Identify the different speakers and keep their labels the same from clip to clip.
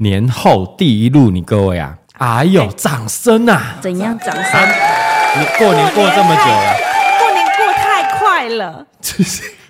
Speaker 1: 年后第一路，你各位啊，哎呦，掌声啊！
Speaker 2: 怎样掌
Speaker 1: 啊
Speaker 2: 声？
Speaker 1: 你过年过这么久了，
Speaker 2: 过年过太快 了。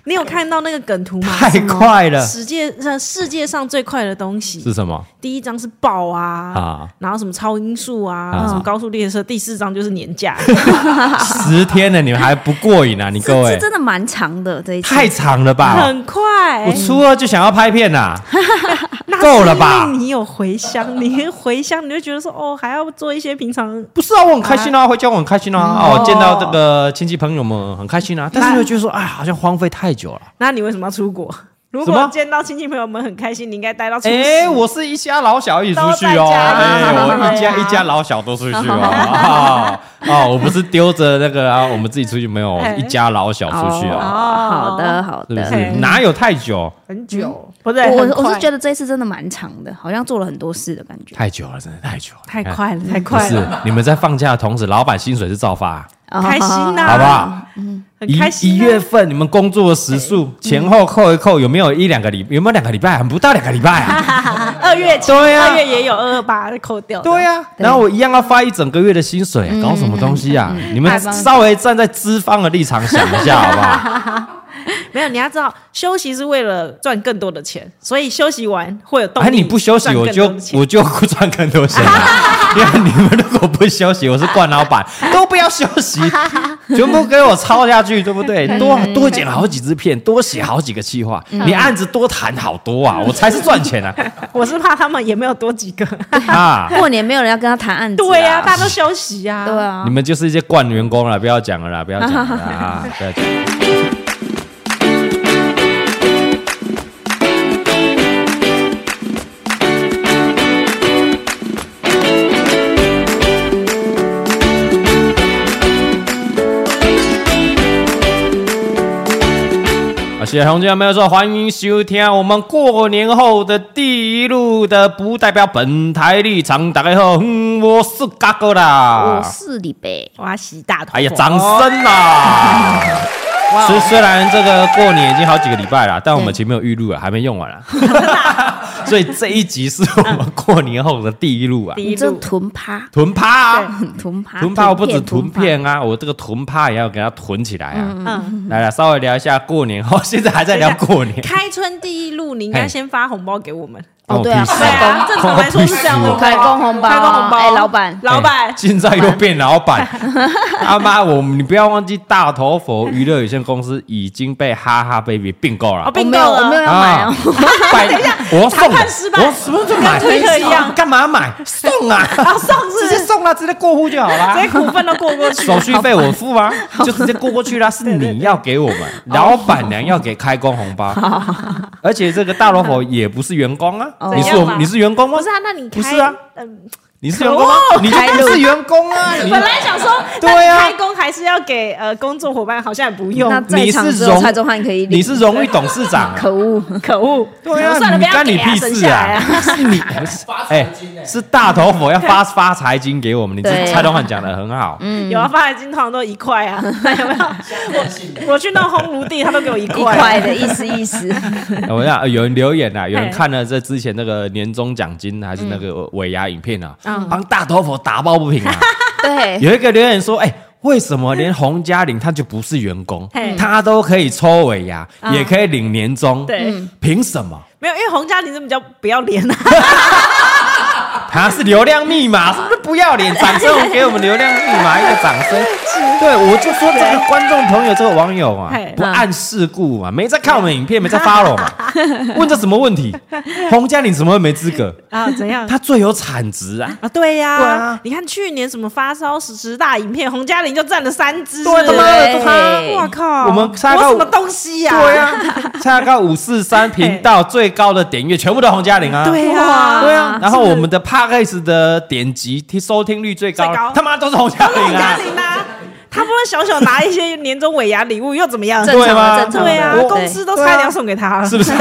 Speaker 2: 你有看到那个梗图吗？
Speaker 1: 太
Speaker 2: 什么
Speaker 1: 快了
Speaker 2: 世界呃世界上最快的东
Speaker 1: 是
Speaker 2: 西，
Speaker 1: 什么
Speaker 2: 第一张是爆啊，
Speaker 1: 啊？
Speaker 2: 然后什么超音速啊，什么高速列车，第四张就是年假，
Speaker 1: 啊十天了，你们还不过瘾 啊？你 各
Speaker 3: 这
Speaker 1: 位
Speaker 3: 这真的蛮长的这一次。
Speaker 1: 太长了吧？
Speaker 2: 很快
Speaker 1: 我。初二就想要拍片啊 啦，
Speaker 2: 那是
Speaker 1: 够了吧
Speaker 2: 因为你有回乡，你回乡你就觉得说哦，还要做一些平常
Speaker 1: 不是啊，我很开心啊，回家我很开心啊，哦，见到这个亲戚朋友们很开心啊，但是又觉得说，哎，好像荒废太久了。
Speaker 2: 那你为什么要出国？如
Speaker 1: 什
Speaker 2: 果
Speaker 1: 么
Speaker 2: 见到亲戚朋友们很开心，你应该待到初十。
Speaker 1: 哎，我是一家老小一起出去
Speaker 2: 都在
Speaker 1: 哦，
Speaker 2: 家
Speaker 1: 哎，我
Speaker 2: 对
Speaker 1: 一家一家老小都出去 哦，哦，我不是丢着那个啊，我们自己出去没有
Speaker 2: 哎，
Speaker 1: 一家老小出去啊，
Speaker 2: 哦
Speaker 3: 好的，好
Speaker 1: 是不
Speaker 3: 的。
Speaker 1: 是
Speaker 2: 哎？
Speaker 1: 哪有太久？
Speaker 2: 很久，不对，
Speaker 3: 我
Speaker 2: 很快
Speaker 3: 我是觉得这一次真的蛮长的，好像做了很多事的感觉。
Speaker 1: 太久了，真的太久了，
Speaker 2: 太快了，太
Speaker 1: 哎不
Speaker 2: 快
Speaker 1: 是
Speaker 2: 了，，
Speaker 1: 你们在放假的同时，老板薪水是照发啊，
Speaker 2: 嗯开心呐、
Speaker 1: 好不好？
Speaker 2: 很
Speaker 1: 一
Speaker 2: 开心、啊。
Speaker 1: 一月份你们工作的时数前后扣一扣，有没有一两个礼？有没有两个礼拜？不到两个礼拜啊。
Speaker 2: 二月起
Speaker 1: 对啊
Speaker 2: 二月也有二二八扣掉。
Speaker 1: 对，啊呀、然后我一样要发一整个月的薪水，
Speaker 2: 嗯
Speaker 1: 搞什么东西啊？你们稍微站在资方的立场想一下，好不好？
Speaker 2: 没有你要知道，休息是为了赚更多的钱，所以休息完会有 动力。
Speaker 1: 哎，你不休息，我
Speaker 2: 赚更
Speaker 1: 就
Speaker 2: 多的钱
Speaker 1: 我就赚更多钱了。 因为你们如果不休息，我是惯老板，都不要休息，全部给我抄下去，对不对？ 多多剪好几支片，多写好几个企划，
Speaker 2: 嗯
Speaker 1: 你案子多谈好多啊，我才是赚钱 啊！
Speaker 2: 我是怕他们也没有 多几个。
Speaker 1: 啊，
Speaker 3: 哦过年没有人要跟他谈案子啦。啊
Speaker 2: 对啊呀、大家都休息呀、
Speaker 3: 对啊
Speaker 1: 你，们就是一些惯员工了，不要讲了啦，不要讲了啦，啊，不要讲。啊，谢谢同志们，没有错，欢迎收听我们过年后的第一路的，不代表本台立场。大家好，嗯、我是嘎哥啦
Speaker 3: 我，是李贝，
Speaker 2: 我要洗大头。
Speaker 1: 哎呀，掌声啦！虽虽然这个过年已经好几个礼拜了，但我们前面有预录啊，还没用完啊， 所以这一集是我们过年后的第一录啊，
Speaker 2: 第一
Speaker 3: 你这
Speaker 2: 路
Speaker 3: 臀趴，
Speaker 1: 囤趴啊，
Speaker 2: 嗯
Speaker 3: 臀趴，
Speaker 1: 囤趴我不止囤
Speaker 3: 臀，
Speaker 1: 片啊，我这个囤趴也要给它囤起来啊。
Speaker 2: 嗯，
Speaker 1: 来了，稍微聊一下过年 后，现在还在聊过年，
Speaker 2: 开春第一路，你应该
Speaker 1: 嗯嘿
Speaker 2: 先发红包给我们。
Speaker 3: 哦对啊
Speaker 1: 关我屁事
Speaker 2: 对啊，正常来说是这样
Speaker 1: 哦
Speaker 2: 的，
Speaker 3: 开工红包
Speaker 2: 开工红包。
Speaker 3: 哎老板
Speaker 2: 老板，
Speaker 1: 啊现在又变老 板，他妈我们你不要忘记，大头佛娱乐有限公司已经被哈哈 baby 并购了
Speaker 2: 哦。
Speaker 3: 我
Speaker 2: 并
Speaker 3: 没
Speaker 2: 购
Speaker 3: 有，我没有
Speaker 2: 了，
Speaker 3: 要买 哦。
Speaker 1: 买，啊我要送
Speaker 2: 谈
Speaker 1: 的
Speaker 2: 判失败
Speaker 1: 我什么就买，
Speaker 2: 跟推特一样
Speaker 1: 干嘛买？送啊，
Speaker 2: 送是不
Speaker 1: 直
Speaker 2: 是
Speaker 1: 接送啊啦，直接过户就好啦
Speaker 2: 直。接股份都过 过去。
Speaker 1: 手续费我付啊，就直接过过去啦。是你要给我们，老板娘要给开工红包，而且这个大老虎也不是员工啊，你是
Speaker 2: 哦怎样
Speaker 1: 我
Speaker 2: 啦
Speaker 1: 你是员工吗
Speaker 2: 不？是啊，哦那你开
Speaker 1: 不是啊
Speaker 2: 嗯，
Speaker 1: 你是员工吗？你就不是员工啊，你
Speaker 2: 本来想说，
Speaker 1: 对
Speaker 2: 那
Speaker 1: 啊
Speaker 2: 开工还是要给呃工作伙伴，好像也不 用
Speaker 3: 那。在场只
Speaker 1: 你是
Speaker 3: 有
Speaker 1: 荣
Speaker 3: 蔡宗汉可以领，
Speaker 1: 你是荣誉董事长啊，
Speaker 3: 可恶，
Speaker 2: 可恶，
Speaker 1: 对啊，
Speaker 2: 算了，不要
Speaker 1: 干你
Speaker 2: 给啊
Speaker 1: 屁
Speaker 2: 省
Speaker 1: 事
Speaker 2: 下来
Speaker 1: 啊！
Speaker 2: 啊。
Speaker 1: 是 你哎，是大头佛要发发财金给我们，你这
Speaker 3: 对
Speaker 2: 啊
Speaker 1: 蔡东汉讲的很好，
Speaker 3: 嗯
Speaker 2: 有啊，发财金通常都一块 啊，有没有？ 我我去弄烘炉地，他都给我一
Speaker 3: 一
Speaker 2: 块。
Speaker 3: 块 的意思意思。
Speaker 1: 我想呃有人留言啊，有人看了这之前那个年终奖金还是那个
Speaker 2: 嗯
Speaker 1: 尾牙影片啊，帮大头佛打抱不平 啊。
Speaker 3: 对，
Speaker 1: 有一个留言说，哎。为什么连洪嘉玲她就不是员工
Speaker 2: 嘿，嗯
Speaker 1: 她都可以抽尾牙，也可以领年终？
Speaker 2: 对，
Speaker 3: 嗯
Speaker 1: 凭什么？
Speaker 2: 没有，因为洪嘉玲是比较不要脸啊，
Speaker 1: 他啊是流量密 码，是不是不要脸？掌声给我们流量密码一个掌声。对，我就说这个观众朋友，这个网友啊
Speaker 2: 嘿，嗯
Speaker 1: 不谙世故嘛，没在看我们影片，没在 follow 嘛，问这什么问题？洪嘉玲怎么会没资格？
Speaker 2: 啊，怎 样？
Speaker 1: 他最有产值啊！
Speaker 2: 啊，对呀、
Speaker 1: 对啊
Speaker 2: 你看去年什么发烧十十大影片，洪嘉玲就占了三支，
Speaker 1: 对他妈的
Speaker 3: 对
Speaker 1: 他，
Speaker 2: 我靠，
Speaker 1: 我们差
Speaker 2: 我
Speaker 1: 个
Speaker 2: 什么东西呀、
Speaker 1: 对啊，蔡高五四三频道最高的点阅全部都洪嘉玲啊！
Speaker 2: 对呀、
Speaker 1: 对啊，
Speaker 3: 啊
Speaker 1: 然后我们的 p a c k a g e 的点击听收听率最
Speaker 2: 最
Speaker 1: 高
Speaker 2: 高，
Speaker 1: 他妈都是洪嘉
Speaker 2: 洪
Speaker 1: 玲
Speaker 2: 嘉
Speaker 1: 啊！
Speaker 2: 玲啊，他不会小小拿一些年终尾牙礼物又怎么样？
Speaker 3: 正
Speaker 1: 对
Speaker 3: 常
Speaker 1: 吗
Speaker 3: 的正常的，
Speaker 2: 对啊，
Speaker 3: 对
Speaker 2: 公司都差点要送给他了，
Speaker 1: 是不 是？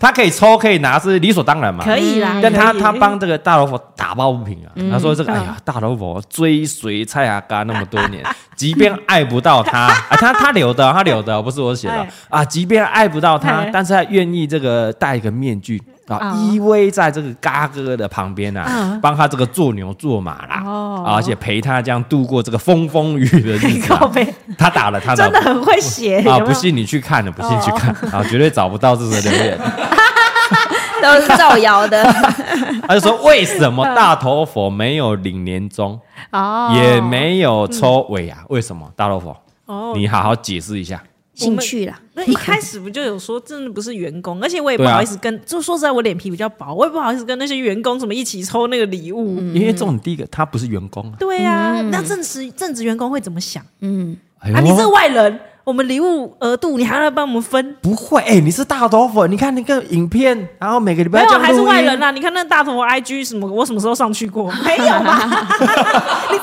Speaker 1: 他可以抽，可以拿，是理所当然嘛。
Speaker 2: 可以啦。
Speaker 1: 但他
Speaker 2: 可以嗯
Speaker 1: 他帮这个大老婆打抱不平啊，他说这个哎呀，大老婆追随蔡阿嘎那么多年， 即便爱不到他啊，他他留的，他留的，不是我写的
Speaker 2: 哎
Speaker 1: 啊，即便爱不到他
Speaker 2: 哎，
Speaker 1: 但是他愿意这个戴一个面具。啊，依偎在这个嘎哥的旁边啊，帮他这个做牛做马啦，
Speaker 2: 嗯哦
Speaker 1: 啊而且陪他这样度过这个风风雨雨的日子啊
Speaker 2: 靠背。
Speaker 1: 他打了他老
Speaker 2: 真
Speaker 1: 婆
Speaker 2: 的很会写，哎有
Speaker 1: 啊，
Speaker 2: 没有哦
Speaker 1: 不信你去看了，不信你去看啊，绝对找不到这则留 言。
Speaker 3: 都是造谣的，
Speaker 1: 他就说为什么大头佛没有领年终，
Speaker 2: 嗯
Speaker 4: 哦，
Speaker 1: 也没有抽尾牙？为什么大头佛？
Speaker 2: 哦，
Speaker 1: 你好好解释一下。
Speaker 3: 兴趣啦，
Speaker 2: 那一开始不就有说，真的不是员工，而且我也不
Speaker 1: 对啊
Speaker 2: 好意思跟，就说实在，我脸皮比较薄，我也不好意思跟那些员工什么一起抽那个礼物。
Speaker 1: 因为这种第一个他不是员工啊，
Speaker 2: 对啊，那正职正职员工会怎么想
Speaker 3: 嗯，
Speaker 1: 哎呦
Speaker 2: 啊？你这外人，我们礼物额度你还要来帮我们分？
Speaker 1: 不会哎，你是大头佛，你看那个影片，然后每个礼
Speaker 2: 没
Speaker 1: 拜
Speaker 2: 有
Speaker 1: 这，样
Speaker 2: 还是
Speaker 1: 录
Speaker 2: 外
Speaker 1: 音
Speaker 2: 人。啊！你看那大头 IG 什么，我什么时候上去过？没有啊嘛？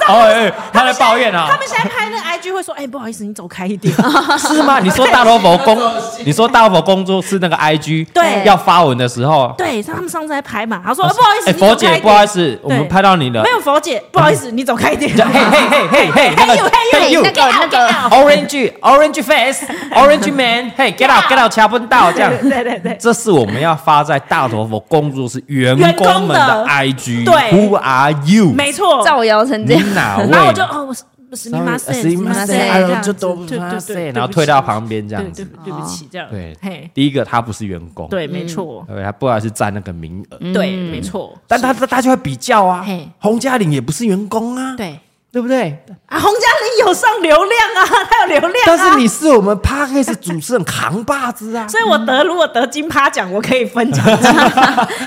Speaker 1: 哦哎，哎 他在抱怨
Speaker 2: 他
Speaker 1: 啊，
Speaker 2: 们现在拍那个 IG 会说，哎，不好意思，你走开一 点。
Speaker 1: 是吗？你说大头佛 工，你说大头佛工作是那个 IG
Speaker 2: 对
Speaker 1: 要发文的时候，
Speaker 2: 对，他们上次还拍嘛，他说哎不好意思，
Speaker 1: 哎
Speaker 2: 你走
Speaker 1: 佛
Speaker 2: 开
Speaker 1: 姐
Speaker 2: 一点
Speaker 1: 不好意思，啊我们拍到你了
Speaker 2: 没。有佛姐，不好意思，你走开一点。
Speaker 1: 就嘿嘿嘿嘿嘿，那个
Speaker 2: 哎
Speaker 3: Hey you, hey you,
Speaker 1: 那个哦那
Speaker 3: get out,
Speaker 1: 个 orange orange face orange man，嘿 get out get out 掐分道这样。
Speaker 2: 对对对，
Speaker 1: 这是我们要发在大头佛工作室员工们的 IG。
Speaker 2: 对
Speaker 1: ，Who are you？
Speaker 2: 没错。
Speaker 3: 造谣成这
Speaker 1: 你
Speaker 3: 样，
Speaker 1: 哪
Speaker 2: 然后我
Speaker 1: 位呃
Speaker 2: 就？哦，我是我是你妈塞，
Speaker 1: Sorry，
Speaker 2: 你妈
Speaker 3: 塞
Speaker 2: 塞
Speaker 1: 哎
Speaker 3: 这
Speaker 1: 呦，
Speaker 3: 样
Speaker 1: 就
Speaker 3: 子
Speaker 1: 都不
Speaker 2: 对对
Speaker 1: 是
Speaker 2: 对
Speaker 1: 然后
Speaker 2: 对不
Speaker 1: 推到
Speaker 2: 起
Speaker 1: 旁边这
Speaker 2: 对
Speaker 1: 样
Speaker 2: 对
Speaker 1: 子。
Speaker 2: 对不起，这样
Speaker 1: 对
Speaker 2: 嘿，，嗯
Speaker 1: 第一个他不是员工，
Speaker 2: 对，嗯没错，
Speaker 1: 对，他不然是占那个名额，
Speaker 2: 对，没错。
Speaker 1: 但他他他就会比较啊
Speaker 4: 嘿。
Speaker 1: 洪嘉玲也不是员工啊，
Speaker 4: 对，
Speaker 1: 对不对？
Speaker 2: 啊，洪嘉玲有上流量啊，她有流量 啊，
Speaker 1: 但是你是我们 p a r k a s 主持人扛把子啊，
Speaker 2: 所以我得如果得金趴奖，我可以分奖，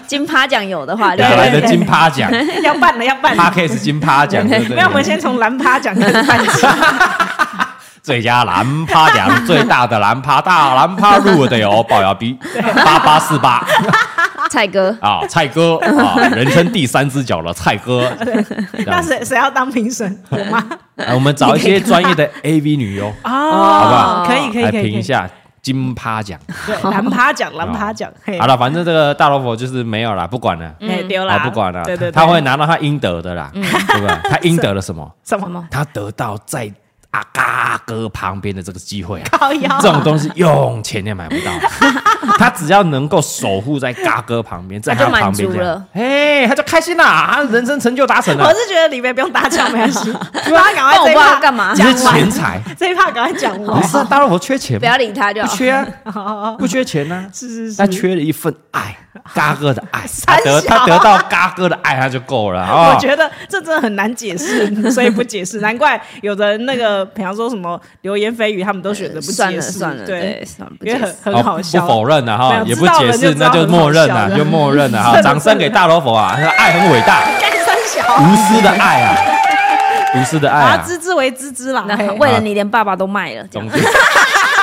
Speaker 3: 金趴奖有的 话，对
Speaker 1: 哪来
Speaker 3: 对
Speaker 1: 的金趴奖
Speaker 2: 要办了，要办了。
Speaker 1: ？Parkes 金趴奖，对不对？
Speaker 2: 没有，我们先从蓝趴奖开始办 起。
Speaker 1: 最佳蓝趴 奖，最大的蓝趴，大蓝趴入的有龅牙逼八八四八
Speaker 3: 蔡哥，
Speaker 1: 啊，蔡哥啊，人生第三只脚了，蔡哥。这
Speaker 2: 那
Speaker 1: 样子
Speaker 2: 谁谁要当评审？我妈
Speaker 1: 啊我们找一些专业的 AV 女优好不好
Speaker 2: 哦可以可以
Speaker 1: 来
Speaker 2: 可
Speaker 1: 评
Speaker 2: 以
Speaker 1: 一，下金趴奖。
Speaker 2: 可以对蓝 趴奖，蓝趴奖，嘿
Speaker 1: 好，了，反正这个大萝卜就是没有啦，不管了。
Speaker 2: 哎丢
Speaker 1: 啊
Speaker 2: 啦，
Speaker 1: 不管了
Speaker 2: 对对，，对嗯
Speaker 1: 他会拿到他应得的啦，对不对？他应得了什么？
Speaker 2: 什么？
Speaker 1: 他得到在阿嘎哥旁边的这个机会啊，
Speaker 2: 靠腰
Speaker 1: 这种东西用钱也买不到， 他只要能够守护在嘎哥旁边，在
Speaker 3: 他就
Speaker 1: 旁边
Speaker 3: 满足
Speaker 1: 这样
Speaker 3: 了，
Speaker 1: 嘿，他就开心啦，他人生成就达成了
Speaker 2: 我，是觉得里面不用打架，没关系，大家赶快
Speaker 3: 那我
Speaker 2: 哎这
Speaker 3: 不
Speaker 2: 一
Speaker 3: 知道
Speaker 2: 趴
Speaker 3: 干嘛
Speaker 1: 你，是钱财，
Speaker 2: 这一趴赶快讲完
Speaker 1: 不。是啊，大老婆缺钱
Speaker 3: 不
Speaker 1: 吗，
Speaker 3: 要理他就
Speaker 1: 不
Speaker 3: 好。
Speaker 1: 缺
Speaker 2: 哦
Speaker 1: 啊，不缺钱 呢，是是是，他缺了一份爱，嘎哥的爱，他得
Speaker 2: 小啊
Speaker 1: 他得到嘎哥的爱，他就够了啊
Speaker 2: 我。觉得这真的很难解释，所以不解释。难怪有的人那个，比方说什么流言蜚语，他们都选择不解释。
Speaker 4: 哎
Speaker 3: 算了算了，对，
Speaker 2: 对，
Speaker 3: 算了，不
Speaker 2: 因
Speaker 3: 解
Speaker 2: 为
Speaker 3: 释
Speaker 2: 很。很
Speaker 1: 哦
Speaker 2: 好笑。
Speaker 1: 不否认了哈，
Speaker 2: 对
Speaker 1: 也不
Speaker 2: 知道
Speaker 1: 解
Speaker 2: 了就
Speaker 1: 释，
Speaker 2: 知
Speaker 1: 那
Speaker 2: 道
Speaker 1: 就
Speaker 2: 很
Speaker 1: 默
Speaker 2: 好
Speaker 1: 认
Speaker 2: 笑
Speaker 1: 了，
Speaker 2: 的
Speaker 1: 就默认了啊哈。掌声给大萝卜啊，他的爱很伟大，
Speaker 2: 干三 小，
Speaker 1: 无私的爱啊，无私的爱
Speaker 2: 然
Speaker 1: 啊
Speaker 2: 后。孜孜为孜孜啦。
Speaker 3: 那
Speaker 2: 嘿
Speaker 3: 为了你，连爸爸都卖了，这样
Speaker 1: 总之，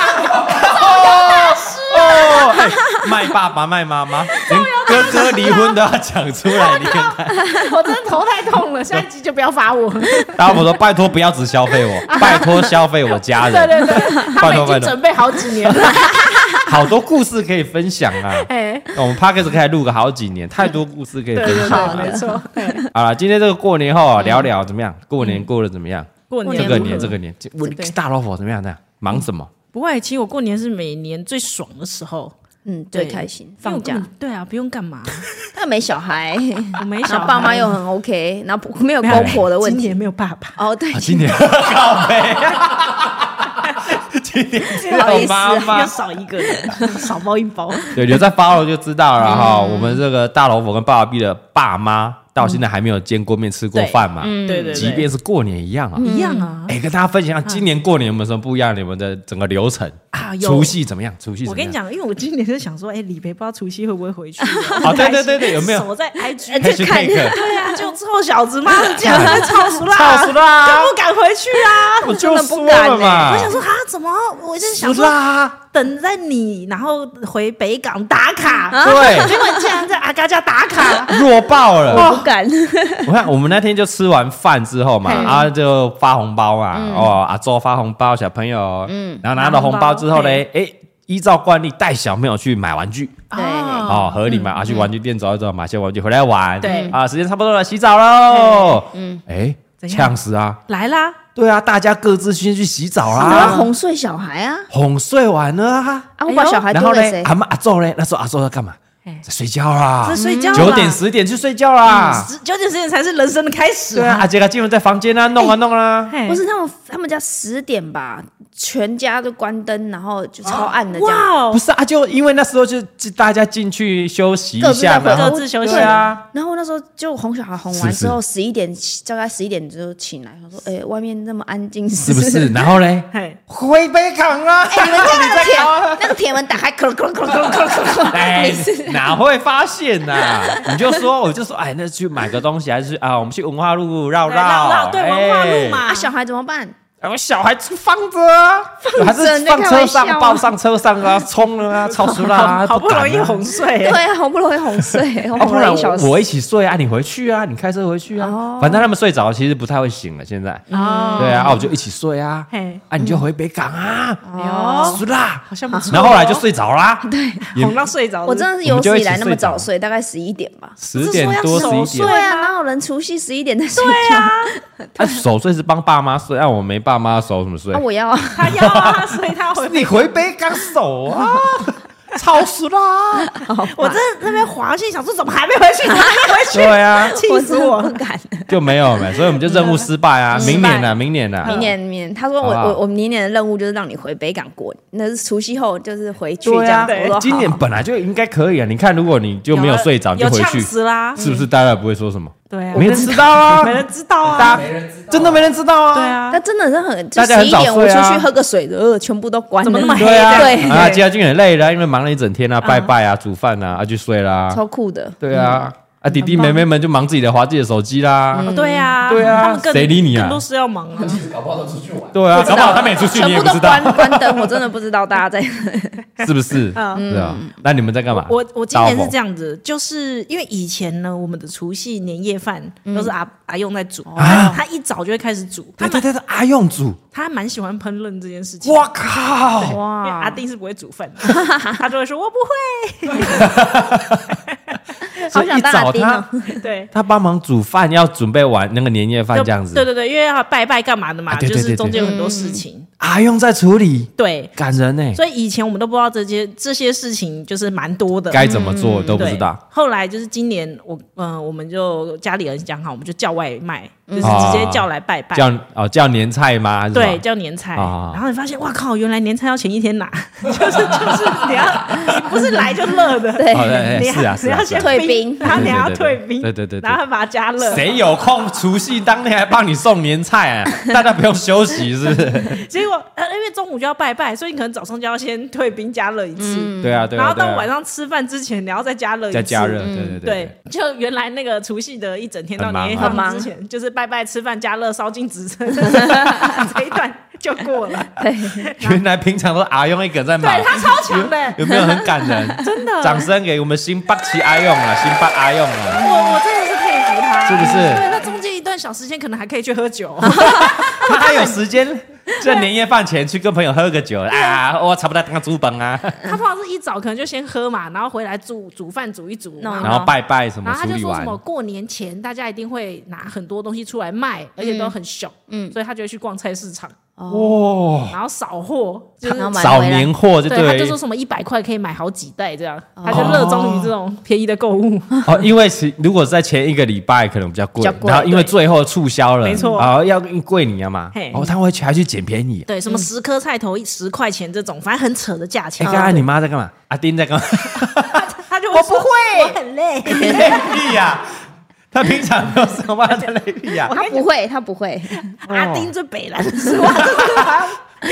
Speaker 1: 哦
Speaker 2: 啊
Speaker 1: 哦，哎卖爸爸卖妈妈，连哥哥离婚都要讲出来，你看看。
Speaker 2: 我真的头太痛了，下一集就不要罚我。
Speaker 1: 大家伙说，拜托不要只消费我，拜托消费我家人。
Speaker 2: 对对对，他
Speaker 1: 拜
Speaker 2: 们
Speaker 1: 托
Speaker 2: 已
Speaker 1: 拜托，
Speaker 2: 经准备好几年了。
Speaker 1: 好多故事可以分享啊！
Speaker 2: 哎，
Speaker 1: 我们 p o d c a s 可以录个好几年，太多故事可以
Speaker 2: 对
Speaker 1: 分
Speaker 2: 对
Speaker 1: 享
Speaker 2: 对，嗯
Speaker 1: 了
Speaker 2: 没。错。嘿
Speaker 1: 好了，今天这个过年后啊，聊聊怎么样？过年过得怎么样？
Speaker 2: 过年
Speaker 1: 这
Speaker 2: 如
Speaker 1: 个
Speaker 2: 何
Speaker 1: 年这个年，我
Speaker 2: 嗯对
Speaker 1: 大老虎怎么样？呢？忙什么？
Speaker 2: 不会，其实我过年是每年最爽的时候，
Speaker 3: 嗯，最开心，
Speaker 2: 因为我
Speaker 3: 放
Speaker 2: 根本
Speaker 3: 假，。
Speaker 2: 对啊，不用干嘛，
Speaker 3: 他没小孩，
Speaker 2: 我没
Speaker 3: 然
Speaker 2: 想
Speaker 3: 后爸妈又很 OK，然后不没有公婆的问
Speaker 2: 今
Speaker 3: 题。
Speaker 2: 年没有爸爸。
Speaker 3: 哦，对
Speaker 1: 啊，，今 年靠背， 今年只
Speaker 3: 不好意
Speaker 1: 有
Speaker 3: 思
Speaker 1: 妈
Speaker 3: 啊
Speaker 1: 妈
Speaker 2: 又。少一个人，少包一包。
Speaker 3: 嗯
Speaker 1: 对，有在 follow 就知道了哈。我们这个大老虎跟爸爸币的爸妈到现在还没有见过面、吃过饭嘛，
Speaker 2: 对嗯对对，
Speaker 1: 即便是过年一样啊。
Speaker 2: 一样啊。
Speaker 3: 嗯
Speaker 1: 哎，跟大家分享一下今年过年有没有什么不一样？你们的整个流程
Speaker 2: 啊有
Speaker 1: 除夕怎么样？除夕怎
Speaker 2: 我
Speaker 1: 么
Speaker 2: 跟你
Speaker 1: 样？
Speaker 2: 讲，因为我今年就想说，哎，李培不知道除夕会不会回去。啊
Speaker 1: 哦对对对对有没有
Speaker 2: 守在 IG？
Speaker 3: 哎去看
Speaker 1: Hashtag
Speaker 2: 对啊，就臭小子妈
Speaker 1: 哎
Speaker 2: 的，竟然超熟啦，
Speaker 1: 操死啦
Speaker 2: 就！不敢回去啊！
Speaker 1: 我就
Speaker 3: 真的不
Speaker 1: 说
Speaker 3: 敢
Speaker 1: 了嘛，
Speaker 2: 欸我想说，哈，怎么？我就是想
Speaker 1: 死
Speaker 2: 说，
Speaker 1: 啦，
Speaker 2: 等在你，然后回北港打卡。
Speaker 1: 对
Speaker 3: 啊
Speaker 2: 结果你竟然在阿大家打 卡，
Speaker 1: 弱爆了！
Speaker 3: 不敢，
Speaker 1: 我看我们那天就吃完饭之后嘛，
Speaker 4: 嗯
Speaker 1: 啊就发红包嘛，哦阿周发红包，小朋友，嗯，然后拿到红包之后嘞，哎，依照惯例带小朋友去买玩具，
Speaker 4: 对对
Speaker 1: 哦，合理嘛，啊去玩具店走一走，买些玩具回来玩，
Speaker 2: 对
Speaker 1: 啊，时间差不多了，洗澡喽，嗯，哎，呛死啊，
Speaker 2: 来啦，
Speaker 1: 对啊，大家各自先去洗澡
Speaker 3: 我要
Speaker 1: 啦，
Speaker 3: 哄睡小孩啊！
Speaker 1: 哄睡完了啊，
Speaker 3: 啊，我把小孩
Speaker 1: 然
Speaker 3: 丢
Speaker 1: 后
Speaker 3: 给谁
Speaker 1: 嘞，？啊阿妈阿周嘞，那时候阿周在干嘛？在睡觉啦嗯啊
Speaker 2: 在，睡觉啦，
Speaker 1: 九点十点去睡觉啦。
Speaker 2: 十九点十点才是人生的开始
Speaker 1: 对啊，
Speaker 2: 啊，
Speaker 1: 阿杰他进入在房间啊，弄啊弄啊，
Speaker 2: 嘿
Speaker 3: 不是他们，他们家十点吧，全家都关灯，然后就超暗的这
Speaker 2: 哇
Speaker 3: 样。
Speaker 1: 不
Speaker 2: 哦，
Speaker 1: 是啊，就因为那时候就就大家进去休息一
Speaker 3: 各自
Speaker 1: 下
Speaker 3: 在回
Speaker 1: 嘛，
Speaker 2: 各
Speaker 1: 然后
Speaker 2: 自休息
Speaker 1: 对啊，
Speaker 3: 然后那时候就哄小孩，哄完之后十一点起，大概十一点就醒来，他说：“哎，外面那么安静，
Speaker 1: 是
Speaker 3: 是
Speaker 1: 不是？然后嘞，
Speaker 2: 嘿，
Speaker 1: 回北港啊，
Speaker 3: 哎，你们家那个铁那个铁门打开，咯咯咯咯咯咯咯，
Speaker 1: 哎
Speaker 3: 没事，，
Speaker 1: 哪会发现呐、 你就说，我就说，哎，那去买个东西，还是啊，我们去文化路绕
Speaker 2: 来绕
Speaker 1: 绕，
Speaker 2: 对文化路
Speaker 1: 哎。
Speaker 2: 嘛，
Speaker 3: 啊，小孩怎么办？
Speaker 1: 哎我小孩放着啊，还是
Speaker 3: 你在
Speaker 1: 放
Speaker 3: 开
Speaker 1: 车
Speaker 3: 玩笑
Speaker 1: 上，
Speaker 3: 啊
Speaker 1: 抱上车上啊，冲了啊，超速啦、啊，
Speaker 2: 好不
Speaker 1: 敢啊
Speaker 2: 容易哄睡
Speaker 3: 对，啊，好不容易哄睡，
Speaker 1: 啊，
Speaker 3: 哄
Speaker 1: 不
Speaker 3: 了
Speaker 1: 然
Speaker 3: 一小时
Speaker 1: 我。我一起睡啊，你回去啊，你开车回去啊。反正他们睡着，其实不太会醒了。现在，
Speaker 2: 哦
Speaker 1: 对啊，啊我就一起睡啊
Speaker 2: 嘿，
Speaker 1: 啊，你就回北港啊，
Speaker 2: 哦
Speaker 1: 是啦。
Speaker 2: 好像不错，
Speaker 1: 然后后来就睡着啦，也
Speaker 2: 哄到睡着，
Speaker 3: 我真的是有史以来那么早睡，大概十一点吧。
Speaker 1: 十点
Speaker 3: 这
Speaker 1: 多
Speaker 3: 是说要
Speaker 1: 十一
Speaker 3: 守
Speaker 1: 点
Speaker 3: 岁。啊，哪有人除夕十一点在睡觉？啊，
Speaker 1: 啊，守岁是帮爸妈睡，啊，我没爸妈守什么睡？
Speaker 3: 我要啊，
Speaker 2: 他要啊，所以 他回
Speaker 1: 你回北港守 啊，超时啦。
Speaker 2: 我在那边滑去，想说怎么还没回 去，怎么还没回去，
Speaker 1: 对啊，
Speaker 2: 气死我！
Speaker 3: 真
Speaker 2: 了
Speaker 3: 的不！敢。
Speaker 1: 就没有没，所以我们就任务失败
Speaker 2: 嗯
Speaker 1: 啊。明年呢，明年呢，
Speaker 3: 明年，明年，他说我
Speaker 1: 好不好
Speaker 3: 我我明年的任务就是让你回北港过，那是除夕后就是回去这
Speaker 1: 对
Speaker 3: 样。
Speaker 1: 啊
Speaker 3: 我说好，
Speaker 1: 今年本来就应该可以啊。你看，如果你就没有睡着，你就
Speaker 2: 有
Speaker 1: 回
Speaker 2: 呛
Speaker 1: 去，
Speaker 2: 死啦，
Speaker 1: 是不是大家也不会说什么？
Speaker 2: 对啊，
Speaker 1: 没人知道啊，
Speaker 2: 嗯没人知道
Speaker 1: 大
Speaker 2: 啊，
Speaker 1: 家真的没人知道啊。
Speaker 2: 对，啊
Speaker 3: 那，真的是很，就
Speaker 1: 大家
Speaker 3: 十
Speaker 1: 很
Speaker 3: 一
Speaker 1: 早
Speaker 3: 点我
Speaker 1: 睡
Speaker 3: 出
Speaker 1: 啊
Speaker 3: 去喝个水，呃，全部都关了，
Speaker 2: 怎么 那么黑
Speaker 1: 对啊，
Speaker 3: 对
Speaker 1: 啊，接下来就很累了，因为忙了一整天啊，拜拜啊，煮饭啊，啊去睡啦。
Speaker 3: 超酷的。
Speaker 1: 对啊，
Speaker 2: 嗯
Speaker 1: 啊弟弟妹妹们就忙自己的，划自己的手机啦。
Speaker 2: 哦对啊，
Speaker 1: 对啊
Speaker 2: 他们更
Speaker 1: 谁理你啊
Speaker 2: 更多事要忙啊，
Speaker 1: 对啊，搞不好他们也出去，你
Speaker 3: 全
Speaker 1: 也
Speaker 3: 部
Speaker 1: 不
Speaker 3: 都
Speaker 1: 知道
Speaker 3: 关，关灯，我真的不知道大家 在。
Speaker 1: 是不是？对啊，那你们在干嘛？
Speaker 2: 嗯我我今年是这
Speaker 1: 样，
Speaker 2: 样子，就是因为以前呢，我们的除夕年夜饭都是阿、阿用在煮，
Speaker 1: 啊
Speaker 2: 他一早就会开始煮，他
Speaker 1: 对对
Speaker 2: 蛮
Speaker 1: 对对，阿用煮，
Speaker 2: 他蛮喜欢烹饪这件事情。
Speaker 1: 我靠，
Speaker 4: 啊
Speaker 2: 因为
Speaker 3: 哇
Speaker 2: 阿定是不会煮饭的， 他就会说“我不
Speaker 1: 所以
Speaker 3: 想
Speaker 1: 一
Speaker 3: 当
Speaker 1: 早
Speaker 3: 阿丁
Speaker 1: 他
Speaker 3: 哦
Speaker 2: 会”，对，
Speaker 1: 他帮忙煮饭，要准备完那个年夜饭
Speaker 2: 就
Speaker 1: 这样子。
Speaker 2: 对对对，因为要拜拜干嘛的嘛，
Speaker 1: 啊对对
Speaker 2: 就是
Speaker 1: 对
Speaker 2: 中间有很多事情，
Speaker 1: 阿啊用在处理，
Speaker 2: 对，
Speaker 1: 感人呢。
Speaker 2: 所以以前我们都不知道这些这些事情就是蛮多的，嗯
Speaker 1: 该怎么做都不
Speaker 2: 对
Speaker 1: 知道。。
Speaker 2: 后来就是今年我嗯、我们就家里人讲好，我们就叫外卖，就是
Speaker 1: 啊
Speaker 2: 直接叫来拜拜，
Speaker 1: 叫哦叫年菜吗？还是什么
Speaker 2: 对，叫年菜。
Speaker 1: 啊
Speaker 2: 然后你发现，哇靠，原来年菜要前一天拿， 就是就是你要你不是来就热的，
Speaker 3: 对
Speaker 1: 哦，对
Speaker 2: 你
Speaker 1: 对，是
Speaker 2: 要
Speaker 1: 啊，是
Speaker 2: 你
Speaker 1: 啊
Speaker 2: 要
Speaker 1: 是
Speaker 2: 先
Speaker 1: 啊。
Speaker 3: 退兵
Speaker 2: 然后你还要
Speaker 1: 对对
Speaker 2: 退
Speaker 1: 对
Speaker 2: 冰，
Speaker 1: 对对对对
Speaker 2: 然后还把它加热。
Speaker 1: 谁有空除夕当天还帮你送年菜 啊？大家不用休息是不是？
Speaker 2: 结果呃，因为中午就要拜拜，所以你可能早上就要先退冰加热一次，
Speaker 1: 对啊，对
Speaker 2: 然
Speaker 1: 啊，
Speaker 2: 后
Speaker 1: 对
Speaker 2: 到晚
Speaker 1: 啊，
Speaker 2: 上吃饭之前你要再加热一次，
Speaker 1: 再加热，。对对对
Speaker 2: 嗯对，就原来那个除夕的一整天到
Speaker 1: 很忙
Speaker 2: 年夜
Speaker 1: 啊
Speaker 2: 饭之前，就是拜拜、吃饭、加热、烧金纸 这一段就过 了。
Speaker 1: 对。原来平常都是阿用一个人在忙
Speaker 2: 对，他超强的，
Speaker 1: 有没有很感人？真的，掌声给我们新北旗阿用 啊，新北阿用啊，
Speaker 2: 我我真的是佩服他，
Speaker 1: 是不是
Speaker 2: 对，那中间一段小时间可能还可以去喝 酒，
Speaker 1: 他还有时 间在年夜饭前去跟朋友喝个酒啊，我差不多当个猪本 啊，
Speaker 2: 他通常是一早可能就先喝嘛，然后回来煮煮饭煮一煮，
Speaker 3: 弄
Speaker 2: 然
Speaker 3: 一
Speaker 2: 后
Speaker 3: 弄
Speaker 1: 然后拜拜什么
Speaker 2: 然后他
Speaker 1: 处
Speaker 2: 就
Speaker 1: 理
Speaker 2: 说什
Speaker 1: 完
Speaker 2: 么，过年前大家一定会拿很多东西出来卖，而且都很凶，嗯，所以他就会去逛菜市场，
Speaker 1: 哇，
Speaker 2: 然后扫货，就是
Speaker 3: 然后买
Speaker 1: 扫
Speaker 3: 回来
Speaker 1: 年货就
Speaker 2: 对，他
Speaker 1: 对
Speaker 2: 就说，什么一百块可以买好几袋这样，他就热衷于这种便宜的购物。
Speaker 1: 哦，因为其如果是在前一个礼拜可能比较贵
Speaker 3: 比较，贵
Speaker 1: 然后因为最后促销了，
Speaker 2: 没错
Speaker 1: 然后要贵你啊嘛
Speaker 2: 嘿，哦
Speaker 1: 哦，他会去还去捡便宜。
Speaker 2: 对，什么十颗菜头十块钱这种，反正很扯的价
Speaker 1: 哎，
Speaker 2: 钱。
Speaker 1: 刚才你妈在干嘛？阿丁在干嘛？
Speaker 2: 他就我不会，我很累。
Speaker 1: 累屁呀！他平常没有什么在累屁呀。
Speaker 3: 他不会，他不会。
Speaker 4: 哦
Speaker 2: 阿丁最北蓝是吧？就是他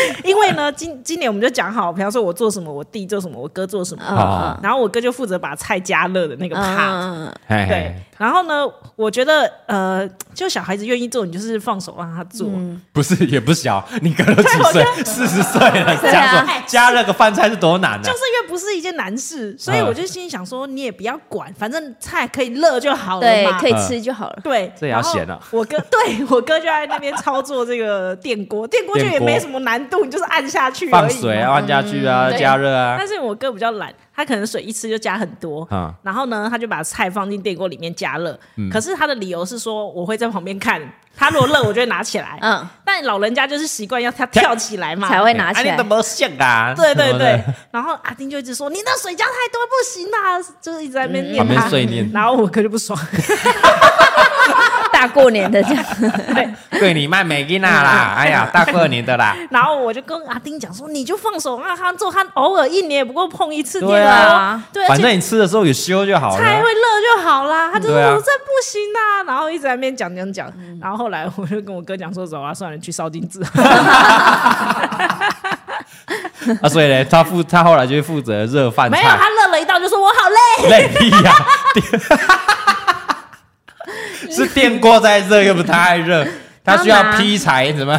Speaker 2: 因为呢，今今年我们就讲好，比方说我做什么，我弟做什么，我哥做什么，
Speaker 4: 嗯
Speaker 1: 好
Speaker 2: 然后我哥就负责把菜加热的那个 part。
Speaker 3: 嗯，
Speaker 1: 嘿嘿
Speaker 2: 对，然后呢，我觉得呃，就小孩子愿意做，你就是放手让他做。
Speaker 4: 嗯
Speaker 1: 不是也不小，你隔了几岁？四十岁了，
Speaker 4: 对啊
Speaker 1: 加什
Speaker 4: 哎
Speaker 1: 么加了个饭菜是多难啊呢
Speaker 2: 就是？因为不是一件难事，
Speaker 1: 嗯
Speaker 2: 所以我就心里想说，你也不要管，反正菜可以热就好了
Speaker 4: 对
Speaker 2: 嘛。，
Speaker 4: 可以
Speaker 1: 嗯
Speaker 4: 吃就好了。
Speaker 2: 对，
Speaker 1: 这也要
Speaker 2: 然后
Speaker 1: 咸啊
Speaker 2: 我哥 对我哥就在那边操作这个电锅，电锅就
Speaker 1: 电
Speaker 2: 也
Speaker 1: 锅
Speaker 2: 没什么难度，你就是按下去
Speaker 1: 放
Speaker 2: 而已嗯
Speaker 1: 水
Speaker 2: 嘛。
Speaker 1: 啊，按下去啊，
Speaker 4: 对
Speaker 1: 加热啊，
Speaker 2: 但是我哥比较懒，他可能水一吃就加很多，
Speaker 1: 嗯
Speaker 2: 然后呢，他就把菜放进电锅里面加热。可是他的理由是说，我会在旁边看，他如果热，我就会拿起来。
Speaker 4: 嗯，
Speaker 2: 但老人家就是习惯要他跳起来嘛，
Speaker 4: 才会拿起
Speaker 1: 啊
Speaker 4: 来
Speaker 2: 哎
Speaker 1: 你。怎么像啊？
Speaker 2: 对对
Speaker 1: 什么
Speaker 2: 对
Speaker 1: 的，，
Speaker 2: 然后阿丁就一直说你那水加太多不行啊，就是一直在那边念
Speaker 1: 旁边
Speaker 2: 他，
Speaker 1: 碎念
Speaker 2: 然后我哥就不爽，
Speaker 4: 大过年的这 样，
Speaker 1: 对你卖美金娜
Speaker 2: 嗯
Speaker 1: 啦，哎 呀，大过年的啦，
Speaker 2: 然后我就跟阿丁讲说你就放手让他做，他偶尔一年也不过碰一次电
Speaker 1: 对
Speaker 2: 锅
Speaker 4: 啊，
Speaker 2: 对，而
Speaker 1: 反正
Speaker 2: 且
Speaker 1: 你吃的时候有修就好了
Speaker 2: 菜
Speaker 1: 啊
Speaker 2: 会。热就好啦。他就说
Speaker 1: 对啊
Speaker 2: 我这不行啊，然后一直在那边讲讲讲，然后后来我就跟我哥讲说走啊，算了，去烧金 纸。
Speaker 1: 啊，所以呢，他负他后来就负责热饭
Speaker 2: 没有，
Speaker 1: 菜，
Speaker 2: 他热了一道就说我好累，
Speaker 1: 累屁呀！ 电是电锅在热，又不太 热，他需要劈柴，怎么？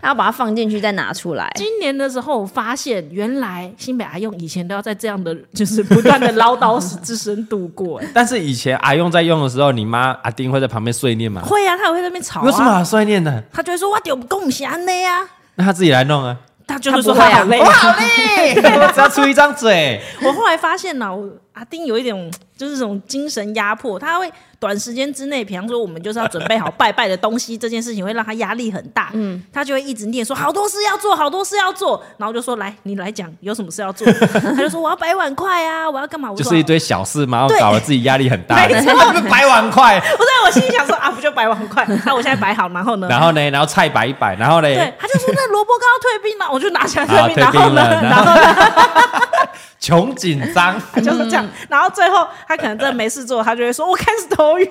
Speaker 4: 然后把它放进去再拿出 来。
Speaker 2: 今年的时候，我发现原来新北阿用以前都要在这样的就是不断的唠叨之声度过、哎
Speaker 1: 但是以前阿用在用的时候，你妈阿丁会在旁边碎念嘛？
Speaker 2: 会啊，他也会在那边吵、啊，
Speaker 1: 有什么好碎念的？
Speaker 2: 他就会说我丢共享的呀，
Speaker 1: 那他自己来弄 啊！
Speaker 2: 他就会
Speaker 4: 他
Speaker 2: 说
Speaker 4: 不会啊
Speaker 2: 好累，
Speaker 1: 我好累，我只要出一张嘴。
Speaker 2: 我后来发现呢，我阿丁有一点就是这种精神压迫，他会短时间之内，比方说我们就是要准备好拜拜的东西，这件事情会让他压力很大，嗯，他就会一直念说好多事要做，好多事要做，然后就说来你来讲有什么事要做，他就说我要摆碗筷啊，我要干嘛，我
Speaker 1: 就
Speaker 2: 说
Speaker 1: 是一堆小事嘛，然后
Speaker 2: 对
Speaker 1: 搞得自己压力很大。
Speaker 2: 没
Speaker 1: 摆碗筷，
Speaker 2: 不是，我心里想说啊，不就摆碗筷？ 那我现在摆好，然后呢？
Speaker 1: 然后呢，然后菜摆一摆，然后呢，
Speaker 2: 对，他就说那萝卜糕退冰了，我就拿起来
Speaker 1: 好
Speaker 2: 退冰，然后呢，
Speaker 1: 退冰了
Speaker 2: 然后呢，
Speaker 1: 穷紧张，
Speaker 2: 就是这样。然后最后他可能真的没事做，他就会说我开始头晕。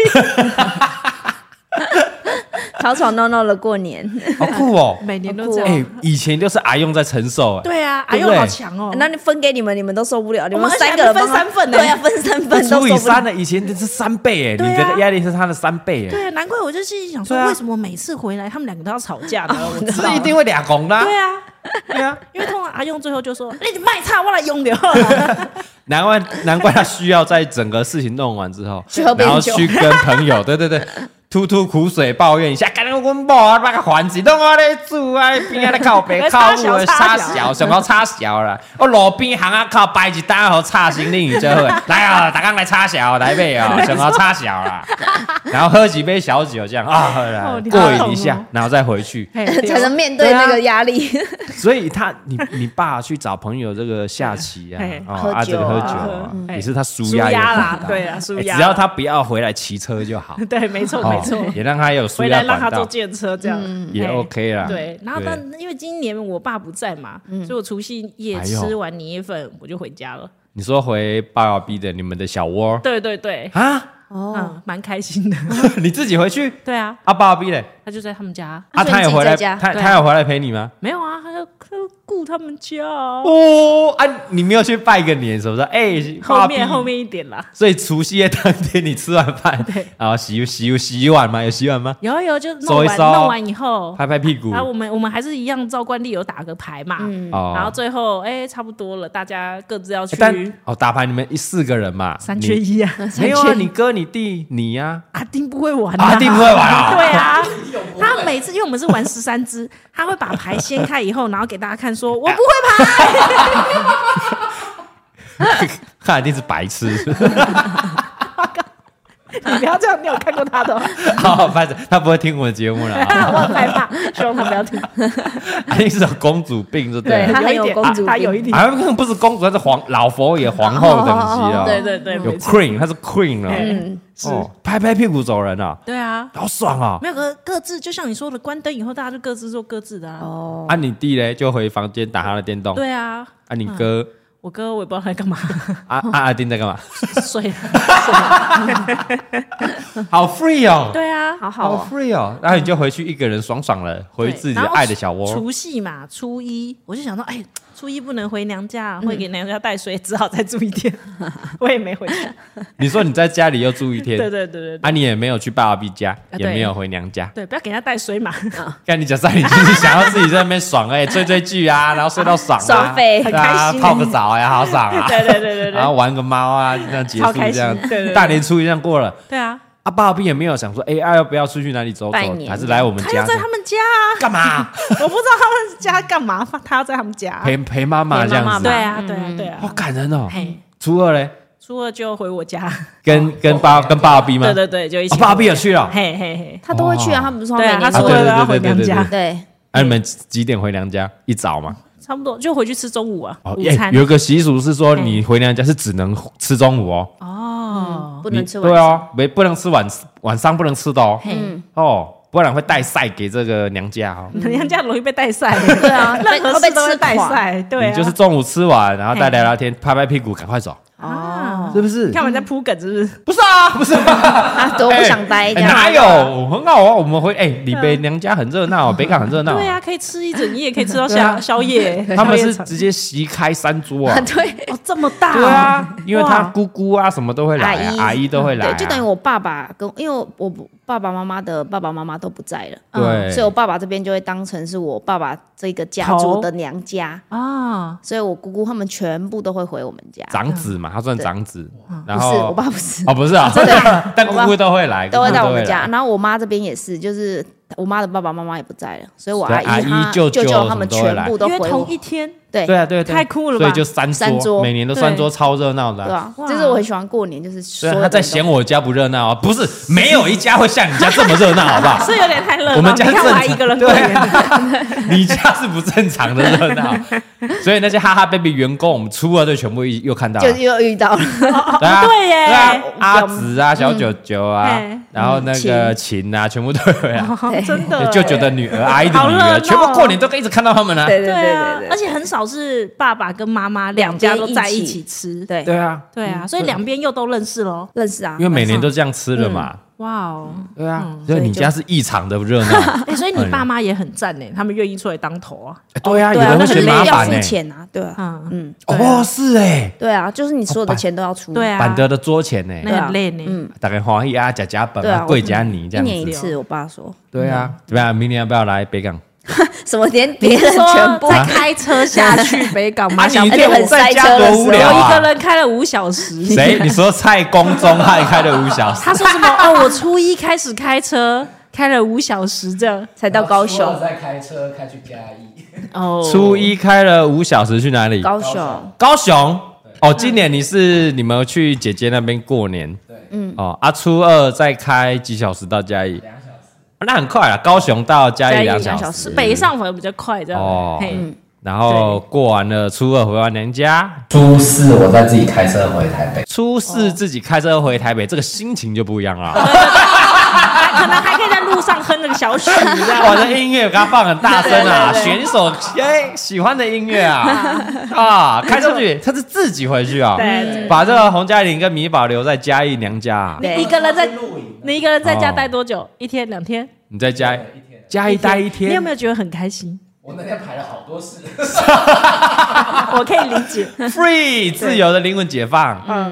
Speaker 4: 吵吵闹闹的过年，
Speaker 1: 好酷哦！
Speaker 2: 每年
Speaker 4: 都这样
Speaker 1: 哎，以前就是阿用在承受，哎，
Speaker 2: 对啊，哎
Speaker 1: 对不
Speaker 2: 呦
Speaker 1: 对
Speaker 2: 好强哦！
Speaker 4: 那你分给你们，你们都受不了，你
Speaker 2: 们
Speaker 4: 三个人帮
Speaker 2: 而且还分三份呢
Speaker 4: 对啊，分三份都
Speaker 1: 哎除以
Speaker 4: 受不了
Speaker 1: 三。的，以前是三倍，哎，
Speaker 2: 对啊
Speaker 1: 你的压力是他的三倍，哎，
Speaker 2: 对啊，难怪我就心里想
Speaker 1: 对啊
Speaker 2: 说，为什么每次回来他们两个都要吵架 呢？我知道
Speaker 1: 是一定会俩拱的啊。
Speaker 2: 对啊，
Speaker 1: 对啊，
Speaker 2: 因为通常阿用最后就说：“哎，你卖菜我来 用的。
Speaker 1: 难怪难怪他需要在整个事情弄完之后
Speaker 4: 去喝，
Speaker 1: 然后
Speaker 4: 啤酒
Speaker 1: 去跟朋友，对对对，吐吐苦水，抱怨一下，赶紧我某啊那个环节弄我咧住啊，边啊咧靠北靠
Speaker 2: 插
Speaker 1: 我
Speaker 2: 小
Speaker 1: 插
Speaker 2: 插
Speaker 1: 小，想要插小啦，我路边行啊靠摆一单和插行李就会，来啊，大家来插小来呗啊，想要插小啦，然后喝几杯小酒这样啊，好啦
Speaker 2: 哦你好
Speaker 1: 过瘾
Speaker 2: 懂
Speaker 1: 一下
Speaker 2: 哦，。
Speaker 1: 然后再回去
Speaker 2: 嘿啊
Speaker 4: 才能面对
Speaker 1: 啊
Speaker 4: 那个压力，
Speaker 1: 所以他你 你爸去找朋友这个下棋啊
Speaker 2: 哎，
Speaker 1: 哦
Speaker 4: 喝
Speaker 1: 啊这个
Speaker 4: 酒
Speaker 1: 喝
Speaker 4: 啊
Speaker 1: 酒啊
Speaker 2: 嗯
Speaker 1: 也是他舒
Speaker 2: 输
Speaker 1: 压
Speaker 2: 压
Speaker 1: 也很
Speaker 2: 啦
Speaker 1: 大，
Speaker 2: 对啊，输
Speaker 1: 欸
Speaker 2: 压。，
Speaker 1: 只要他不要回来骑车就好
Speaker 2: 对，没错 没错，
Speaker 1: 也让他有舒
Speaker 2: 回
Speaker 1: 压
Speaker 2: 来让他
Speaker 1: 哦管
Speaker 2: 坐
Speaker 1: 道，
Speaker 2: 电车这样
Speaker 1: 也
Speaker 2: 嘿
Speaker 1: OK 啊啦。
Speaker 2: 对，然后但因为今年我爸不在嘛，
Speaker 1: 嗯
Speaker 2: 所以我除夕夜
Speaker 1: 哎呦
Speaker 2: 吃完年夜饭我就回家了。
Speaker 1: 你说回八宝 B 的你们的小窝
Speaker 2: 对对对，
Speaker 1: 啊，
Speaker 2: 嗯，蛮开心的。
Speaker 1: 你自己回去
Speaker 2: 对啊，
Speaker 1: 啊？八宝 B 嘞
Speaker 2: 他就在他们家，
Speaker 1: 啊，
Speaker 4: 啊所以
Speaker 1: 他
Speaker 4: 你
Speaker 1: 有
Speaker 4: 自己
Speaker 1: 回来，
Speaker 4: 在家
Speaker 1: 他
Speaker 2: 对
Speaker 1: 他有回来陪你吗？
Speaker 2: 没有啊，他就他就顾他们家 啊，
Speaker 1: 哦啊，你没有去拜个年什么的？哎，
Speaker 2: 后面后
Speaker 1: 面。
Speaker 2: 面一点啦。
Speaker 1: 所以除夕夜当天你吃完饭，然后洗洗洗碗吗？有洗碗吗？
Speaker 2: 有啊有啊，就
Speaker 1: 收
Speaker 2: 弄
Speaker 1: 一
Speaker 2: 完
Speaker 1: 收
Speaker 2: 弄完以后，
Speaker 1: 拍拍屁股
Speaker 2: 然后我们我们还是一样照惯例有打个牌嘛，
Speaker 1: 哦
Speaker 2: 然后最后哎差不多了，大家各自要去
Speaker 1: 欸但哦打牌你们一四个人嘛，
Speaker 2: 三
Speaker 1: 你
Speaker 2: 缺一啊。
Speaker 1: 没有啊？你哥、你弟、你呀，
Speaker 2: 阿丁不会玩、
Speaker 1: 啊阿丁不会玩啊
Speaker 2: 对啊，他每次因为我们是玩十三只， 他会把牌掀开以后，然后给大家 看说，我不会
Speaker 1: 看来一定是白痴。
Speaker 2: 牌，你不要这样，你有看过他 的哦，
Speaker 1: 好，反正他不会听我们节目了啊，
Speaker 2: 我很害怕， 希望他不要听。
Speaker 1: 他一直有公主病，就对
Speaker 4: 对
Speaker 1: 了。
Speaker 4: 他很
Speaker 2: 一
Speaker 4: 有
Speaker 2: 点
Speaker 4: 公主
Speaker 2: 他有
Speaker 4: 病
Speaker 2: 一点，
Speaker 1: 好像不是公主，她是皇老佛爷皇后等级啊。
Speaker 2: 对对对，
Speaker 1: 有
Speaker 2: 没错
Speaker 1: queen，她是 queen 啊。
Speaker 2: 嗯，是，
Speaker 1: 哦，拍拍屁股走人啊，
Speaker 2: 对啊，
Speaker 1: 好爽啊！
Speaker 2: 没有各各自，就像你说的，关灯以后大家就各自做各自的啊。
Speaker 4: 哦，
Speaker 1: 啊，你弟嘞就回房间打他的电动，
Speaker 2: 对啊，
Speaker 1: 啊，你哥
Speaker 2: 我哥我也不知道他在干嘛，
Speaker 1: 阿阿阿丁在干嘛？
Speaker 2: 睡了。
Speaker 1: 好 free 哦，
Speaker 2: 对啊，
Speaker 4: 好好
Speaker 1: 好
Speaker 4: 哦，
Speaker 1: free 哦，然后你就回去一个人爽爽了，回
Speaker 2: 对
Speaker 1: 自己
Speaker 2: 然后
Speaker 1: 爱的小窝。
Speaker 2: 除夕嘛，初一我就想到，哎，初一不能回娘家，会给娘家带水，只好再住 一天。我也没回去。
Speaker 1: 你说你在家里又住一天，
Speaker 2: 对对对对对
Speaker 1: 啊，你也没有去爸爸 B 家，也
Speaker 2: 对
Speaker 1: 没有回娘家。
Speaker 2: 对，不要给人家带水嘛，
Speaker 1: 看你讲赛，你就是想要自己在那边爽哎、追追剧 啊，然后睡到爽啊，
Speaker 4: 爽飞
Speaker 1: 对啊，
Speaker 2: 很开心
Speaker 1: 泡个澡呀、好爽啊，
Speaker 2: 对对对对对
Speaker 1: 然后玩个猫啊，这样结束
Speaker 2: 超开
Speaker 1: 这
Speaker 2: 心
Speaker 1: 样，
Speaker 2: 对对对
Speaker 1: 大年初一这样过了，
Speaker 2: 对啊，
Speaker 1: 啊，爸爸也没有想说，哎、啊要不要出去哪里走
Speaker 4: 拜
Speaker 1: 走，
Speaker 4: 年
Speaker 1: 还是来我们
Speaker 2: 他
Speaker 1: 家
Speaker 2: 要在他们家啊，
Speaker 1: 干 嘛
Speaker 2: 我不知道他们家干嘛，他要在他们家。
Speaker 1: 陪陪妈妈
Speaker 4: 陪
Speaker 1: 这
Speaker 4: 妈妈
Speaker 1: 样子
Speaker 2: 对
Speaker 1: 啊，
Speaker 2: 啊，对啊，对
Speaker 1: 好
Speaker 2: 啊。
Speaker 1: 感人哦。
Speaker 2: 嘿，
Speaker 1: 初二嘞，
Speaker 2: 初二就回我家，
Speaker 1: 跟跟爸跟爸爸 B 吗？
Speaker 2: 对对对，就一
Speaker 1: 啊
Speaker 2: 起回家。
Speaker 1: 爸爸也去了
Speaker 2: 嘿嘿嘿，
Speaker 4: 他都会去啊，他不是说每
Speaker 2: 对啊，他
Speaker 4: 年
Speaker 1: 说
Speaker 4: 都
Speaker 2: 初
Speaker 1: 啊
Speaker 2: 二
Speaker 4: 会
Speaker 1: 对
Speaker 2: 都要回娘
Speaker 1: 对对对
Speaker 2: 家
Speaker 1: 对，
Speaker 4: 对，
Speaker 1: 啊，你们几几点回娘家？一早嘛。
Speaker 2: 差不多就回去吃中午啊，
Speaker 1: 哦
Speaker 2: 午，
Speaker 1: 哎
Speaker 2: 餐。
Speaker 1: 有一个习俗是说，你回娘家是只能吃中午哦。
Speaker 2: 哦，
Speaker 4: 不
Speaker 1: 你
Speaker 4: 能吃完。
Speaker 1: 对哦，没不能吃晚晚上不能吃的哦，
Speaker 4: 嗯
Speaker 2: 嘿，
Speaker 1: 哦，不然会带晒给这个娘家哦。
Speaker 2: 娘家容易被带晒，
Speaker 4: 对啊，
Speaker 2: 任何
Speaker 4: 会被
Speaker 2: 事都会
Speaker 4: 吃
Speaker 2: 带
Speaker 4: 垮。
Speaker 2: 晒，对
Speaker 1: 你
Speaker 2: 啊，
Speaker 1: 就是中午吃完，然后再聊聊天，拍拍屁股，赶快走，
Speaker 2: 哦，
Speaker 1: 是不是
Speaker 2: 你？看我在铺梗是不是？
Speaker 1: 不是啊，不是啊，
Speaker 4: 啊，多不想待
Speaker 1: 哎
Speaker 4: 这
Speaker 1: 哪
Speaker 4: 样。。
Speaker 1: 有？很好哦，我们回哎，李北娘家很热闹，北港很热闹。
Speaker 2: 对啊，可以吃一整夜，可以吃到
Speaker 1: 对啊
Speaker 2: 宵宵夜。
Speaker 1: 他们
Speaker 2: 宵夜
Speaker 1: 是
Speaker 2: 场
Speaker 1: 直接席开三桌啊
Speaker 4: 对，
Speaker 2: 哦这么大，
Speaker 1: 对，啊，因为他
Speaker 2: 哇
Speaker 1: 姑姑啊什么都会来啊，
Speaker 4: 阿姨
Speaker 1: 阿姨都会来啊，
Speaker 4: 对，就等于我爸爸跟，因为我爸爸妈妈的爸爸妈妈都不在了，嗯
Speaker 1: 对
Speaker 4: 所以我爸爸这边就会当成是我爸爸这个家族的娘家，
Speaker 2: 啊，
Speaker 4: 所以我姑姑他们全部都会回我们家。
Speaker 1: 长子嘛，他算长子，然
Speaker 4: 嗯不是，
Speaker 1: 后
Speaker 4: 我爸不是，
Speaker 1: 哦不是啊， 但姑姑都会来，
Speaker 4: 都会
Speaker 1: 姑姑
Speaker 4: 到我们
Speaker 1: 来
Speaker 4: 家。然后我妈这边也是，就是我妈的爸爸妈妈也不在了，所以我
Speaker 1: 对阿
Speaker 4: 姨、
Speaker 1: 姨
Speaker 4: 她
Speaker 1: 舅舅
Speaker 4: 舅他们
Speaker 1: 什么都会
Speaker 4: 全
Speaker 1: 来
Speaker 4: 部都
Speaker 2: 因为
Speaker 4: 回
Speaker 2: 同
Speaker 4: 我
Speaker 2: 一。天，
Speaker 4: 对
Speaker 1: 对啊，对啊，对啊
Speaker 2: 太酷了吧
Speaker 1: 所以就三桌，
Speaker 4: 三桌
Speaker 1: 每年都
Speaker 2: 对
Speaker 1: 三桌，超热闹的
Speaker 4: 对
Speaker 1: 啊、
Speaker 4: 啊，
Speaker 2: 哇
Speaker 4: 这是我很喜欢过年，就是
Speaker 1: 虽
Speaker 4: 所有
Speaker 1: 然
Speaker 4: 的
Speaker 1: 他
Speaker 4: 人
Speaker 1: 在
Speaker 4: 都
Speaker 1: 嫌我家不热闹啊，不是没有一家会像你家这么热闹，好不 好？
Speaker 2: 是有点太热闹。
Speaker 1: 我们家
Speaker 2: 你看我
Speaker 1: 正
Speaker 2: 还
Speaker 1: 常
Speaker 2: 一个人过
Speaker 1: 对啊
Speaker 2: 年，
Speaker 1: 你家是不正常的热闹，啊所以那些哈哈 baby 员工，我们初二就全部一又看到了
Speaker 4: 就，又遇到了，
Speaker 1: 对啊，
Speaker 2: 哦对耶
Speaker 1: 对啊，阿紫啊，小九九啊
Speaker 2: 嗯嘿，
Speaker 1: 然后那个琴啊，全部都回来，
Speaker 2: 哦真 的
Speaker 1: 舅舅的女儿、阿姨的
Speaker 2: 好
Speaker 1: 女
Speaker 2: 热
Speaker 1: 儿，
Speaker 2: 闹
Speaker 1: 全部过年都可以一直看到他们啊，
Speaker 4: 对对
Speaker 2: 对啊
Speaker 4: 对，
Speaker 2: 而
Speaker 4: 对
Speaker 2: 且很少是爸爸跟妈妈两家都在一起吃，
Speaker 4: 对对，
Speaker 1: 对啊，
Speaker 2: 对啊，所以两边又都认识喽。
Speaker 4: 认识啊
Speaker 1: 因，为每年都这样吃了嘛，
Speaker 2: 哇哦，
Speaker 1: 对啊，所以你
Speaker 4: 嗯所以就
Speaker 1: 家是异常的热 闹。
Speaker 2: 哎，所以你爸妈也很赞呢，他们愿意出来当头啊。
Speaker 1: 欸对啊，有
Speaker 4: 对啊，
Speaker 1: 人会
Speaker 4: 那就
Speaker 1: 嫌
Speaker 4: 是
Speaker 1: 麻
Speaker 4: 要
Speaker 1: 烦呢欸
Speaker 4: 付。钱啊，对啊，
Speaker 2: 嗯，
Speaker 4: 嗯，
Speaker 1: 哦，是哎，
Speaker 4: 对啊，就是你所有的钱都要出，
Speaker 2: 对啊，
Speaker 1: 板德的桌钱呢，
Speaker 2: 那很累呢。
Speaker 4: 嗯，
Speaker 1: 大概欢喜啊，假假本
Speaker 4: 对
Speaker 1: 啊，
Speaker 4: 啊
Speaker 1: 贵加泥这
Speaker 4: 一
Speaker 1: 样
Speaker 4: 年一
Speaker 1: 子。哦
Speaker 4: 次，我嗯爸说
Speaker 1: 对啊，怎么样？明年要不要来北港？
Speaker 4: 什么连别 人
Speaker 2: 说
Speaker 4: 全部
Speaker 2: 再开车下 去北港
Speaker 1: 啊
Speaker 2: 吗？想哎
Speaker 1: 你
Speaker 4: 而且哎很
Speaker 1: 在
Speaker 4: 塞
Speaker 1: 家
Speaker 4: 车的时
Speaker 1: 多
Speaker 4: 候
Speaker 1: 无
Speaker 2: 我
Speaker 1: 聊
Speaker 2: 一
Speaker 1: 啊
Speaker 2: 个！人开了五小时。
Speaker 1: 谁？ 你说蔡公钟汉开了五小时
Speaker 2: 他，说什么？哦，我初一开始开车，开了五小时这样。
Speaker 4: 才 到高雄，
Speaker 5: 在开车开去嘉义，
Speaker 2: 哦，
Speaker 1: 初一开了五小时去哪里？
Speaker 4: 高雄
Speaker 1: 高雄。哦，今年你是你们去姐姐那边过年，对，嗯，哦啊，初二再开几小时到嘉义，两小时，那很快了，高雄到嘉义两小时，
Speaker 2: 北上反而比较快，这样。
Speaker 1: 哦
Speaker 2: 嘿
Speaker 1: 然后过完了初二回完娘家，
Speaker 5: 初四我再自己开车回台北。
Speaker 1: 初四自己开车回台北，这个心情就不一样了。
Speaker 2: 还可能还可以在路上哼那个小曲，这样。
Speaker 1: 我的音乐给他放很大声 啊，选一首哎喜欢的音乐啊 啊，开出去他是自己回去啊，
Speaker 2: 对
Speaker 1: 把这个洪嘉玲跟米宝留在嘉义娘家啊，
Speaker 4: 对
Speaker 2: 一个人在你一个人在家待多久？一天两天？
Speaker 1: 你在嘉嘉义哦待一天，
Speaker 2: 你有没有觉得很开心？
Speaker 5: 我那天排了好多 事，
Speaker 2: 我可以理解。
Speaker 1: free 自由的灵魂解放？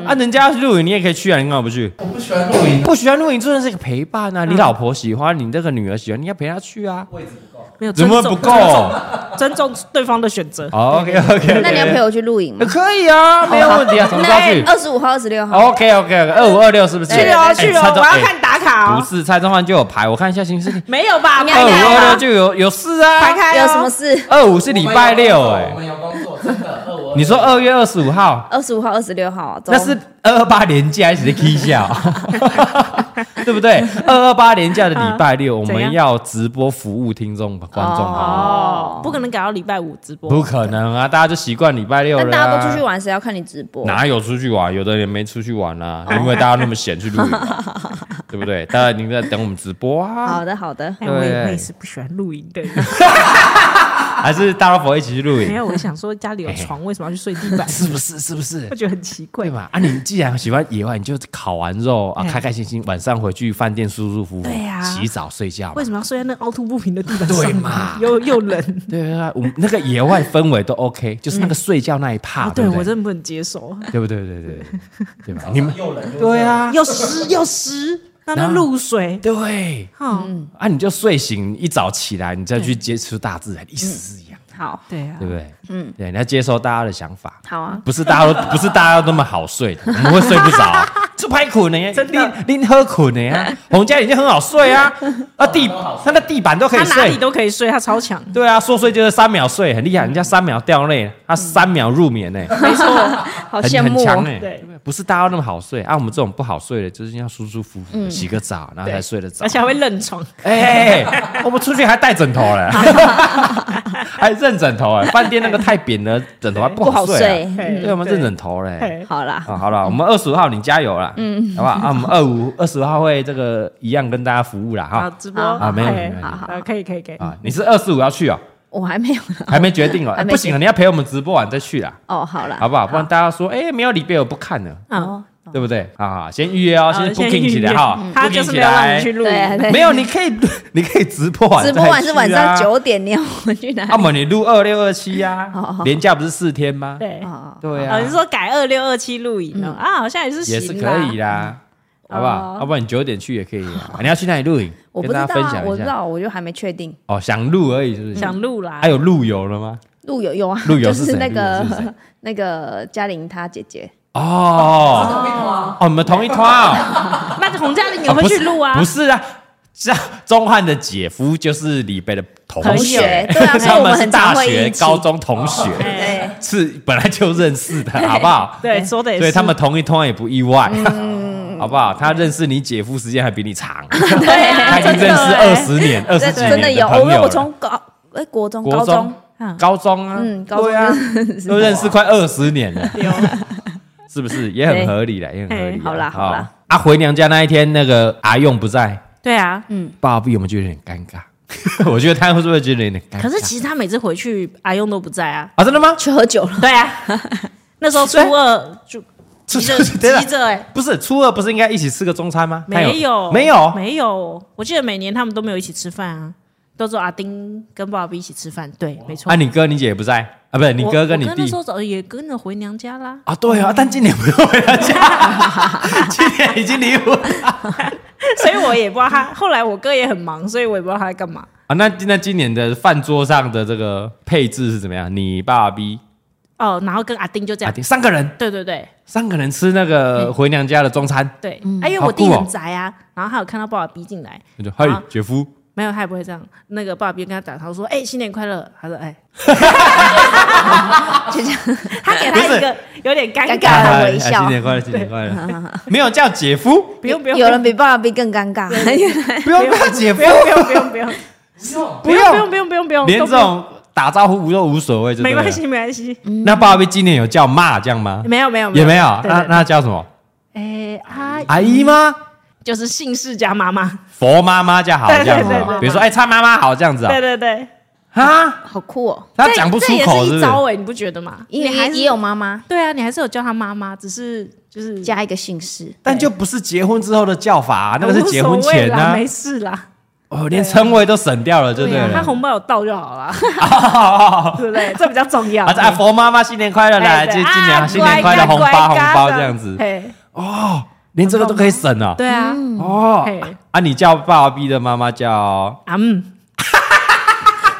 Speaker 1: 啊，人家要去露营你也可以去啊，你干嘛不去？
Speaker 5: 我不喜欢露营，
Speaker 1: 不喜欢露营真的是一个陪伴啊，你老婆喜欢，你这个女儿喜欢，你要陪她去啊，
Speaker 2: 没有
Speaker 1: 怎
Speaker 2: 尊
Speaker 1: 么
Speaker 2: 重，
Speaker 1: 不够？
Speaker 2: 尊重对方的选择。
Speaker 1: OK OK，
Speaker 4: 那你要陪我去露营吗？
Speaker 1: 可以啊，没有问题啊，什么时候 去哦
Speaker 4: 二十五号、二十六号，
Speaker 1: ？OK OK，二五二六是不是？
Speaker 2: 去
Speaker 1: 哎
Speaker 2: 哦去哦，
Speaker 1: 蔡宗
Speaker 2: 我
Speaker 1: 哎
Speaker 2: 要看打卡
Speaker 1: 不
Speaker 2: 哦。
Speaker 1: 是蔡宗焕就有排，我看一下行事历，
Speaker 2: 没有吧？
Speaker 1: 二
Speaker 4: 看
Speaker 1: 五
Speaker 4: 看
Speaker 1: 二六
Speaker 4: 吧
Speaker 1: 就有有事
Speaker 2: 排
Speaker 1: 啊，
Speaker 2: 开
Speaker 4: 有
Speaker 2: 哦
Speaker 4: 什么事？
Speaker 1: 二五是礼拜六
Speaker 5: 我
Speaker 1: 哎，
Speaker 5: 们有工作，真的二五
Speaker 1: 你说二月二十五号，
Speaker 4: 二十五号、二十六号啊，
Speaker 1: 那是二二八年假，还是 K 笑，对不对？二二八年假的礼拜六，我
Speaker 2: 啊怎
Speaker 1: 们
Speaker 2: 样
Speaker 1: 要直播服务听众观众啊，
Speaker 2: 哦，不可能改到礼拜五直播。
Speaker 1: 不可能啊，大家就习惯礼拜六
Speaker 4: 但
Speaker 1: 了
Speaker 4: 大家都出去
Speaker 1: 啊。
Speaker 4: 玩，谁要看你直播？
Speaker 1: 哪有出去玩？有的人没出去玩啊，
Speaker 2: 哦
Speaker 1: 因为大家那么闲去 露营啊，对不对？大家您在等我们直播啊。
Speaker 4: 好的，好的，
Speaker 2: 哎，我也
Speaker 1: 对
Speaker 2: 我也是不喜欢露营的人。
Speaker 1: 还是大老婆一起去露
Speaker 2: 没
Speaker 1: 营？
Speaker 2: 有，我想说家里有床，为什么要去睡地板？
Speaker 1: 是不是？是不是
Speaker 2: 我？觉得很奇怪
Speaker 1: 哎对。嘛？啊，你既然喜欢野外，你就烤完肉啊，
Speaker 2: 哎
Speaker 1: 开开心心，晚上回去饭店舒舒服服，
Speaker 2: 对呀
Speaker 1: 洗澡睡觉嘛
Speaker 2: 为。什么要睡在那凹凸不平的地板上？
Speaker 1: 对嘛
Speaker 2: 又又冷。
Speaker 1: 对啊，我们那个野外氛围都 OK，就是那个睡觉那一趴，
Speaker 2: 嗯哦对
Speaker 1: 不
Speaker 2: 我
Speaker 1: 啊对？
Speaker 2: 真的不能接受，
Speaker 1: 对不对？对对对，对吧？你 们
Speaker 5: 又冷又
Speaker 1: 对啊，
Speaker 2: 又湿又湿，那边露水，
Speaker 1: 对
Speaker 2: 哦，
Speaker 1: 啊，你就睡醒一早起来，你再去接触大自然，意思是一样的，
Speaker 4: 好，
Speaker 2: 对啊
Speaker 1: 对，不对？嗯，对，你要接受大家的想法，
Speaker 4: 好啊，
Speaker 1: 不是大家都不是大家都那么好睡的， 我们会睡不着、啊就拍苦呢，拎拎喝苦呢啊！洪家已经很好睡啊， 啊地他的地板都可
Speaker 2: 他
Speaker 1: 以
Speaker 2: 哪里
Speaker 1: 睡，
Speaker 2: 都可以睡，他超强。
Speaker 1: 对啊，说睡就是三秒睡，很厉害，人家三秒掉泪，他三秒入眠呢、
Speaker 4: 好
Speaker 1: 很
Speaker 4: 羡慕
Speaker 1: 很强
Speaker 4: 哦。
Speaker 1: 哎、
Speaker 2: 对
Speaker 1: 对，不是大家都那么好睡，啊，我们这种不好睡的，就是要舒舒服服的洗个澡，然后才睡得着
Speaker 2: 而。且还会认床，
Speaker 1: 哎、我们出去还带枕头嘞，还认枕头哎、饭店那个太扁了，枕头还不
Speaker 4: 不好
Speaker 1: 好睡、
Speaker 4: 睡
Speaker 1: 啊。，
Speaker 2: 对
Speaker 1: 对，我们认枕头嘞、
Speaker 2: 嘿
Speaker 4: 好啦，
Speaker 1: 啊，好了，我们二十五号你加油啦，嗯，好不好？啊，我们二五二十五号会这个一样跟大家服务啦，
Speaker 2: 好
Speaker 1: 哈。
Speaker 2: 直播
Speaker 4: 好
Speaker 1: 啊没有
Speaker 2: 嘿
Speaker 1: 没有
Speaker 4: 好好
Speaker 2: 呃可以可以可以，
Speaker 1: 啊，你是二十五要去哦，
Speaker 4: 我还没有。
Speaker 1: 还没决定哦，哎
Speaker 4: 还没
Speaker 1: 不行啊，你要陪我们直播完再去啦，
Speaker 4: 哦，好啦，
Speaker 1: 好不好？不然大家说，哎，没有李贝尔不看了，
Speaker 2: 嗯，
Speaker 1: 对不对？啊，先预约哦，
Speaker 2: 好
Speaker 1: 先
Speaker 2: 先
Speaker 1: booking 起
Speaker 2: 预
Speaker 1: 来
Speaker 2: 约
Speaker 1: 哈
Speaker 2: 嗯，他
Speaker 1: booking
Speaker 2: 就是
Speaker 1: 起
Speaker 2: 没有让
Speaker 1: 来
Speaker 2: 你去。录，
Speaker 4: 对对，
Speaker 1: 没有，你可以， 你可以直播完再
Speaker 4: 直
Speaker 1: 去啊，
Speaker 4: 播完是晚上九点，你要我去哪
Speaker 1: 啊，
Speaker 4: 里？
Speaker 1: 么你录二六二七呀
Speaker 4: 好，好
Speaker 1: 连假不是四天吗？
Speaker 2: 对，
Speaker 4: 哦，
Speaker 1: 对
Speaker 2: 哦，
Speaker 1: 啊
Speaker 2: 你，是说改二六二七录影哦啊，好像也是
Speaker 1: 也
Speaker 2: 行
Speaker 1: 是
Speaker 2: 啦
Speaker 1: 可以啦，好不好？
Speaker 2: 哦
Speaker 1: 要不然你九点去也可以啊。你要去哪里录影？
Speaker 4: 我
Speaker 1: 跟
Speaker 4: 不知道
Speaker 1: 大家分
Speaker 4: 啊，
Speaker 1: 享
Speaker 4: 我
Speaker 1: 一
Speaker 4: 不知
Speaker 1: 下。
Speaker 4: 道，我就还没确定。
Speaker 1: 哦，想录而已，是不是？
Speaker 2: 嗯想录啦
Speaker 1: 还，有路由了吗？
Speaker 4: 陆友有啊，
Speaker 1: 陆友
Speaker 4: 就是是
Speaker 1: 谁
Speaker 4: 那
Speaker 1: 陆友是谁
Speaker 4: 个 那个嘉玲她姐姐，
Speaker 1: 哦哦，我们同一团哦，
Speaker 2: 那洪嘉玲有没有去录啊
Speaker 1: 不？是啊。像钟汉的姐夫就是李贝的同
Speaker 4: 同
Speaker 1: 学
Speaker 4: 学，对啊所以
Speaker 1: 他
Speaker 4: 我
Speaker 1: 们
Speaker 4: 们
Speaker 1: 是
Speaker 4: 很
Speaker 1: 大
Speaker 4: 常会
Speaker 1: 学
Speaker 4: 一、起哦
Speaker 1: 高中同学，
Speaker 2: 哎
Speaker 1: 是本来就认识 的，好不好？
Speaker 2: 对，说的也是，
Speaker 1: 所以他 们同一通也不意外，
Speaker 4: 嗯
Speaker 1: 好不好？他认识你姐夫时间还比你 长，
Speaker 4: 对
Speaker 1: 他
Speaker 4: 啊，
Speaker 1: 已经
Speaker 4: 真
Speaker 1: 认
Speaker 4: 的
Speaker 1: 识
Speaker 2: 欸
Speaker 1: 二十年、二十
Speaker 4: 真
Speaker 1: 几
Speaker 4: 真的
Speaker 1: 年
Speaker 4: 有，
Speaker 1: 朋
Speaker 4: 我
Speaker 1: 友
Speaker 4: 我
Speaker 1: 了。
Speaker 4: 从高哎国中
Speaker 1: 国
Speaker 4: 高
Speaker 1: 中
Speaker 4: 中、
Speaker 1: 高中啊，
Speaker 4: 嗯高中
Speaker 1: 对啊
Speaker 4: 就，
Speaker 1: 都认识快二十年了，
Speaker 2: 丢
Speaker 1: 是不是？也很合理了，也很合理啦。
Speaker 4: 哎好啦好啦
Speaker 1: 啊，回娘家那一天，那个阿用不在，
Speaker 2: 对啊，
Speaker 1: 爸比我们就有点尴尬。 我觉得他会不会觉得有点尴尬？
Speaker 2: 可是其实他每次回去，阿用都不在啊。
Speaker 1: 啊，真的吗？
Speaker 4: 去喝酒了，
Speaker 2: 对 啊，那时候初二就 急着
Speaker 1: 哎对了
Speaker 2: 急着哎，
Speaker 1: 不是初二不是应该一起吃个中餐吗？他
Speaker 2: 没有
Speaker 1: 没有，
Speaker 2: 没有，我记得每年他们都没有一起吃饭啊，都是阿丁跟爸比一起吃饭。对，没错。
Speaker 1: 啊，你哥你姐也不在啊，不是你
Speaker 2: 我
Speaker 1: 哥跟你
Speaker 2: 我那
Speaker 1: 弟
Speaker 2: 时候早也跟着回娘家啦。
Speaker 1: 啊，对啊，但今年不用回娘家，今年已经离 婚
Speaker 2: 所以我也不知道他。后来我哥也很忙，所以我也不知道他在干嘛。
Speaker 1: 啊。那那今年的饭桌上的这个配置是怎么样？你爸比
Speaker 2: 哦，然后跟阿丁就这
Speaker 1: 啊，
Speaker 2: 样。嗯
Speaker 1: 三个人，
Speaker 2: 对对对
Speaker 1: 三个人吃那个回娘家的中餐，
Speaker 2: 对，
Speaker 4: 嗯
Speaker 2: 啊，因为
Speaker 1: 好
Speaker 2: 我弟
Speaker 1: 酷哦
Speaker 2: 很宅啊，然后他有看到爸爸逼进来，
Speaker 1: 那就嗨
Speaker 2: 啊
Speaker 1: 姐夫，
Speaker 2: 没有他也不会这样。那个爸爸逼跟他打招呼说：“哎，新年快乐。”他说：“哎，就这样。”他给他一个有点尴尬，
Speaker 4: 尴尬
Speaker 1: 啊
Speaker 4: 微笑
Speaker 1: 新年快乐，新年快乐，没有叫姐 夫，
Speaker 2: 不用不用，
Speaker 4: 有人比爸爸比更尴尬，
Speaker 1: 不用叫姐夫
Speaker 2: 不，用不用不用不用
Speaker 1: 不
Speaker 2: 不用
Speaker 1: 用，
Speaker 2: 不用不用不用，
Speaker 1: 连
Speaker 2: 都
Speaker 1: 这
Speaker 2: 不用
Speaker 1: 种打招呼都无所谓，就对
Speaker 2: 没
Speaker 1: 了
Speaker 2: 关。系没关系，
Speaker 4: 嗯
Speaker 1: 那爸比今年有叫骂这样吗？
Speaker 2: 没有没有
Speaker 1: 也没有，
Speaker 2: 对
Speaker 1: 那
Speaker 2: 对
Speaker 1: 那叫什么
Speaker 2: 哎阿姨
Speaker 1: 阿姨吗？
Speaker 2: 就是姓氏加妈妈，
Speaker 1: 佛妈妈叫好这样子
Speaker 2: 对对对
Speaker 1: 哦，
Speaker 2: 对
Speaker 1: 比如说哎，蔡妈妈好这样子啊
Speaker 2: 对，对对，
Speaker 1: 啊，
Speaker 4: 好酷哦，
Speaker 1: 他
Speaker 2: 这
Speaker 1: 讲不出
Speaker 2: 这也
Speaker 1: 口
Speaker 2: 是
Speaker 1: 是不
Speaker 2: 一
Speaker 1: 是？
Speaker 2: 招哎，你不觉得吗？
Speaker 4: 因为
Speaker 2: 你还
Speaker 4: 也
Speaker 2: 是
Speaker 4: 也有妈妈
Speaker 2: 对啊，你还是有叫他妈妈，只是就是
Speaker 4: 加一个姓氏，
Speaker 1: 但就不是结婚之后的叫法、啊，那个是结婚
Speaker 2: 无所谓
Speaker 1: 前
Speaker 2: 啦
Speaker 1: 啊
Speaker 2: 没，事啦，
Speaker 1: 哦，连称谓都省掉了，就对
Speaker 2: 啊，他
Speaker 1: 了。
Speaker 2: 红包有到就好啦，
Speaker 1: 啊，
Speaker 2: 对不对？这比较重要。
Speaker 1: 啊，佛妈妈新年快乐啦！
Speaker 2: 哎
Speaker 1: 今
Speaker 2: 对
Speaker 1: 今年
Speaker 2: 啊
Speaker 1: 新年快乐，红
Speaker 2: 乖
Speaker 1: 包红
Speaker 2: 乖
Speaker 1: 包
Speaker 2: 乖
Speaker 1: 这样子，
Speaker 2: 嘿
Speaker 1: 连这个都可以省啊。
Speaker 2: 对啊，
Speaker 1: 哦
Speaker 2: 嘿，
Speaker 1: 啊，你叫爸爸逼的妈妈叫
Speaker 2: 啊嗯，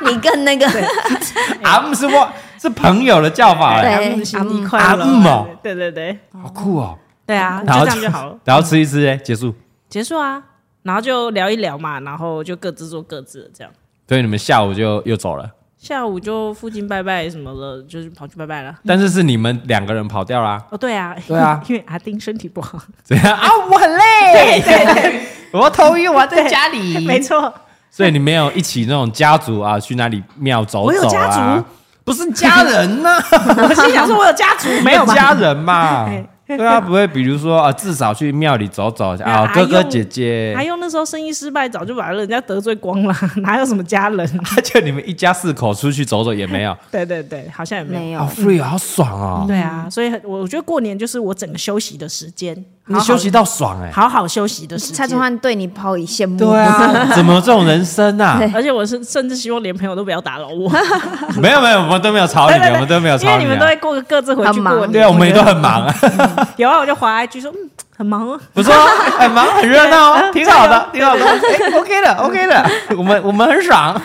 Speaker 4: 你更那个
Speaker 1: 阿姆是我是朋友的叫法，哎，
Speaker 4: 对
Speaker 2: 阿姆新年快乐，
Speaker 1: 阿姆哦
Speaker 2: 对对对
Speaker 1: 好酷哦。
Speaker 2: 对啊，就
Speaker 1: 然后
Speaker 2: 这样就好了，，
Speaker 1: 然后吃一吃，哎，结束。
Speaker 2: 结束啊，然后就聊一聊嘛，然后就各自做各自的这样。
Speaker 1: 所以你们下午就又走了，
Speaker 2: 下午就附近拜拜什么的，就是跑去拜拜了。
Speaker 1: 但是是你们两个人跑掉啦。
Speaker 2: 哦，对啊，
Speaker 1: 对啊
Speaker 2: 因为阿丁身体不好，
Speaker 1: 怎样 啊？我很累， 我头晕，我在家里。
Speaker 2: 没错，
Speaker 1: 所以你没有一起那种家族啊，去哪里庙走走啊？
Speaker 2: 我有家族
Speaker 1: 不是家人呐、
Speaker 2: 我心想说，我有家族没有吧
Speaker 1: 家人嘛？
Speaker 2: 哎
Speaker 1: 对啊，不会，比如说啊，至少去庙里走走
Speaker 2: 啊
Speaker 1: 啊，哥
Speaker 2: 还
Speaker 1: 哥
Speaker 2: 用
Speaker 1: 姐姐
Speaker 2: 还，用那时候生意失败，早就把人家得罪光了， 哪有什么家人？啊
Speaker 1: 他叫你们一家四口出去走走也没有，
Speaker 2: 对对对，好像也没有。
Speaker 4: 没有
Speaker 1: 好 free，好爽哦，
Speaker 2: 对啊，所以很我我觉得过年就是我整个休息的时间，
Speaker 1: 你休息到爽哎，
Speaker 2: 好好休息的时
Speaker 4: 嗯蔡
Speaker 2: 间
Speaker 4: 宗。汉对你抛以羡慕，
Speaker 1: 对啊，怎么有这种人生啊？
Speaker 2: 而且我是甚至希望连朋友都不要打扰 我，
Speaker 1: 没有没有，我们都没有吵你
Speaker 2: 对对
Speaker 1: 们，
Speaker 2: 对
Speaker 1: 我们都没有
Speaker 2: 因
Speaker 1: 吵
Speaker 2: 为你们都
Speaker 1: 啊
Speaker 2: 会嗯各各自回去
Speaker 4: 很忙
Speaker 2: 过年。
Speaker 1: 对啊，我们也都很忙，
Speaker 2: 有啊，我就滑 IG 说，嗯，很忙哦。
Speaker 1: 不错啊，很忙很热闹哦， 挺好的，
Speaker 2: 对
Speaker 1: 挺好的哎，OK 的 OK 的，我们我们很 爽。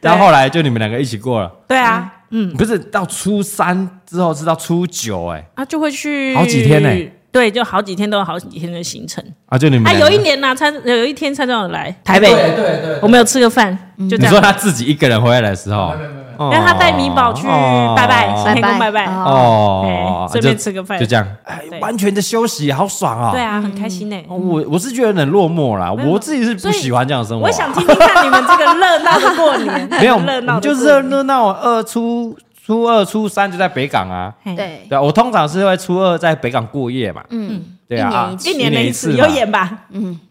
Speaker 1: 然后后来就你们两个一起过了，
Speaker 2: 对啊，嗯，
Speaker 1: 不是到初三之后是到初九哎，
Speaker 2: 啊就会去
Speaker 1: 好几天呢
Speaker 2: 对，就好几天都有好几天的行程。
Speaker 1: 啊就你们
Speaker 2: 啊，
Speaker 1: 两个
Speaker 2: 有一年呐，蔡有一天蔡总有来台
Speaker 5: 对
Speaker 2: 北，
Speaker 5: 对对，
Speaker 2: 我们有吃个饭，就这
Speaker 1: 你说
Speaker 2: 样。
Speaker 1: 他自己一个人回来的时候，哦因
Speaker 2: 因为他带米宝去拜拜，行天宫拜拜。
Speaker 1: 哦，
Speaker 2: 对顺便吃个饭
Speaker 1: 就这样，哎
Speaker 2: 对
Speaker 1: 完全的休息，好爽啊！
Speaker 2: 对啊，很开心呢。
Speaker 1: 哦，我我是觉得很落寞啦，
Speaker 2: 没有
Speaker 1: 我自己是不喜欢这样的生活。啊
Speaker 2: 我想听听看你们这个热闹的过年，
Speaker 1: 没有，我
Speaker 2: 热闹
Speaker 1: 们
Speaker 2: 的
Speaker 1: 就
Speaker 2: 过年，
Speaker 1: 热热闹二初初二初三就在北港啊。
Speaker 2: 嘿，
Speaker 4: 对，
Speaker 1: 对啊，我通常是会初二在北港过夜嘛。
Speaker 4: 嗯，
Speaker 1: 对啊啊，
Speaker 2: 一年的一次，
Speaker 1: 嘛
Speaker 2: 有演吧？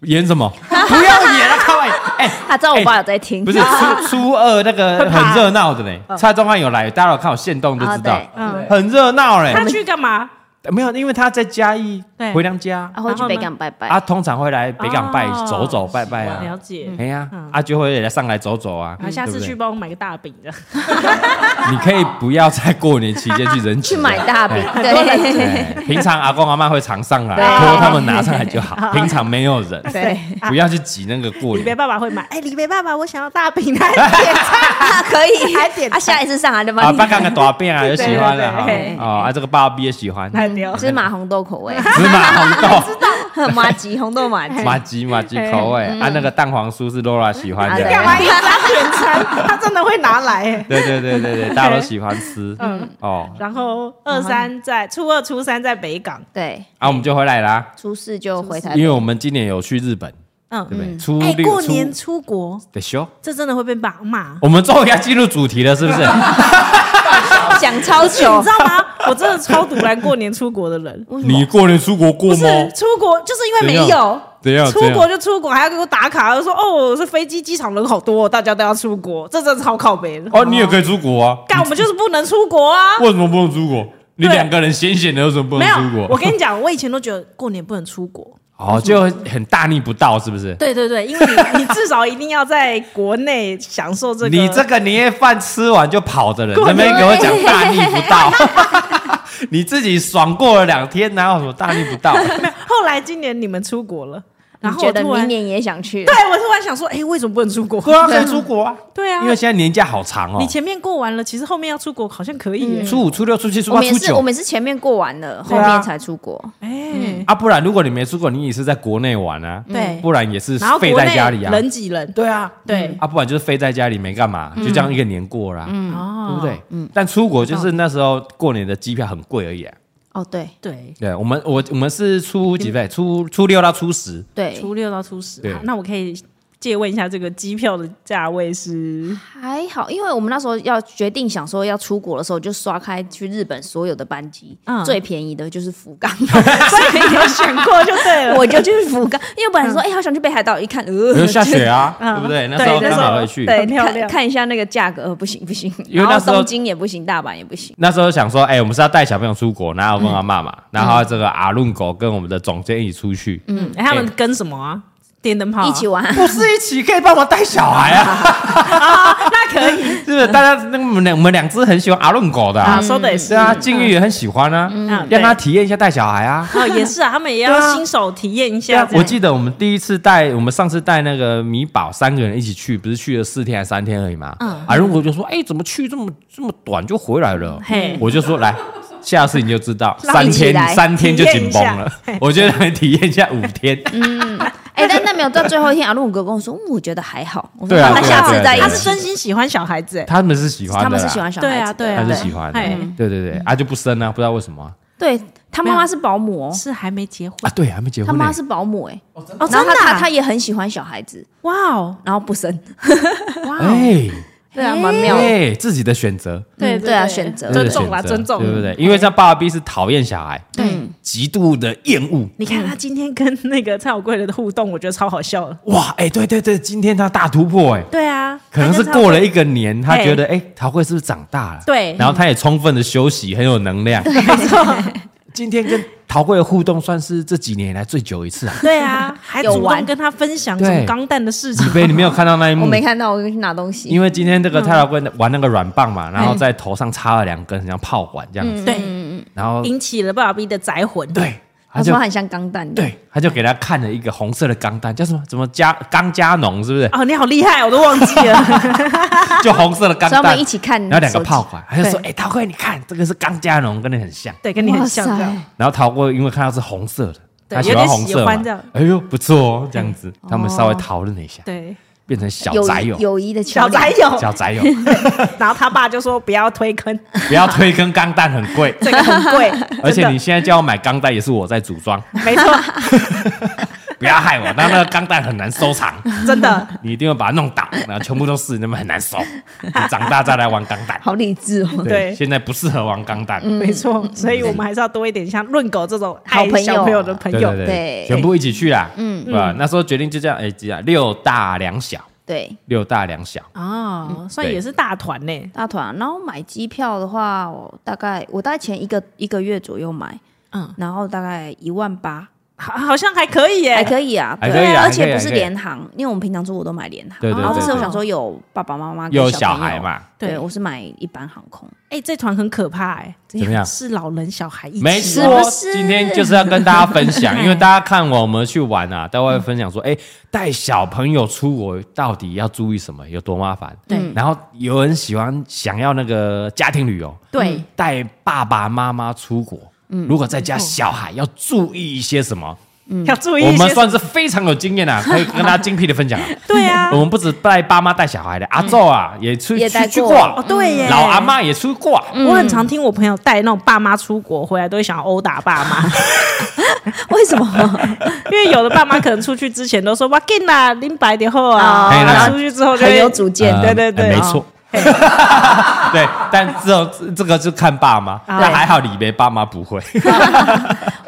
Speaker 1: 演什 么？不要演了，开玩笑。哎，
Speaker 4: 他知道我爸有在听，哦
Speaker 1: 不是初初二那个
Speaker 2: 会怕
Speaker 1: 很热闹的呢，蔡宗汉有来，大家有看我现动就
Speaker 4: 啊
Speaker 1: 知道
Speaker 4: 对，
Speaker 2: 嗯，
Speaker 1: 很热闹嘞。
Speaker 2: 他去干嘛？
Speaker 1: 没有，因为他在嘉义
Speaker 2: 对
Speaker 1: 回娘家
Speaker 4: 啊，会
Speaker 2: 然后
Speaker 4: 去
Speaker 2: 呢
Speaker 4: 北港拜拜
Speaker 1: 啊，通常会来北港拜
Speaker 2: 哦
Speaker 1: 走走拜拜
Speaker 2: 了
Speaker 1: 啊。
Speaker 2: 解。
Speaker 1: 哎呀
Speaker 2: 嗯，
Speaker 1: 啊就会来上来走走啊
Speaker 2: 啊，。下次去
Speaker 1: 对不
Speaker 2: 帮我买个大饼的，
Speaker 1: 对，你可以不要在过年期间去人挤 啊
Speaker 4: 去
Speaker 1: 哎
Speaker 4: 买大饼，对
Speaker 1: 对，平常阿公阿妈会常上来，
Speaker 4: 对
Speaker 1: 托他们拿上来就 好。平常没有人，
Speaker 4: 对，
Speaker 1: 不要去挤那个过
Speaker 2: 李白
Speaker 1: 年。
Speaker 2: 爸爸会买。哎，李白爸爸，我想要大饼，来
Speaker 4: 啊可以，
Speaker 2: 还点
Speaker 4: 啊，下一次上来就
Speaker 1: 啊，
Speaker 4: 帮你
Speaker 1: 八杠的大便啊，有喜欢的
Speaker 2: 对对对
Speaker 1: 哈。哦，啊，这个爸比也喜 欢，
Speaker 2: 来丢。
Speaker 4: 芝麻红 豆口味，
Speaker 1: 芝麻红豆、
Speaker 4: 麻吉红豆麻吉，
Speaker 1: 麻吉麻吉口味
Speaker 2: 嗯
Speaker 1: 啊，那个蛋黄酥是 Laura 喜欢
Speaker 4: 啊
Speaker 1: 的
Speaker 4: 对。
Speaker 2: 干嘛一张全餐？他真的会拿来、哎
Speaker 1: 对对对对对，大家都喜欢吃。
Speaker 2: 嗯
Speaker 1: 哦，
Speaker 2: 然后二三在初二、初三在北港，
Speaker 4: 对，
Speaker 1: 啊，我们就回来啦，
Speaker 4: 初四就回台
Speaker 1: 因
Speaker 4: 北，
Speaker 1: 为我们今年有去日本，对
Speaker 2: 嗯，
Speaker 1: 不对？初
Speaker 2: 哎、
Speaker 1: 六
Speaker 2: 过
Speaker 1: 初
Speaker 2: 年出国，
Speaker 1: 得休，
Speaker 2: 这真的会被骂 骂。
Speaker 1: 我们终于要进入主题了，是不 是？
Speaker 4: 想超
Speaker 2: 你
Speaker 1: 啊
Speaker 4: 久
Speaker 2: 知，道吗？我真的超堵拦过年出国的人，
Speaker 1: 你过年出国过
Speaker 2: 不
Speaker 1: 吗？
Speaker 2: 是出国就是因为没
Speaker 1: 怎
Speaker 2: 有
Speaker 1: 样。怎样？
Speaker 2: 出
Speaker 1: 怎样
Speaker 2: 国就出国，还要给我打卡，就说哦，我是飞机机场人好多，大家都要出国，这真的超靠北的。
Speaker 1: 哦，你也可以出国啊？
Speaker 2: 干，我们就是不能出国啊！
Speaker 1: 为什么不能出国？你
Speaker 2: 对
Speaker 1: 两个人闲闲的，为什么不
Speaker 2: 没
Speaker 1: 能
Speaker 2: 有
Speaker 1: 出，
Speaker 2: 我
Speaker 1: 国？
Speaker 2: 跟你讲，我以前都觉得过年不能出国。
Speaker 1: 哦，就很大逆不道，是不是？
Speaker 2: 对对对，因为 你 你至少一定要在国内享受这个。
Speaker 1: 你这个年夜饭吃完就跑的人，
Speaker 2: 过
Speaker 1: 这
Speaker 2: 年
Speaker 1: 边给我讲大逆不道， 你自己爽过了两天，哪有什么大逆不 道？
Speaker 2: 后来今年你们出国了，然后
Speaker 4: 觉
Speaker 2: 我
Speaker 4: 得
Speaker 2: 突
Speaker 4: 明
Speaker 2: 然
Speaker 4: 年也想去，
Speaker 2: 对我突然想说，哎，为什么不能出国？
Speaker 1: 对啊，可以出国啊，
Speaker 2: 对啊
Speaker 1: 因为现在年假好长哦
Speaker 2: 你，前面过完了，其实后面要出国好像可以耶。
Speaker 1: 初五、初六、初七、初
Speaker 4: 我
Speaker 1: 八、
Speaker 4: 们也
Speaker 1: 初
Speaker 4: 是，我
Speaker 1: 九
Speaker 4: 们也是前面过完了，后
Speaker 1: 对啊
Speaker 4: 面才出国，
Speaker 2: 哎，
Speaker 1: 啊，不然如果你没出国，你也是在国内玩啊，
Speaker 2: 对
Speaker 1: 不然也是
Speaker 2: 嗯然后
Speaker 1: 废
Speaker 2: 国
Speaker 1: 在
Speaker 2: 内
Speaker 1: 家里啊，
Speaker 2: 人嗯挤人，
Speaker 1: 对啊，
Speaker 2: 对
Speaker 1: 啊，不然就是废在家里没干嘛，就这样一个年过了啊，对
Speaker 2: 哦
Speaker 1: 不对？但出国就是那时候过年的机票很贵而已啊。
Speaker 4: 哦，对
Speaker 2: 对，
Speaker 1: 对，我们我我们是初几
Speaker 2: 嗯
Speaker 1: 倍？初初六到初 十，
Speaker 4: 对，
Speaker 2: 初六到初十
Speaker 1: 对，
Speaker 2: 好那我可以借问一下这个机票的价位是？
Speaker 4: 还好，因为我们那时候要决定想说要出国的时候，就刷开去日本所有的班机，
Speaker 2: 嗯
Speaker 4: 最便宜的就是福 冈，
Speaker 2: 所以你有选过就对了。
Speaker 4: 我就去福冈，因为我本来说哎、好想去北海道，一看
Speaker 1: 比
Speaker 4: 呃
Speaker 1: 如下雪啊，
Speaker 2: 嗯
Speaker 1: 对不对？
Speaker 2: 对
Speaker 1: 那时候
Speaker 2: 那
Speaker 1: 刚
Speaker 2: 时候
Speaker 1: 好会去，
Speaker 4: 对
Speaker 2: 很漂
Speaker 4: 看
Speaker 2: 亮
Speaker 4: 看一下那个价格，呃不行不行，
Speaker 1: 因为那
Speaker 4: 然后
Speaker 1: 时候
Speaker 4: 东京也不行，大阪也不行，
Speaker 1: 那时候想说，哎，我们是要带小朋友出国，然后我跟阿妈嘛，然后这个阿润狗跟我们的总监一起出去，
Speaker 2: 嗯，哎他们跟什么啊？电灯泡啊
Speaker 4: 一起玩，
Speaker 1: 不是一起可以帮忙带小孩
Speaker 2: 嗯
Speaker 1: 啊，
Speaker 2: 那可以
Speaker 1: 是不是？大家那个我们两我们两只很喜欢阿润狗的啊
Speaker 2: 啊，，说的也是
Speaker 1: 对啊，静玉也很喜欢啊，
Speaker 2: 嗯
Speaker 1: 让他
Speaker 2: 对
Speaker 1: 体验一下带小孩啊。
Speaker 2: 哦，也是啊，他们也
Speaker 1: 对啊
Speaker 2: 要新手体验一
Speaker 1: 对
Speaker 2: 下
Speaker 1: 啊，
Speaker 2: 这样。
Speaker 1: 我记得我们第一次带，我们上次带那个米宝三个人一起去，不是去了四天还是三天而已嘛。嗯，啊，如果就说，哎、怎么去这么这么短就回来了？
Speaker 2: 嘿
Speaker 1: 我就说来，下次你就知道，
Speaker 4: 让
Speaker 1: 三
Speaker 4: 你
Speaker 1: 天
Speaker 4: 起来
Speaker 1: 三天就
Speaker 2: 体验
Speaker 1: 紧
Speaker 2: 一
Speaker 1: 绷
Speaker 2: 下
Speaker 1: 了。我就让你体验一下五天，
Speaker 4: 哎、但那没有到最后一天，阿陆哥跟我说，嗯，我觉得还 好，我说
Speaker 1: 对啊
Speaker 4: 那他
Speaker 1: 对啊
Speaker 4: 下次
Speaker 1: 对啊
Speaker 4: 再一
Speaker 1: 对啊
Speaker 2: 他
Speaker 4: 起
Speaker 2: 是真心喜欢小孩子，哎，
Speaker 1: 他们是喜欢的啦，
Speaker 4: 他们是喜欢小孩子，
Speaker 2: 对啊，对啊，
Speaker 1: 他是
Speaker 2: 对
Speaker 1: 喜欢的
Speaker 2: 嘿
Speaker 1: 对对对，啊就不生啊，不知道为什么啊，
Speaker 4: 对他妈妈是保姆、哦，
Speaker 2: 是还没结婚
Speaker 1: 啊对，还没结
Speaker 4: 他
Speaker 1: 婚呢、
Speaker 4: 妈是保姆哎、
Speaker 2: 哦，
Speaker 4: 然
Speaker 2: 真
Speaker 4: 后
Speaker 2: 的
Speaker 4: 他他
Speaker 2: 啊，
Speaker 4: 他也很喜欢小孩子，
Speaker 2: 哇哦，
Speaker 4: 然后不生，
Speaker 2: 哇哦，
Speaker 1: 哎、
Speaker 4: 对啊，蛮妙的。
Speaker 1: 对自己的选择，
Speaker 4: 对对啊，选择
Speaker 1: 自己
Speaker 2: 尊
Speaker 1: 的
Speaker 2: 重啦，
Speaker 1: 选择
Speaker 2: 尊重，
Speaker 1: 对不对？因为像爸爸 B 是讨厌小孩，
Speaker 4: 对，
Speaker 1: 极度的厌恶。
Speaker 2: 你看他今天跟那个蔡小贵的互动，我觉得超好笑的。
Speaker 1: 哇，哎、对对对，今天他大突破、哎，
Speaker 2: 对啊，
Speaker 1: 可能是
Speaker 2: 他跟蔡小
Speaker 1: 过
Speaker 2: 贵
Speaker 1: 了一个年，他
Speaker 2: 对
Speaker 1: 觉得哎、陶慧是不是长大了？
Speaker 2: 对
Speaker 1: 然后他也充分的休息，很有能 量。今天跟陶慧的互动算是这几年以来最久一 次啊。
Speaker 2: 对啊，还
Speaker 4: 有
Speaker 2: 主动
Speaker 4: 玩
Speaker 2: 跟他分享
Speaker 1: 对
Speaker 2: 什么钢弹的事情
Speaker 1: 以。飞，你没有看到那一幕？
Speaker 4: 我没看到，我就去拿东西。
Speaker 1: 因为今天这个蔡老贵玩那个软棒
Speaker 4: 嗯
Speaker 1: 嘛，然后在头上插了两根，很像炮管这样子，
Speaker 2: 对，
Speaker 1: 然后
Speaker 2: 嗯引起了爸爸 B 的宅魂。
Speaker 1: 对，他
Speaker 4: 他
Speaker 1: 就
Speaker 4: 嗯说很像钢弹，，
Speaker 1: 对，他就给他看了一个红色的钢弹，叫什么？怎么加钢加农是不是？
Speaker 2: 哦，你好厉害，我都忘记了。
Speaker 1: 就红色的钢
Speaker 4: 所以
Speaker 1: 弹，
Speaker 4: 我们一起看
Speaker 1: 然后两个
Speaker 4: 手机
Speaker 1: 炮管，他就说：“
Speaker 4: 对
Speaker 1: 哎，陶贵，你看这个是钢加农，跟你很像。
Speaker 2: 对，跟你很像
Speaker 4: 哇塞
Speaker 2: 这样。
Speaker 1: 然后陶贵因为看到是红色的，
Speaker 2: 对
Speaker 1: 他喜欢
Speaker 2: 有点
Speaker 1: 红色
Speaker 2: 喜欢这
Speaker 1: 嘛
Speaker 2: 样，
Speaker 1: 哎呦不错哦，这样子，他们稍微讨论了一下，
Speaker 2: 对，
Speaker 1: 变成小
Speaker 4: 友
Speaker 1: 宅
Speaker 4: 谊
Speaker 1: 友，
Speaker 4: 友谊的
Speaker 2: 小
Speaker 4: 桥梁
Speaker 2: 宅友。
Speaker 1: 小宅友，
Speaker 2: 然后他爸就说不要推坑，
Speaker 1: 不要推跟钢弹很贵，，
Speaker 2: 这个很贵
Speaker 1: 而且
Speaker 2: 真的
Speaker 1: 你现在叫我买钢弹也是我在组装，
Speaker 2: 没错，
Speaker 1: 不要害我，那那个钢弹很难收藏，
Speaker 2: 真的
Speaker 1: 你一定会把它弄倒，然后全部都是，那么很难收。你长大再来玩钢 弹，
Speaker 4: 好励志哦。
Speaker 2: 对嗯
Speaker 1: 现在不适合玩钢弹。
Speaker 2: 没错。所以我们还是要多一点像论狗这种爱
Speaker 4: 好朋友
Speaker 2: 小朋友的朋
Speaker 1: 对
Speaker 2: 友。
Speaker 1: 对
Speaker 4: 对
Speaker 1: 全部一起去啦，嗯，对吧？那时候决定就这样，哎，这样六大两小，
Speaker 4: 对，
Speaker 1: 六大两小，
Speaker 2: 哦，算
Speaker 1: 对
Speaker 2: 也是大团呢。
Speaker 4: 大团。然后买机票的话，我大概我大概前一个一个月左右买，
Speaker 2: 嗯，
Speaker 4: 然后大概一万八，
Speaker 2: 好好像还可以
Speaker 4: 还
Speaker 2: 耶。
Speaker 4: 可以啊，
Speaker 1: 还
Speaker 4: 对
Speaker 1: 可以啊
Speaker 4: 啊，
Speaker 1: 还
Speaker 4: 而
Speaker 1: 可以
Speaker 4: 且
Speaker 1: 还
Speaker 4: 不
Speaker 1: 可
Speaker 4: 是
Speaker 1: 以
Speaker 4: 联航，因为我们平常出我都买联航，
Speaker 1: 对对
Speaker 4: 然后这
Speaker 1: 对
Speaker 4: 次我
Speaker 1: 对
Speaker 4: 想说有爸爸妈妈跟
Speaker 1: 有
Speaker 4: 小
Speaker 1: 小
Speaker 4: 朋友
Speaker 1: 孩，嘛，
Speaker 4: 对
Speaker 2: 对，
Speaker 4: 我是买一般航空，
Speaker 2: 哎，这团很可怕哎。
Speaker 1: 怎么样
Speaker 2: 是老人小孩一起。
Speaker 1: 没
Speaker 4: 是
Speaker 1: 错
Speaker 4: 不，是
Speaker 1: 今天就是要跟大家分享，因为大家看我们去玩啊，大家会分享说，哎、带小朋友出国到底要注意什么，有多麻烦？
Speaker 4: 对
Speaker 1: 然后有人喜欢想要那个家庭旅游，
Speaker 2: 对，
Speaker 1: 带爸爸妈妈出国，如果在家小孩要注意一些什么，
Speaker 2: 要
Speaker 4: 嗯
Speaker 2: 注意
Speaker 1: 我
Speaker 2: 一
Speaker 1: 们
Speaker 2: 些。
Speaker 1: 算是非常有经验啊，可以跟大家精辟的分享啊。
Speaker 2: 对 啊嗯
Speaker 1: 我，们不止带爸妈带小孩的，阿昼啊也出
Speaker 4: 也
Speaker 1: 去
Speaker 4: 带
Speaker 1: 去
Speaker 4: 过
Speaker 1: 过啊
Speaker 2: 哦，对耶，
Speaker 1: 老阿妈也出去过啊，
Speaker 4: 嗯
Speaker 2: 我很常听我朋友带那种爸妈出国回来，都会想要殴打爸妈，
Speaker 4: 为什么？
Speaker 2: 因为有的爸妈可能出去之前都说“哇，给啦，拎白点后
Speaker 4: 哦
Speaker 2: 啊”，
Speaker 1: 嘿啦
Speaker 2: 然后出去之后就会
Speaker 4: 很有主见
Speaker 1: 呃
Speaker 2: 对对哦对，
Speaker 1: 没错。 对，但只有这个就看爸妈，
Speaker 2: 啊
Speaker 1: 但还好李梅爸妈不会。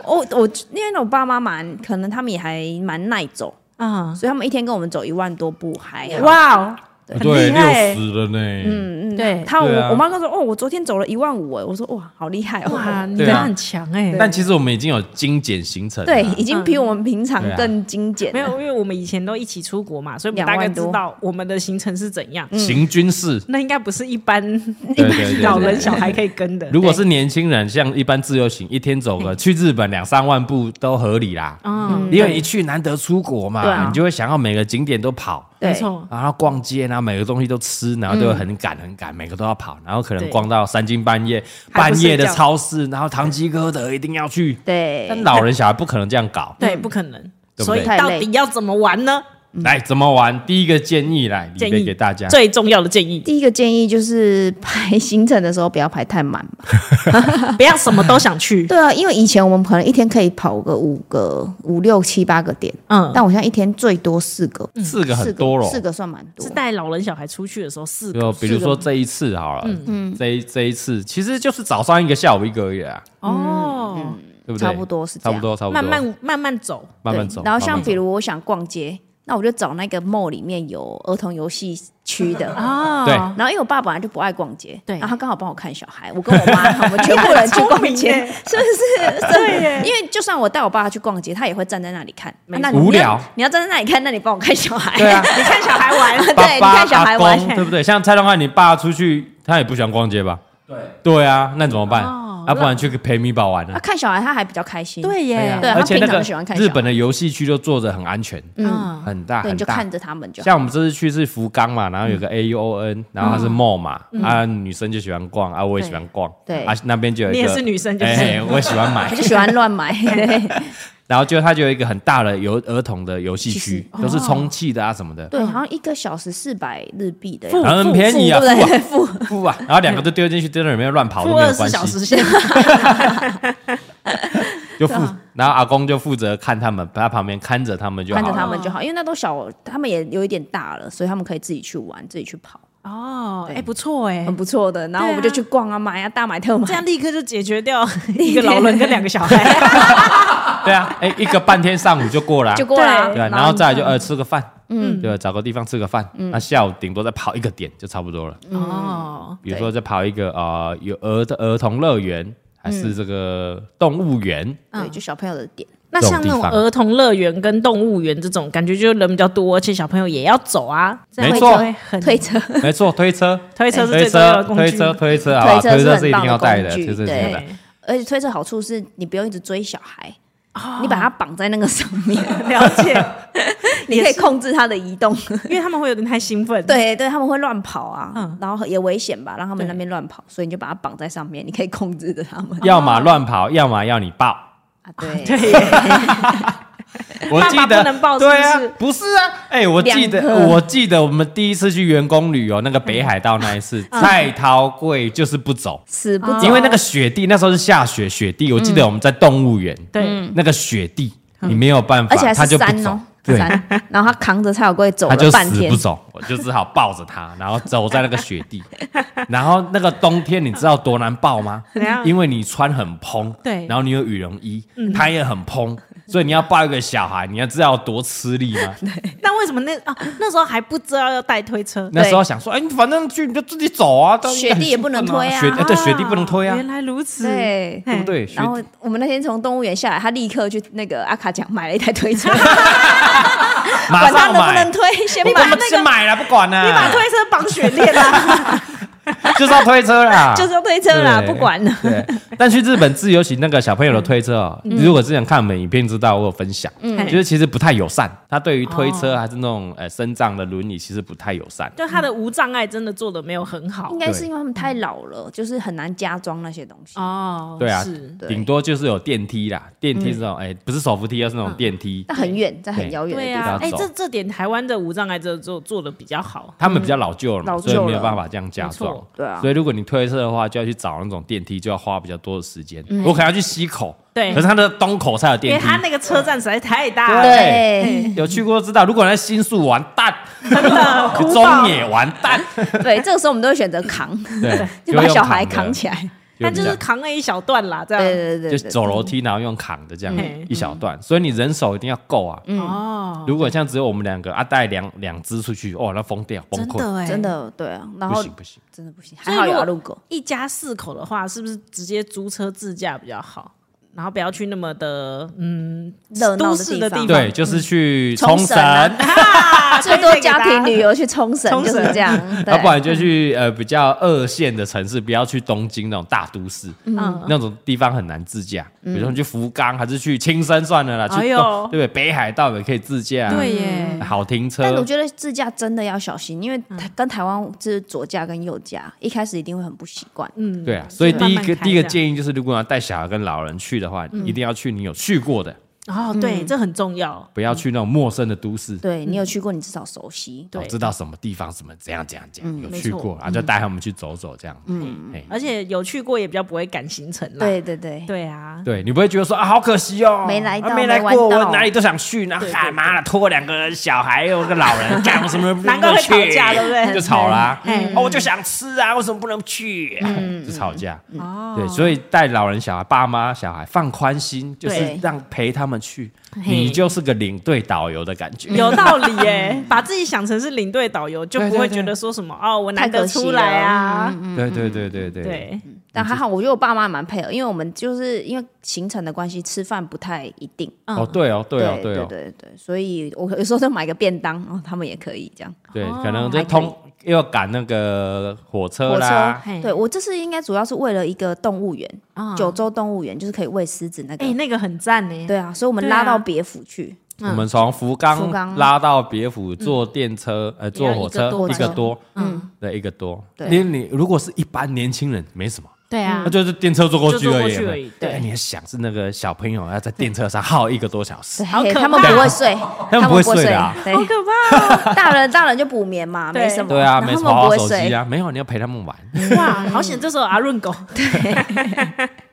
Speaker 4: 我哦我因为我爸妈蛮，可能他们也还蛮耐走，
Speaker 2: 啊，
Speaker 4: 所以他们一天跟我们走一万多步还好。
Speaker 2: 哇哦，很厉害，
Speaker 1: 十了呢。
Speaker 4: 嗯嗯，
Speaker 2: 对
Speaker 4: 他我、
Speaker 1: 对啊
Speaker 4: 我妈跟我说，哦，我昨天走了一万五，哎，我说哇，好厉害哦，
Speaker 2: 哇，你
Speaker 1: 对啊
Speaker 2: 真的很强哎，
Speaker 1: 但其实我们已经有精简行程了，
Speaker 4: 对，已经比我们平常
Speaker 1: 对啊
Speaker 4: 更精简
Speaker 2: 没
Speaker 4: 了、
Speaker 2: 有，因为我们以前都一起出国嘛，所以我们
Speaker 4: 两
Speaker 2: 大
Speaker 4: 万
Speaker 2: 概知
Speaker 4: 多嗯
Speaker 2: 道我们的行程是怎样。
Speaker 1: 行军式。
Speaker 2: 那应该不是一般嗯一
Speaker 1: 对对对
Speaker 2: 般老
Speaker 1: 对
Speaker 2: 人
Speaker 1: 对
Speaker 2: 小孩可以跟的。
Speaker 1: 如果是年轻人，像一般自由行，一天走个去日本两三万步都合理啦。
Speaker 2: 嗯，
Speaker 1: 因为一去难得出国嘛，
Speaker 4: 对啊
Speaker 1: 你就会想要每个景点都跑，
Speaker 4: 对
Speaker 2: 没错，
Speaker 1: 然后逛街，然后每个东西都吃，然后就会很赶很赶，每个都要跑，然后可能
Speaker 2: 对
Speaker 1: 逛到三更半夜，
Speaker 2: 还不
Speaker 1: 半夜的
Speaker 2: 睡觉
Speaker 1: 超市，然后堂吉诃德一定要去。但
Speaker 4: 对，
Speaker 1: 老人小孩不可能这样搞。
Speaker 2: 对，不可能。
Speaker 1: 对不
Speaker 2: 所以
Speaker 1: 对
Speaker 4: 太
Speaker 2: 到
Speaker 4: 累
Speaker 2: 底要怎么玩呢？
Speaker 1: 来怎么玩？第一个建议来，
Speaker 2: 建
Speaker 1: 李贝
Speaker 2: 议
Speaker 1: 给大
Speaker 4: 嗯
Speaker 1: 家。
Speaker 2: 最重要的建议，
Speaker 4: 第一个建议就是排行程的时候不要排太满吧。
Speaker 2: 不要什么都想去。
Speaker 4: 对啊，因为以前我们可能一天可以跑个五个、五六七八个点，
Speaker 2: 嗯，
Speaker 4: 但我现在一天最多四个，
Speaker 1: 四个
Speaker 4: 四
Speaker 1: 很
Speaker 4: 个
Speaker 1: 多咯。
Speaker 4: 四个算蛮多
Speaker 2: 是。带老人小孩出去的时候四个
Speaker 1: 就比如说这一次好
Speaker 4: 嗯
Speaker 1: 了，这一这一次其实就是早上一个，下午一个而已啊，
Speaker 2: 哦，
Speaker 1: 对不对？
Speaker 4: 差不多是这
Speaker 1: 差
Speaker 4: 样
Speaker 1: 不多，差不多，
Speaker 2: 慢慢慢慢走，
Speaker 1: 慢慢
Speaker 4: 对
Speaker 1: 走。
Speaker 4: 然后像比
Speaker 1: 慢慢走
Speaker 4: 如我想逛街，那我就找那个 mall 里面有儿童游戏区 的。
Speaker 2: 哦
Speaker 1: 对
Speaker 4: 然后因为我爸本来就不爱逛街，
Speaker 2: 对
Speaker 4: 然后他刚好帮我看小孩，我跟我妈我们全部人去逛 街，
Speaker 2: 你很聪明耶
Speaker 4: 是不是？对因为就算我带我爸去逛街，他也会站在那里看，啊那你
Speaker 1: 无聊
Speaker 4: 你要，你要站在那里看，那你帮我看小孩，
Speaker 1: 对啊
Speaker 4: 你看小孩玩，对，
Speaker 1: 爸
Speaker 4: 你
Speaker 1: 爸
Speaker 4: 看小孩
Speaker 1: 阿
Speaker 4: 玩
Speaker 1: 公，，对不对？像蔡东汉，你爸出去他也不喜欢逛街吧？
Speaker 5: 对，
Speaker 1: 对啊，那怎么办？
Speaker 4: 哦
Speaker 1: 啊，
Speaker 2: 那
Speaker 1: 不然去陪米宝玩
Speaker 4: 啊，
Speaker 1: 啊。
Speaker 4: 看小孩他还比较开心，
Speaker 2: 对耶，
Speaker 4: 对啊
Speaker 1: 而且那
Speaker 4: 他平
Speaker 1: 个
Speaker 4: 常喜欢看小
Speaker 1: 日
Speaker 4: 孩
Speaker 1: 本的游戏区就做的很安全，
Speaker 2: 嗯，
Speaker 1: 很大
Speaker 4: 对，
Speaker 1: 很
Speaker 4: 你就
Speaker 1: 大
Speaker 4: 看。着他们就嗯好。
Speaker 1: 像我们这次去是福冈嘛，然后有个 A U O N，然后
Speaker 4: 嗯
Speaker 1: 它是 mall 嘛，啊，女生就喜欢逛，啊，我也喜欢逛，
Speaker 4: 对
Speaker 1: 啊，那边就有一个，
Speaker 2: 你也是女生就是
Speaker 1: 哎，我也喜欢买
Speaker 4: 他，就喜欢乱 买，对
Speaker 1: 然后就它就有一个很大的游儿童的游戏区，
Speaker 4: 哦
Speaker 1: 都是充气的啊什么的，
Speaker 4: 对，好像一个小时四百日币的样
Speaker 2: 付
Speaker 4: 子，
Speaker 1: 然后很
Speaker 2: 付
Speaker 1: 便宜啊，
Speaker 4: 对
Speaker 1: 付
Speaker 4: 不
Speaker 1: 啊
Speaker 4: 对？付
Speaker 1: 付啊，然后两个都丢进去，丢在里面乱跑都
Speaker 2: 付
Speaker 1: 没
Speaker 2: 二
Speaker 1: 有
Speaker 2: 十
Speaker 1: 关
Speaker 2: 小时
Speaker 1: 系，
Speaker 2: 线，
Speaker 1: 就付，然后阿公就负责看他们，在旁边看着他们就
Speaker 4: 看着
Speaker 1: 好了
Speaker 4: 他。们就好，因为那都小，他们也有一点大了，所以他们可以自己去玩，自己去跑。
Speaker 2: 哦，哎、
Speaker 3: 对
Speaker 2: 不错
Speaker 4: 嗯
Speaker 2: 哎、
Speaker 3: 很不错的。然后我们就去逛啊，买啊，大买特买
Speaker 2: 这。样立刻就解决掉一个老人跟两个小孩。
Speaker 1: 对啊，哎，一个半天上午就过了啊，
Speaker 4: 就过来
Speaker 2: 对
Speaker 1: 对啊，
Speaker 4: 然后
Speaker 1: 然后再来就呃吃个饭，嗯，对吧？找个地方吃个饭，那下午顶多再跑一个点就差不多了。
Speaker 2: 哦，
Speaker 1: 比如说再跑一个啊，呃有儿的儿童乐园，还是这个动物园，
Speaker 4: 对，就小朋友的点，
Speaker 2: 那像那种儿童乐园跟动物园这种，感觉就人比较多，而且小朋友也要走啊，这样
Speaker 1: 没错
Speaker 2: 会很
Speaker 4: 推车
Speaker 1: 没错，推车，哎
Speaker 2: 推车是
Speaker 1: 推
Speaker 2: 最重
Speaker 1: 车，
Speaker 2: 要的工具。
Speaker 1: 推车，推车啊，好不好
Speaker 4: 推车
Speaker 1: 推
Speaker 4: 是
Speaker 1: 车
Speaker 4: 很
Speaker 1: 是一定要
Speaker 4: 棒的
Speaker 1: 带的，
Speaker 4: 工具
Speaker 1: 推车是一定要带
Speaker 2: 对。，
Speaker 4: 而且推车好处是你不用一直追小孩，你把它绑在那个上面，
Speaker 2: 了解，
Speaker 4: 你可以控制它的移动。
Speaker 2: 因为他们会有点太兴奋。，
Speaker 4: 对对，他们会乱跑啊，
Speaker 2: 嗯
Speaker 4: 然后也危险吧，让他们那
Speaker 2: 对
Speaker 4: 边乱跑，所以你就把它绑在上面，你可以控制着他们。
Speaker 1: 要么乱跑，要么要你抱。
Speaker 4: 啊，对，
Speaker 1: 我记
Speaker 2: 爸爸
Speaker 1: 得
Speaker 2: 不能抱是不
Speaker 1: 对
Speaker 2: 是
Speaker 1: 啊，不是啊，哎、我记
Speaker 4: 两
Speaker 1: 得
Speaker 4: 颗
Speaker 1: 我记得我们第一次去员工旅游那个北海道那一次，
Speaker 2: 嗯
Speaker 1: 蔡桃贵就是不走，
Speaker 4: 死不走
Speaker 1: 因为那个雪地那时候是下雪雪地，我记得我们在动物园，
Speaker 2: 对
Speaker 1: 那个雪地你没有办法，
Speaker 4: 而且还
Speaker 1: 他
Speaker 4: 是
Speaker 1: 就不
Speaker 4: 山
Speaker 1: 走
Speaker 4: 哦，，
Speaker 1: 对，
Speaker 4: 山，然后他扛着蔡小贵走
Speaker 1: 他就
Speaker 4: 了半
Speaker 1: 死
Speaker 4: 天
Speaker 1: 不，走，我就只好抱着他，然后走在那个雪地，然后那个冬天你知道多难抱吗
Speaker 2: 怎样？
Speaker 1: 因为你穿很蓬，
Speaker 2: 对
Speaker 1: 然后你有羽绒衣，
Speaker 4: 嗯
Speaker 1: 他也很蓬，所以你要抱一个小孩，你要知道有多吃力吗？
Speaker 2: 但为什么那啊那时候还不知道要带推车？
Speaker 1: 那时候想说，哎，你反正去你就自己走啊，到
Speaker 4: 雪地也不能推啊
Speaker 1: 雪哎对，雪地不能推啊，
Speaker 2: 原来如此，
Speaker 4: 对
Speaker 1: 对不对？雪
Speaker 4: 然后我们那天从动物园下来，他立刻去那个阿卡奖买了一台推车，
Speaker 1: 马
Speaker 4: 管他
Speaker 1: 上
Speaker 4: 能不
Speaker 1: 买
Speaker 4: 能，推，先
Speaker 1: 我
Speaker 4: 把
Speaker 1: 们先买了，不管
Speaker 2: 你把
Speaker 1: 啦，
Speaker 2: 推车绑雪链啊，
Speaker 1: 就是要推车啦，
Speaker 4: 就是要推车啦，
Speaker 1: 对
Speaker 4: 不管了。
Speaker 1: 对，但去日本自由行那个小朋友的推车哦，
Speaker 4: 嗯
Speaker 1: 如果之前看我们影片知道，我有分享，
Speaker 2: 哎
Speaker 1: 就是其实不太友善，他对于推车还是那种呃身障的轮椅，其实不太友善。
Speaker 2: 就他的无障碍真的做的没有很好
Speaker 4: 应该是因为他们太老了，就是很难加装那些东西。
Speaker 2: 哦
Speaker 1: 对啊
Speaker 2: 是，
Speaker 4: 对
Speaker 1: 顶多就是有电梯啦，电梯这种哎不是手扶梯，而是那种电梯。
Speaker 4: 那很远，在很遥远的
Speaker 2: 对
Speaker 4: 地
Speaker 2: 啊
Speaker 4: 方。，
Speaker 2: 哎，
Speaker 1: 走
Speaker 2: 这这点台湾的无障碍真的做做的比较好，
Speaker 1: 他们比较老旧了嘛，
Speaker 4: 老
Speaker 1: 所以
Speaker 4: 旧
Speaker 1: 没有
Speaker 4: 了
Speaker 1: 办法这样加装
Speaker 2: 没错。
Speaker 4: 对啊
Speaker 1: 所以如果你推车的话，就要去找那种电梯，就要花比较多的时间。我可能要去西口，
Speaker 2: 对
Speaker 1: 可是它的东口才有
Speaker 2: 因
Speaker 1: 电
Speaker 2: 为
Speaker 1: 梯。
Speaker 2: 他那个车站实在太大了。
Speaker 4: 对
Speaker 1: 有去过知道，如果你在新宿完蛋，
Speaker 2: 的哭爆
Speaker 1: 中野完蛋，
Speaker 4: 对，这个时候我们都会选择 扛，
Speaker 1: 对，
Speaker 4: 就把
Speaker 1: 用
Speaker 4: 小孩
Speaker 1: 的
Speaker 4: 扛起来。
Speaker 2: 他
Speaker 1: 就
Speaker 2: 就是扛了一小段啦，这
Speaker 4: 对
Speaker 2: 样
Speaker 4: 对
Speaker 1: 比
Speaker 4: 对
Speaker 1: 较就
Speaker 4: 对
Speaker 1: 走楼梯，然后用扛的这样
Speaker 2: 嗯
Speaker 1: 一小段，所以你人手一定要够啊。
Speaker 2: 哦，
Speaker 1: 如果像只有我们两个啊，带两两只出去，哦，那疯掉，崩溃，
Speaker 2: 哎
Speaker 4: 真。的对啊。然
Speaker 1: 不
Speaker 4: 后
Speaker 1: 行不行。
Speaker 4: 真的不行，
Speaker 2: 所
Speaker 4: 还
Speaker 2: 以如
Speaker 4: 好有
Speaker 2: 果
Speaker 4: 阿路狗。
Speaker 2: 一家四口的话，是不是直接租车自驾比较好？然后不要去那么的嗯
Speaker 4: 热闹
Speaker 2: 都
Speaker 4: 的
Speaker 2: 市
Speaker 4: 地
Speaker 2: 的
Speaker 4: 方
Speaker 2: 地
Speaker 1: 对，就是去
Speaker 4: 冲
Speaker 1: 冲
Speaker 4: 绳
Speaker 1: 绳，
Speaker 4: 啊
Speaker 2: 啊，
Speaker 4: 最多家庭旅游去冲绳
Speaker 2: 冲
Speaker 4: 就
Speaker 2: 绳
Speaker 4: 是这样，对
Speaker 1: 要啊不然就去呃比较二线的城市，不要去东京那种大都市，
Speaker 2: 嗯
Speaker 1: 那种地方很难自驾。比如说你去福冈，还是去青森算了啦，
Speaker 2: 哎
Speaker 1: 去
Speaker 2: 呦
Speaker 1: 东对不对？北海道也可以自驾啊，
Speaker 2: 对耶，
Speaker 1: 好停车。
Speaker 4: 但我觉得自驾真的要小心，因为
Speaker 2: 嗯
Speaker 4: 台跟台湾就是左驾跟右驾，一开始一定会很不习惯。
Speaker 2: 嗯，
Speaker 1: 对啊，所以
Speaker 2: 慢慢
Speaker 1: 第一个
Speaker 2: 开
Speaker 1: 第一个
Speaker 2: 这样
Speaker 1: 建议就是，如果要带小孩跟老人去的话，一定要去你有去过的，
Speaker 2: 哦，
Speaker 4: 嗯
Speaker 2: 对，这很重要，
Speaker 1: 不要去那种陌生的都市。
Speaker 4: 对你有去过，你至少熟悉。
Speaker 1: 我
Speaker 2: 嗯对
Speaker 1: 知道什么地方什么怎样怎样怎样有
Speaker 2: 没
Speaker 1: 去
Speaker 2: 错
Speaker 1: 过，然后就带他们去走走这样。嗯，哎
Speaker 2: 而且有去过也比较不会赶行程啦。
Speaker 4: 对对对，
Speaker 2: 对啊，
Speaker 1: 对你不会觉得说啊，好可惜哦，
Speaker 4: 没来到
Speaker 1: 啊没来
Speaker 4: 没
Speaker 1: 过，
Speaker 4: 玩到
Speaker 1: 我哪里都想去，然后
Speaker 2: 对对
Speaker 1: 啊妈了，拖两个小孩，有个老人，干我什么
Speaker 2: 难怪会吵架
Speaker 1: 不能去
Speaker 2: 对不 对
Speaker 1: 就吵啦
Speaker 2: 嗯。
Speaker 1: 哦，我就想吃啊，为什么不能去？就吵架。对，所以带老人、小孩、爸妈、小孩放宽心，就是
Speaker 4: 对
Speaker 1: 让陪他们去，你就是个领队导游的感觉。
Speaker 2: 有道理 耶，把自己想成是领队导游，就不会觉得说什么哦，我难得出来啊，
Speaker 1: 对对对对对对
Speaker 2: 嗯对，
Speaker 4: 嗯但还好，
Speaker 1: 嗯
Speaker 4: 我觉得我爸妈蛮配合，因为我们就是因为行程的关系，吃饭不太一定。
Speaker 1: 哦，对哦，对哦，
Speaker 4: 对
Speaker 1: 对
Speaker 4: 对
Speaker 1: 哦，
Speaker 4: 对对，所以我有时候就买个便当，哦，他们也可以这样。
Speaker 1: 对，可能就通又要赶那个火车
Speaker 4: 火
Speaker 1: 啦，
Speaker 2: 哎
Speaker 4: 车，对我这次应该主要是为了一个动物园，九州动物园就是可以喂狮子那个
Speaker 2: 啊哎，。那个很赞呢，
Speaker 4: 对啊，所以我们
Speaker 2: 对啊
Speaker 4: 拉到别府去，
Speaker 1: 我们从福
Speaker 4: 福
Speaker 1: 冈
Speaker 4: 冈
Speaker 1: 拉到别府，坐电车，呃，坐火车
Speaker 2: 要一个多
Speaker 1: 一个
Speaker 2: 吧
Speaker 1: 多，嗯，对，一个多。
Speaker 4: 对
Speaker 1: 你你如果是一般年轻人，没什么，
Speaker 2: 对啊
Speaker 1: 那，
Speaker 4: 嗯
Speaker 1: 就是电车坐过去
Speaker 2: 就坐
Speaker 1: 而
Speaker 2: 过
Speaker 1: 已
Speaker 2: 去
Speaker 1: 嘛
Speaker 2: 而已。对
Speaker 1: 哎你要想是那个小朋友要在电车上耗一个多小时
Speaker 4: 对，，
Speaker 2: 好可怕
Speaker 4: 他们不会睡，
Speaker 1: 他们不
Speaker 4: 不
Speaker 1: 会
Speaker 4: 会
Speaker 1: 睡的啊
Speaker 4: 对
Speaker 2: 好可怕哦
Speaker 4: 大人大人就补眠嘛，
Speaker 2: 对
Speaker 4: 没什么，
Speaker 1: 对啊，
Speaker 4: 然
Speaker 1: 没
Speaker 4: 后
Speaker 1: 什
Speaker 4: 他
Speaker 1: 么
Speaker 4: 们
Speaker 1: 划
Speaker 4: 不会
Speaker 1: 手机
Speaker 4: 睡，
Speaker 1: 啊，没有，你要陪他们玩，
Speaker 2: 哇，好险！这时候阿润狗，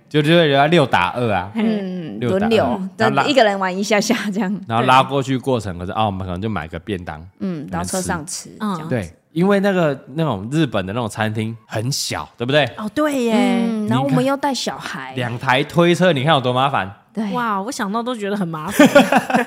Speaker 1: 就就会要六打二啊，
Speaker 4: 嗯，
Speaker 1: 溜达
Speaker 4: 轮流
Speaker 1: 嗯，
Speaker 4: 真
Speaker 1: 然后
Speaker 4: 的
Speaker 1: 拉
Speaker 4: 一个人玩一下下这样，
Speaker 1: 哦然后拉过去过程，可是啊，我们可能就买个便当，
Speaker 4: 嗯，到
Speaker 1: 难
Speaker 4: 车
Speaker 1: 吃
Speaker 4: 上吃，这
Speaker 2: 嗯
Speaker 4: 样
Speaker 1: 对，因为那个那种日本的那种餐厅很小，对不对？
Speaker 2: 哦，对耶，
Speaker 4: 嗯，然后我们又带小孩，
Speaker 1: 两台推车，你看有多麻烦。
Speaker 4: 对，
Speaker 2: 哇，我想到都觉得很麻烦，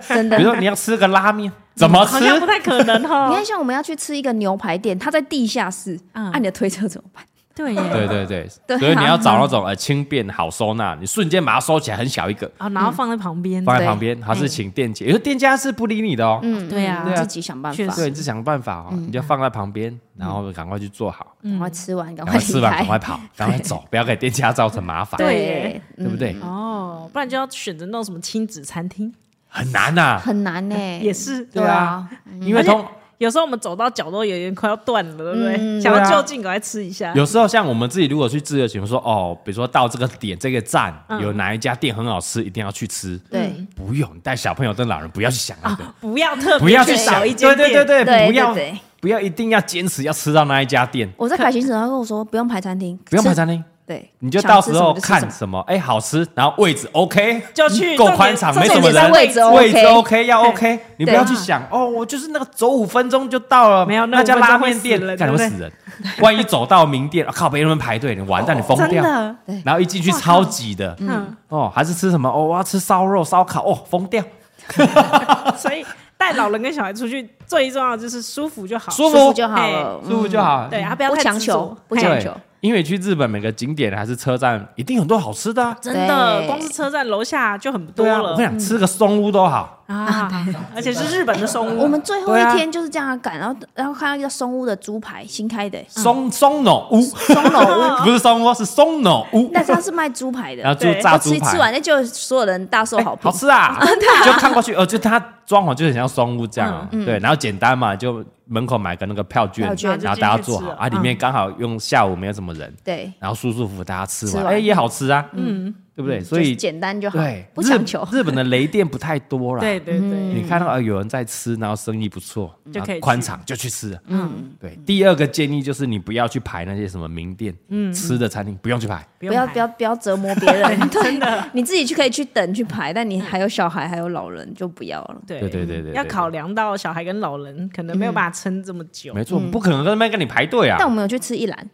Speaker 4: 真的
Speaker 1: 比如。说你要吃个拉 面，怎么
Speaker 2: 好
Speaker 1: 吃？
Speaker 2: 像不太可能哦
Speaker 4: 你
Speaker 2: 哈
Speaker 4: 看，。像我们要去吃一个牛排店，它在地下室，
Speaker 2: 嗯
Speaker 4: 按、你的推车怎么办？
Speaker 2: 对耶，
Speaker 1: 对对对，
Speaker 4: 对啊
Speaker 1: 所以你要找那种呃轻便好收纳，你瞬间把它收起来，很小一个，
Speaker 4: 嗯
Speaker 2: 啊，然后放在旁边，
Speaker 1: 放在旁边，还是请店家，有的店家是不理你的哦。
Speaker 4: 嗯，
Speaker 2: 对啊
Speaker 4: 嗯自己想办
Speaker 2: 确
Speaker 4: 法，
Speaker 1: 对，你就想办法哦，你就放在旁边，然后赶快去做好，
Speaker 4: 赶快吃完，赶
Speaker 1: 嗯赶快
Speaker 4: 快
Speaker 1: 吃
Speaker 4: 嗯离
Speaker 1: 完，赶
Speaker 4: 开，
Speaker 1: 快 跑，赶快走，不要给店家造成麻烦，
Speaker 2: 对
Speaker 4: 耶，
Speaker 1: 对不
Speaker 4: 嗯
Speaker 1: 对？
Speaker 2: 哦，不然就要选择那种什么亲子餐厅，
Speaker 1: 很难呐，
Speaker 4: 很难呢、
Speaker 2: 也是。
Speaker 1: 对啊，
Speaker 4: 嗯
Speaker 1: 因为通
Speaker 2: 有时候我们走到脚都有点快要断了，对不对？
Speaker 4: 嗯
Speaker 2: 想要
Speaker 1: 对啊
Speaker 2: 就近赶快吃一下。
Speaker 1: 有时候像我们自己如果去自由行，说哦，比如说到这个点这个站有哪一家店很好吃，一定要去吃，
Speaker 4: 对，
Speaker 1: 不用你带小朋友跟老人不要去想那个。
Speaker 2: 不要特
Speaker 1: 不
Speaker 2: 别
Speaker 1: 要去想
Speaker 2: 找一，
Speaker 1: 对
Speaker 2: 间
Speaker 1: 对对对，
Speaker 2: 店，
Speaker 4: 对
Speaker 1: 不要
Speaker 4: 对对
Speaker 1: 不要一定要坚持要吃到那一家店，
Speaker 4: 我在排行程，他跟我说不用排餐厅，
Speaker 1: 不用排
Speaker 4: 吃
Speaker 1: 餐厅，
Speaker 4: 对，
Speaker 1: 你就
Speaker 4: 想
Speaker 1: 到
Speaker 4: 吃
Speaker 1: 时
Speaker 4: 什么
Speaker 1: 候
Speaker 4: 就吃什
Speaker 1: 看
Speaker 4: 么
Speaker 1: 什么，哎，好吃，然后位置 OK，嗯
Speaker 2: 就去
Speaker 1: 够
Speaker 2: 重点
Speaker 1: 宽敞，
Speaker 2: 重
Speaker 1: 没
Speaker 2: 点
Speaker 1: 什么
Speaker 2: 在
Speaker 1: 人，
Speaker 4: 位置 OK
Speaker 1: 位置 OK 要 OK，你不
Speaker 4: 对
Speaker 1: 要去想哦，我就是那个走五分钟就到了，
Speaker 2: 没有那
Speaker 1: 那家
Speaker 2: 5分钟
Speaker 1: 拉
Speaker 2: 会
Speaker 1: 面
Speaker 2: 死
Speaker 1: 店
Speaker 2: 人
Speaker 1: 干什么
Speaker 2: 对不
Speaker 1: 死
Speaker 2: 对
Speaker 1: 人？万一走到名店，啊靠，别人排队，你完蛋，你疯
Speaker 2: 真
Speaker 1: 掉。
Speaker 2: 的，
Speaker 1: 然后一进去超挤的，嗯
Speaker 2: 嗯，
Speaker 1: 哦，还是吃什么？哦，我要吃烧肉、烧烤，哦，疯掉，
Speaker 2: 所以带老人跟小孩出去，最重要的就是舒服就好。
Speaker 1: 舒
Speaker 4: 舒
Speaker 1: 服
Speaker 4: 服就好了，
Speaker 1: 哎
Speaker 4: 嗯
Speaker 1: 舒服就好，
Speaker 2: 嗯对啊，不要
Speaker 4: 不
Speaker 2: 太
Speaker 4: 强
Speaker 2: 执着
Speaker 4: 求不
Speaker 2: 嘿
Speaker 4: 强
Speaker 1: 对，
Speaker 4: 求
Speaker 1: 因为去日本每个景点还是车站，一定很多好吃的、啊。
Speaker 2: 真的，
Speaker 4: 对
Speaker 2: 光是车站楼下就很多
Speaker 1: 对啊，我
Speaker 2: 了嗯
Speaker 1: 跟你讲，吃个松屋都好。
Speaker 2: 啊，而且是日本的松
Speaker 4: 我
Speaker 2: 屋，
Speaker 4: 们最后
Speaker 1: 对啊
Speaker 4: 一天就是这样赶，然后然后看到一个松屋的猪排，新开的
Speaker 1: 啊松松脑屋，松
Speaker 2: 脑屋
Speaker 1: 不是松屋，是松脑屋。
Speaker 4: 但是嗯它是卖猪排
Speaker 1: 然
Speaker 4: 的，
Speaker 1: 后就
Speaker 2: 对
Speaker 1: 炸
Speaker 4: 我
Speaker 1: 猪
Speaker 4: 吃
Speaker 1: 排，
Speaker 4: 吃完那就所有人大受
Speaker 1: 哎
Speaker 4: 好评
Speaker 1: 好，吃 啊！就看过去，哦，就它装潢就很像松屋这样啊。对，然后简单嘛，就门口买个那个票券，
Speaker 4: 嗯票券
Speaker 1: 然后大家
Speaker 2: 就进
Speaker 1: 坐
Speaker 2: 去
Speaker 1: 好
Speaker 2: 吃了嗯
Speaker 1: 啊，里面刚好用下午没有什么人，
Speaker 4: 对，
Speaker 1: 然后舒舒服服大家吃
Speaker 4: 吃
Speaker 1: 完，
Speaker 4: 完
Speaker 1: 哎，也好吃啊，嗯，对不对？所
Speaker 4: 就是
Speaker 1: 以
Speaker 4: 简单就好
Speaker 1: 对，，
Speaker 4: 不
Speaker 1: 日
Speaker 4: 强求，
Speaker 1: 日本的雷店不太多啦，
Speaker 2: 对对
Speaker 4: 嗯
Speaker 2: 对，
Speaker 1: 你看到啊有人在吃，然后生意不错，
Speaker 2: 就
Speaker 1: 然
Speaker 2: 可以
Speaker 1: 后
Speaker 2: 去
Speaker 1: 宽敞就去吃。嗯，对。第二个建议就是你不要去排那些什么名店，
Speaker 4: 嗯
Speaker 1: 吃的餐厅不用去排。
Speaker 2: 不
Speaker 4: 不要
Speaker 2: 排
Speaker 4: 不要不要折磨 别人，真的，你自己去可以去等去排，但你还有小孩还有老人就不要了，
Speaker 2: 对
Speaker 1: 对对对对，
Speaker 2: 要
Speaker 1: 对
Speaker 2: 考量到小孩跟老人可能没有办法撑这么久，
Speaker 1: 没错，不可能在那边跟你排队啊
Speaker 4: 嗯但。我们有去吃一兰，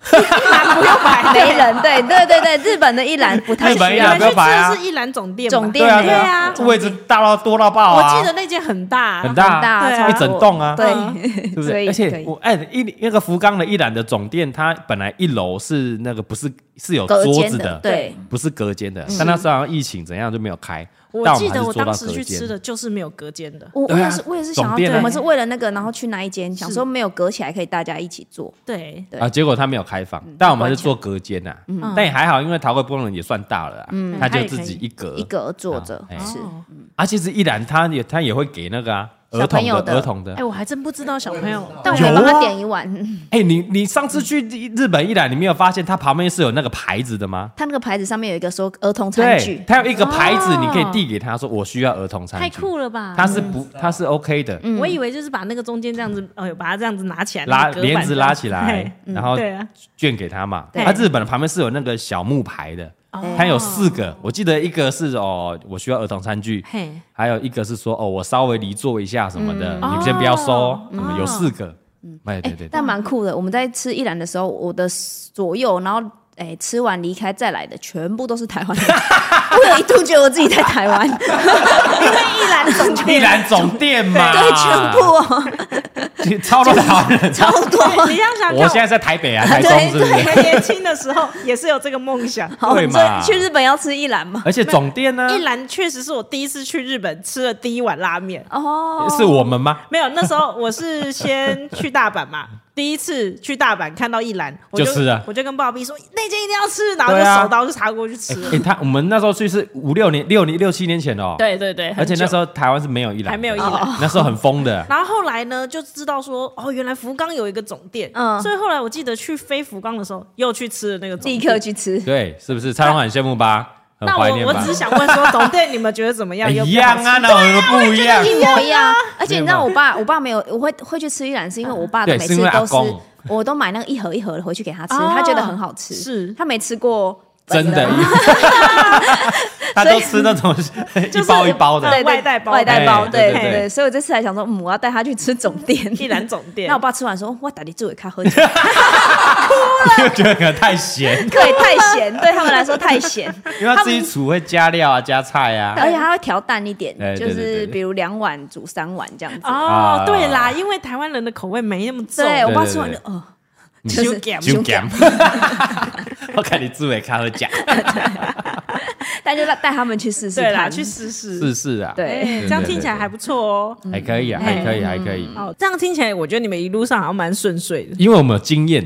Speaker 2: 不要排
Speaker 4: 没人，对对对对，日本的一 兰不太
Speaker 1: 日
Speaker 4: 需
Speaker 1: 本一兰
Speaker 4: 要
Speaker 1: 不，要排啊
Speaker 2: 这是一兰总店吧，
Speaker 4: 总店
Speaker 1: 对啊
Speaker 4: 没
Speaker 1: 对
Speaker 4: 有
Speaker 1: 啊，位置大到多到爆
Speaker 2: 我
Speaker 1: 啊！
Speaker 2: 记得那间很大，
Speaker 1: 很大
Speaker 4: 很
Speaker 1: 啊，
Speaker 4: 大
Speaker 2: 对
Speaker 4: 超
Speaker 2: 啊
Speaker 4: 过
Speaker 1: 一整栋啊
Speaker 4: 对
Speaker 1: 对不
Speaker 4: 所
Speaker 1: 对？
Speaker 4: 以
Speaker 1: 而
Speaker 4: 可
Speaker 1: 且
Speaker 4: 以
Speaker 1: 我哎，一那个福冈的一兰的总店，它本来一楼是那个不是是有
Speaker 4: 隔
Speaker 1: 哦桌
Speaker 4: 间
Speaker 1: 子
Speaker 4: 的对，
Speaker 1: 不是隔间的，但那时候好像疫情怎样就没有开。
Speaker 2: 嗯我
Speaker 1: 但
Speaker 2: 记
Speaker 1: 们还
Speaker 2: 得
Speaker 1: 是
Speaker 2: 我
Speaker 1: 做到
Speaker 2: 当时
Speaker 1: 隔
Speaker 2: 去
Speaker 1: 间
Speaker 2: 吃的就是没有隔间的，
Speaker 4: 我我
Speaker 1: 对啊
Speaker 4: 也是我也是
Speaker 1: 总
Speaker 4: 想
Speaker 1: 店啊
Speaker 4: 要，我们是为了那个，然后去那一间，想说没有隔起来可以大家一起做，
Speaker 2: 对，嗯
Speaker 4: 对
Speaker 1: 啊，结果他没有开放，但我们还是做隔间呐，但也还好，因为陶贵波人也算大了啦，啊
Speaker 2: 嗯
Speaker 1: 他就自己一格
Speaker 4: 一。格坐着
Speaker 1: 呃哎
Speaker 2: 哦
Speaker 4: 吃。
Speaker 1: 啊，其实一兰他也他也会给那个啊儿
Speaker 4: 小朋
Speaker 1: 童
Speaker 4: 友
Speaker 1: 的
Speaker 4: 的
Speaker 1: 儿童的
Speaker 2: 哎，，我还真不知道小朋友，
Speaker 4: 但我
Speaker 1: 有
Speaker 4: 们帮
Speaker 1: 啊
Speaker 4: 他点一碗，
Speaker 1: 哎，你你上次去日本一兰，你没有发现它旁边是有那个牌子的吗？
Speaker 4: 他那个牌子上面有一个说儿童餐
Speaker 1: 对
Speaker 4: 具，，
Speaker 1: 它有一个牌子，你可以递给他说我需要儿童餐具，
Speaker 2: 哦太酷了嗯吧！
Speaker 1: 它是不它是 OK 的，
Speaker 2: 我以为就是把那个中间这样子，哎呦，把它这样子拿起来，
Speaker 1: 拉
Speaker 2: 那个隔板
Speaker 1: 帘子
Speaker 2: 这样
Speaker 1: 拉起来
Speaker 2: 嘿，
Speaker 1: 然后
Speaker 2: 对啊，
Speaker 1: 券给他嘛。
Speaker 4: 对哦
Speaker 1: 他日本的旁边是有那个小木牌的，它有四个，我记得一个是哦，我需要儿童餐具
Speaker 2: 嘿，
Speaker 1: 还有一个是说哦，我稍微离座一下什么的，你先不要收哦，嗯有四个。哎，对对对，
Speaker 4: 但蛮酷的。我们在吃一兰的时候，我的左右，然后哎吃完离开再来的，全部都是台 湾人。我有一度觉得我自己在台湾，一兰总
Speaker 1: 一兰总店嘛，
Speaker 4: 哎 对全部哦，
Speaker 1: 部超多台湾人。
Speaker 4: 超多。
Speaker 2: 你这样想，
Speaker 1: 我现在在台北啊，台
Speaker 4: 对
Speaker 1: 中是不
Speaker 2: 我
Speaker 1: 是？
Speaker 2: 们年轻的时候也是有这个梦想。
Speaker 4: 好，
Speaker 1: 对
Speaker 4: 所
Speaker 1: 嘛
Speaker 4: 以去日本要吃一兰吗？
Speaker 1: 而且总店呢，
Speaker 2: 一兰确实是我第一次去日本吃了第一碗拉面，
Speaker 4: 哦，
Speaker 1: 是我们吗？
Speaker 2: 没有，那时候我是先去大阪嘛， 第一次去大阪看到一兰，我
Speaker 1: 就吃啊
Speaker 2: 我就跟鲍比说那间一定要吃，然后
Speaker 1: 对啊
Speaker 2: 就手刀就插过去吃了
Speaker 1: 哎、。他我们那时候去是五六年、六年、六七年前哦。。
Speaker 2: 对对对，
Speaker 1: 而且那时
Speaker 2: 候。
Speaker 1: 候台湾是没有一兰的，
Speaker 2: 还没有一兰。
Speaker 1: 那时候很疯的
Speaker 2: 然后后来呢，就知道说哦，原来福冈有一个总店，
Speaker 4: 嗯
Speaker 2: 所以后来我记得去飞福冈的时候，又去吃了那个总
Speaker 4: 立
Speaker 2: 店。
Speaker 4: 刻去吃。
Speaker 1: 对，是不是？蔡龙很羡慕吧？很
Speaker 2: 那
Speaker 1: 怀
Speaker 2: 我
Speaker 1: 念
Speaker 2: 我
Speaker 1: 吧？
Speaker 2: 只想问说，总店你们觉得怎么 样？
Speaker 1: 哎
Speaker 2: 有
Speaker 1: 一样啊，，那有什么不一样？
Speaker 4: 一模 一样。而且你知道，
Speaker 1: 对
Speaker 4: 我爸我爸没有，我会会去吃一兰，是
Speaker 2: 啊
Speaker 4: 因为我爸的
Speaker 1: 对
Speaker 4: 每
Speaker 1: 是
Speaker 4: 次
Speaker 1: 因为阿
Speaker 4: 都是
Speaker 1: 公
Speaker 4: 我都买那个一盒一盒的回去给他吃，
Speaker 2: 哦
Speaker 4: 他觉得很好吃，
Speaker 2: 是
Speaker 4: 他没吃过。
Speaker 1: 真的， 他都吃那种 一包一包的，
Speaker 4: 对对
Speaker 2: 外带包
Speaker 4: 外带包，
Speaker 1: 哎
Speaker 4: 对
Speaker 1: 对对
Speaker 4: 对
Speaker 1: 对
Speaker 4: 对。所以我这次还想说，嗯，我要带他去吃总店。
Speaker 2: 一兰总店。
Speaker 4: 那我爸吃完说，我打你住，咖喝酒，可
Speaker 1: 因为觉得可能太咸，
Speaker 4: 以太咸，对他们来说太 咸，
Speaker 1: 因为他自己煮会加料啊、加菜啊。
Speaker 4: 而且他会调淡一点
Speaker 1: 哎，对对对
Speaker 4: 就是
Speaker 1: 对
Speaker 4: 比如两碗煮三碗这样子。
Speaker 1: 啊
Speaker 2: 哦，对啦，因为台湾人的口味没那么重，
Speaker 4: 对我爸
Speaker 1: 对对
Speaker 4: 吃完
Speaker 1: 对
Speaker 4: 就哦，
Speaker 1: 嗯
Speaker 2: 就
Speaker 4: 就是
Speaker 2: 咸
Speaker 1: 就咸， 我看你自伟咖啡加，
Speaker 4: 但就带他们去试试
Speaker 2: 对啦，
Speaker 4: 看，
Speaker 2: 去试试。
Speaker 1: 是是啊，
Speaker 4: 对，
Speaker 2: 哎这样听起来还不错哦。
Speaker 1: 还可以啊，还可以，还可以，
Speaker 2: 哦，这样听起来，我觉得你们一路上好像蛮顺遂的。
Speaker 1: 因为我们有经验，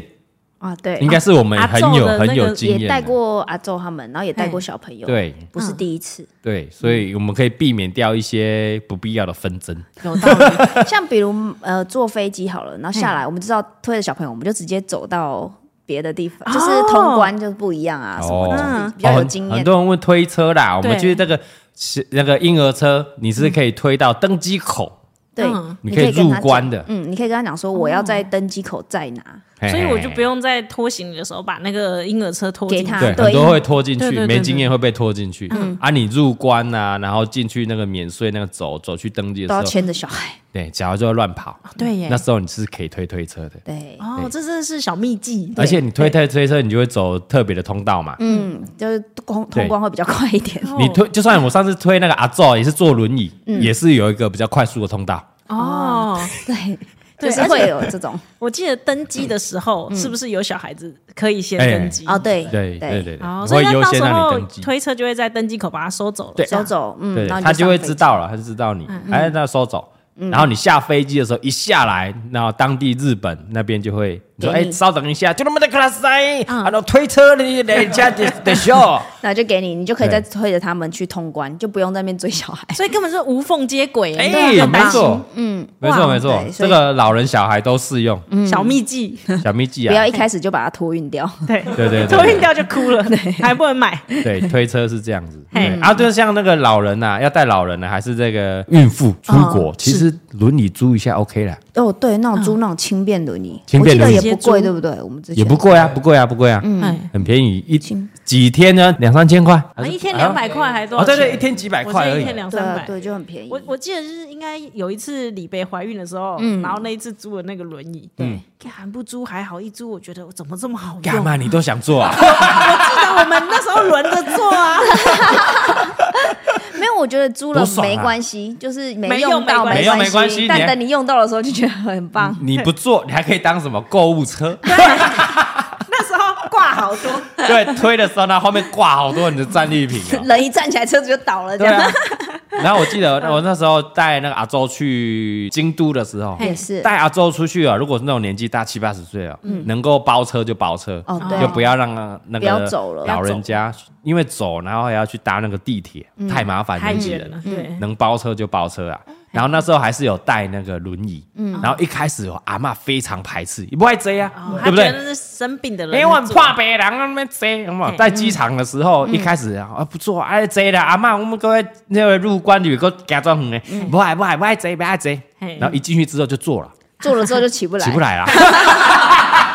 Speaker 4: 啊，对，
Speaker 1: 应该是我们很
Speaker 2: 阿昼
Speaker 1: 有
Speaker 2: 的那个
Speaker 1: 很有经
Speaker 3: 也
Speaker 1: 验
Speaker 3: 带
Speaker 1: 的，
Speaker 3: 过阿周他们，然后也带过小朋友，，
Speaker 1: 对
Speaker 3: 不是第一次。
Speaker 1: 对，所以我们可以避免掉一些不必要的纷争。
Speaker 3: 有道理，像比如呃坐飞机好了，然后下来我们知道推着小朋友，我们就直接走到别的地方，就是通关就不一样啊，什么
Speaker 2: 嗯
Speaker 3: 的，比较有
Speaker 1: 哦很
Speaker 3: 经
Speaker 1: 很
Speaker 3: 验。
Speaker 1: 多人问推车啦，我们
Speaker 2: 对
Speaker 1: 去那个是那个婴儿车，你是可以推到登机口，
Speaker 3: 对
Speaker 2: 嗯，
Speaker 1: 你
Speaker 3: 你
Speaker 1: 可以
Speaker 3: 以跟
Speaker 1: 入
Speaker 3: 他
Speaker 1: 关
Speaker 3: 讲，
Speaker 1: 的，
Speaker 3: 嗯，你可以跟他讲说我要在登机口再拿，
Speaker 1: 嘿
Speaker 2: 所以我就
Speaker 1: 嘿
Speaker 2: 不用在拖行李的时候把那个婴儿车拖
Speaker 3: 给
Speaker 2: 进去
Speaker 3: 他
Speaker 1: 对，
Speaker 3: 对
Speaker 1: 很多会拖进
Speaker 2: 对对
Speaker 1: 去，
Speaker 2: 对
Speaker 1: 没
Speaker 2: 对
Speaker 1: 经验会被拖进去。啊，你入关啊，然后进去那个免税那个走走去登记
Speaker 3: 都要
Speaker 1: 的时候，
Speaker 3: 牵着小孩。
Speaker 1: 对，假如就会乱跑，
Speaker 2: 对
Speaker 3: 嗯
Speaker 2: 耶
Speaker 1: 那。时候你是可以推推车的，
Speaker 3: 对，
Speaker 2: 哦，这真的是小秘技。
Speaker 1: 而且你推推推车，你就会走特别的通道嘛。
Speaker 3: 嗯，就是通通关会比较快一点。
Speaker 1: 你推，就算我上次推那个阿昼也是坐轮椅，
Speaker 3: 嗯
Speaker 1: 也是有一个比较快速的通道。
Speaker 2: 哦，
Speaker 3: 对，
Speaker 2: 对
Speaker 3: 就是会有这种
Speaker 2: 我记得登机的时候，是不是有小孩子可以先登机？
Speaker 3: 嗯哦，对
Speaker 1: 对对
Speaker 3: 对，
Speaker 1: 对对，
Speaker 2: 哦，
Speaker 1: 哎我
Speaker 2: 所
Speaker 1: 会
Speaker 2: 以那
Speaker 1: 优
Speaker 2: 到
Speaker 1: 先
Speaker 2: 时
Speaker 1: 让
Speaker 2: 候
Speaker 1: 你登记。
Speaker 2: 推车就会在登机口把它收走了。
Speaker 1: 对
Speaker 3: 收走，嗯，
Speaker 1: 对，
Speaker 3: 然后
Speaker 1: 他就会
Speaker 3: 上飞
Speaker 1: 知
Speaker 3: 机。嗯
Speaker 1: 道了，他就知道你，哎，那收走。然后你下飞机的时候，一下来，然后当地日本那边就会你说，
Speaker 3: 给
Speaker 1: 哎，
Speaker 3: 你嗯
Speaker 1: 稍等一下，就那么的克拉塞，然后推车的人家得得 秀，
Speaker 3: 那就给你，你就可以
Speaker 1: 对
Speaker 3: 再推着他们去通关，就不用在那边追小孩。
Speaker 2: 所以根本是无缝接轨，
Speaker 1: 哎，
Speaker 2: 不用
Speaker 1: 没
Speaker 2: 担心。
Speaker 1: 错，嗯，没错
Speaker 2: 哇
Speaker 1: 没错
Speaker 3: 对，所
Speaker 1: 这
Speaker 3: 以嗯
Speaker 1: 个老人小孩都适用，
Speaker 2: 小秘技，
Speaker 1: 小秘技
Speaker 3: 不要
Speaker 1: 啊
Speaker 3: 一，开始就把它托运掉。
Speaker 2: 对
Speaker 1: 对对对
Speaker 2: 托运掉就哭了，还不能买。
Speaker 1: 对，推车是这样子，
Speaker 2: 嘿
Speaker 1: 对啊，就像那个老人啊呐，要带老人呢，还是这个孕妇出国，其实轮椅租一下 OK 啦，
Speaker 3: 哦，对，那种租那种轻便轮椅，
Speaker 1: 轻便轮椅
Speaker 3: 我记得也不贵，对不对？我们之前
Speaker 1: 也不贵啊，不贵啊，不贵啊，
Speaker 2: 哎，
Speaker 1: 很便宜，一
Speaker 3: 嗯轻
Speaker 1: 几天呢，两三千块，
Speaker 2: 啊一天
Speaker 1: 还是
Speaker 2: 两百块还多
Speaker 1: 哦，
Speaker 2: 少钱？
Speaker 1: 对对，一天几百
Speaker 2: 我
Speaker 1: 块
Speaker 2: 记
Speaker 1: 而
Speaker 2: 得一
Speaker 1: 已
Speaker 2: 天。两
Speaker 3: 对
Speaker 2: 三
Speaker 3: 啊
Speaker 2: 百，。
Speaker 3: 对，就很
Speaker 1: 哎
Speaker 3: 便宜。
Speaker 2: 我我记得就是应该有一次李贝怀孕的时候，
Speaker 1: 嗯
Speaker 2: 然后那一次租的那个轮椅，对，干不租还好，一租我觉得我怎么这么好
Speaker 1: 干
Speaker 2: 用？
Speaker 1: 嘛你都想做啊？
Speaker 2: 记 得我们那时候轮着 坐啊，
Speaker 3: 没有，我觉得租了
Speaker 1: 多爽啊
Speaker 3: 没关系，就是
Speaker 2: 没
Speaker 3: 没
Speaker 2: 用
Speaker 3: 用到
Speaker 2: 没
Speaker 1: 用没关
Speaker 3: 关
Speaker 1: 系你还
Speaker 3: 但等你用到的时候就觉得很棒。
Speaker 1: 你不做，你还可以当什么购物 车？
Speaker 2: 那时候挂好多。
Speaker 1: 对，推的时候呢，后面挂好多你的战利品 啊。
Speaker 3: 人一站起来，车子就倒了，这
Speaker 1: 对
Speaker 3: 样
Speaker 1: 啊。然后我记得我那时候带那个阿周去京都的时候，
Speaker 3: 也是
Speaker 1: 带阿周出去啊。如果是那种年纪大七八十岁啊，
Speaker 2: 嗯
Speaker 1: 能够包车就包车
Speaker 3: 哦，对
Speaker 1: 就不要让那
Speaker 3: 不
Speaker 1: 个
Speaker 3: 要走了
Speaker 1: 老人家，因为走然后还要去搭那个地铁，太麻烦
Speaker 2: 嗯太
Speaker 1: 人挤
Speaker 2: 远
Speaker 1: 人
Speaker 2: 了，。对，
Speaker 1: 能包车就包车啊。
Speaker 2: 嗯
Speaker 1: 然后那时候还是有带那个轮椅，然后一开始我阿嬷非常排斥，你不爱这啊，对
Speaker 2: 哦他
Speaker 1: 不
Speaker 2: 觉
Speaker 1: 对
Speaker 2: 得？那是生病的嗯人
Speaker 1: 因
Speaker 2: 在
Speaker 1: 为
Speaker 2: 坐，
Speaker 1: 我很怕别人那边坐，有没有？在机场的时候，一开始啊不错，哎坐啦，阿嬷，我们各位那位入关旅客假装很诶，不爱不爱不爱坐不爱坐
Speaker 2: 嗯嘿。
Speaker 1: 然后一进去之后就坐了，
Speaker 3: 坐了之后就起不来，
Speaker 1: 起不来啦。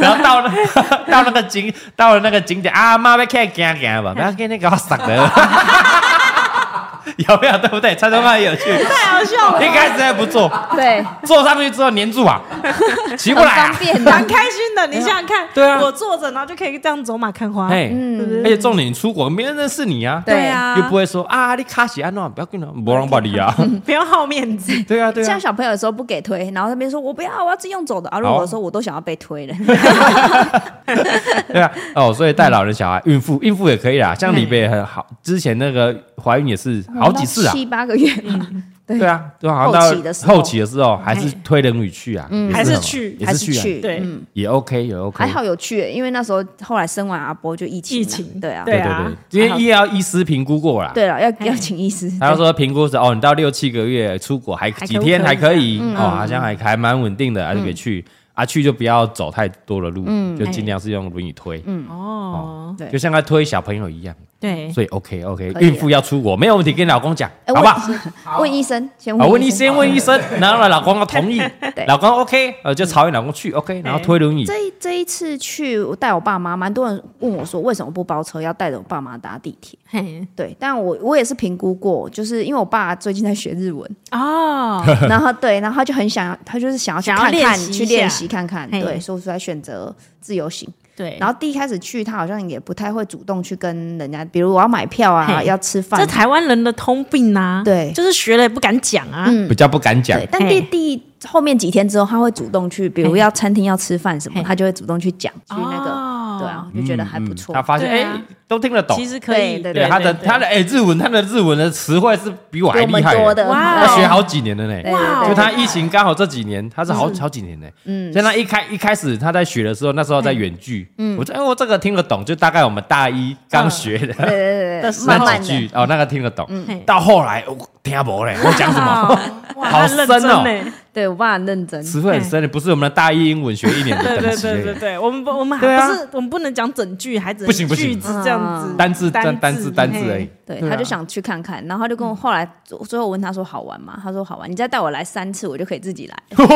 Speaker 1: 然后到那 到那个景到了那个景点，啊阿妈要看行行 吧，不要给你给我闪了。 有没有对不对？蔡宗汉有 趣，
Speaker 2: 太好笑了，
Speaker 1: 一开始还不坐，
Speaker 3: 对，
Speaker 1: 坐上去之后粘住 啊，起不
Speaker 3: 很
Speaker 1: 来啊
Speaker 3: 方。便
Speaker 2: 蛮
Speaker 3: 的。
Speaker 2: 开心的。你想想看，
Speaker 1: 对啊
Speaker 2: 我坐着然后就可以这样走马看花，
Speaker 1: 哎，
Speaker 3: 嗯
Speaker 1: 而且重点你出国没人认识你啊，
Speaker 2: 对啊
Speaker 1: 又不会说啊你卡西安诺不要跟他不让把 你啊，
Speaker 2: 不要好面子。
Speaker 1: 对啊对
Speaker 3: 嗯
Speaker 1: 啊
Speaker 3: 像，小朋友的时候不给推，然后那边说我不要，我要自己用走的。啊，如
Speaker 1: 好
Speaker 3: 果
Speaker 1: 啊
Speaker 3: 我说我都想要被推了，
Speaker 1: 对啊，哦，所以带老人小孩、孕妇、孕妇也可以啦，像李贝也很好，之前那个怀孕也是好几次啊，
Speaker 3: 七八个月嘛，对
Speaker 1: 对啊，对啊，好像到
Speaker 3: 后期的时候
Speaker 1: 后期的时候还是推轮椅去啊，也
Speaker 2: 还是
Speaker 1: 很
Speaker 2: 去
Speaker 1: 也
Speaker 3: 还
Speaker 1: 是
Speaker 3: 是
Speaker 1: 去啊，
Speaker 3: 去，
Speaker 2: 对
Speaker 3: 嗯
Speaker 1: 也 OK 也 OK，
Speaker 3: 还好有去欸，因为那时候后来生完阿波就疫情
Speaker 2: 疫
Speaker 3: 了，
Speaker 2: 情
Speaker 3: 对啊，
Speaker 2: 对
Speaker 1: 对
Speaker 2: 啊
Speaker 1: 对对，因为医疗医师评估过啦，
Speaker 4: 啊
Speaker 3: 对了，
Speaker 2: 哎
Speaker 3: 要要请医师，
Speaker 1: 他就说评估是哦，你到六七个月出国还
Speaker 2: 还可
Speaker 1: 几天还可以
Speaker 2: 嗯
Speaker 1: 哦，好像还还蛮稳定的，还是可以去啊，去就不要走太多的路，就尽量是用轮椅推，
Speaker 2: 哦，
Speaker 3: 对
Speaker 1: 就像他推小朋友一样，
Speaker 2: 对，
Speaker 1: 所以 OK OK，
Speaker 4: 可以
Speaker 1: 孕妇要出国没有问题，跟老公讲，
Speaker 4: 哎
Speaker 1: 好不好？
Speaker 4: 问问医生，先
Speaker 1: 啊，
Speaker 4: 问
Speaker 1: 问医 生，问医生，然后老公要同意，老公 OK，呃，就朝你老公去 OK，然后推轮椅，
Speaker 4: 这一这一次去，我带我爸妈，蛮多人问我说，为什么不包车，要带着我爸妈搭地铁？
Speaker 2: 嘿，
Speaker 4: 对，但我我也是评估过，就是因为我爸最近在学 日文，
Speaker 2: 哦，
Speaker 4: 然后对，然后他就很想要，他就是想要去
Speaker 2: 想要
Speaker 4: 看
Speaker 2: 练
Speaker 4: 看，
Speaker 2: 习一
Speaker 4: 去
Speaker 2: 下
Speaker 4: 练习看看，
Speaker 2: 嘿哎
Speaker 4: 对，所以我才选择自由行。
Speaker 2: 对，
Speaker 4: 然后第一开始去，他好像也不太会主动去跟人家，比如我要买票啊，
Speaker 2: 嘿
Speaker 4: 要吃
Speaker 2: 这
Speaker 4: 饭，
Speaker 2: 台湾人的通病啊，
Speaker 4: 对
Speaker 2: 就是学了也不敢讲啊，
Speaker 4: 嗯
Speaker 1: 比，较不敢讲
Speaker 4: 对。。但第
Speaker 2: 嘿
Speaker 4: 第后面几天之后，他会主动去，比如
Speaker 2: 嘿
Speaker 4: 要餐厅要吃饭什么，
Speaker 2: 嘿
Speaker 4: 他就会主动去讲，去那个，
Speaker 2: 哎哦
Speaker 4: 对啊，，我就觉得还不
Speaker 1: 嗯
Speaker 4: 错
Speaker 1: 他。发现
Speaker 2: 对
Speaker 1: 哎
Speaker 2: 啊，
Speaker 1: 都听得懂
Speaker 2: 其。实可以，
Speaker 4: 对对
Speaker 1: 对他的他
Speaker 2: 的，
Speaker 1: 的哎日文，他的日文的词汇是比我
Speaker 4: 比
Speaker 1: 还
Speaker 4: 我
Speaker 1: 厉
Speaker 4: 们
Speaker 1: 害
Speaker 4: 多
Speaker 1: 欸，
Speaker 4: 的，
Speaker 2: 哇
Speaker 1: 他
Speaker 2: 哦
Speaker 1: 学好几年了呢。
Speaker 4: 对
Speaker 2: 哇哦
Speaker 4: 对
Speaker 1: 就
Speaker 4: 对
Speaker 1: 他疫情刚好这几年，他是好好几年呢。
Speaker 4: 嗯
Speaker 1: 像他一开一开始他在学的时候，那时候在远距，我就哎我这个听得懂，就大概我们大一刚学的
Speaker 4: 对对
Speaker 2: 的
Speaker 4: 对对，
Speaker 2: 时候
Speaker 4: 慢
Speaker 1: 那
Speaker 4: 嗯慢嗯
Speaker 1: 几
Speaker 4: 的，
Speaker 1: 句哦，那个听得懂
Speaker 2: 嘿。哦
Speaker 1: 到后来我听不懂嘞，我讲什
Speaker 4: 哦
Speaker 1: 么？
Speaker 2: 哇，
Speaker 1: 好
Speaker 2: 他认
Speaker 1: 深哦
Speaker 2: 真呢
Speaker 4: 对我爸很认 真，
Speaker 1: 词汇很深的，不是我们的大一英文学一年 的
Speaker 2: 对
Speaker 1: 等
Speaker 2: 对
Speaker 1: 级
Speaker 2: 对对
Speaker 1: 欸。
Speaker 2: 对，我们不我们还
Speaker 1: 对啊
Speaker 2: 不是我们不能讲整句，还只能
Speaker 1: 不行不行
Speaker 2: 句子这样
Speaker 4: 嗯
Speaker 2: 子，
Speaker 1: 单字单单字单字而 已
Speaker 2: 嘿。，
Speaker 4: 对，
Speaker 1: 对啊
Speaker 4: 他就想去看看，然后他就跟我
Speaker 2: 嗯
Speaker 4: 后来最最后我问他说好玩吗？他说好玩，你再带我来三次，我就可以自己 来。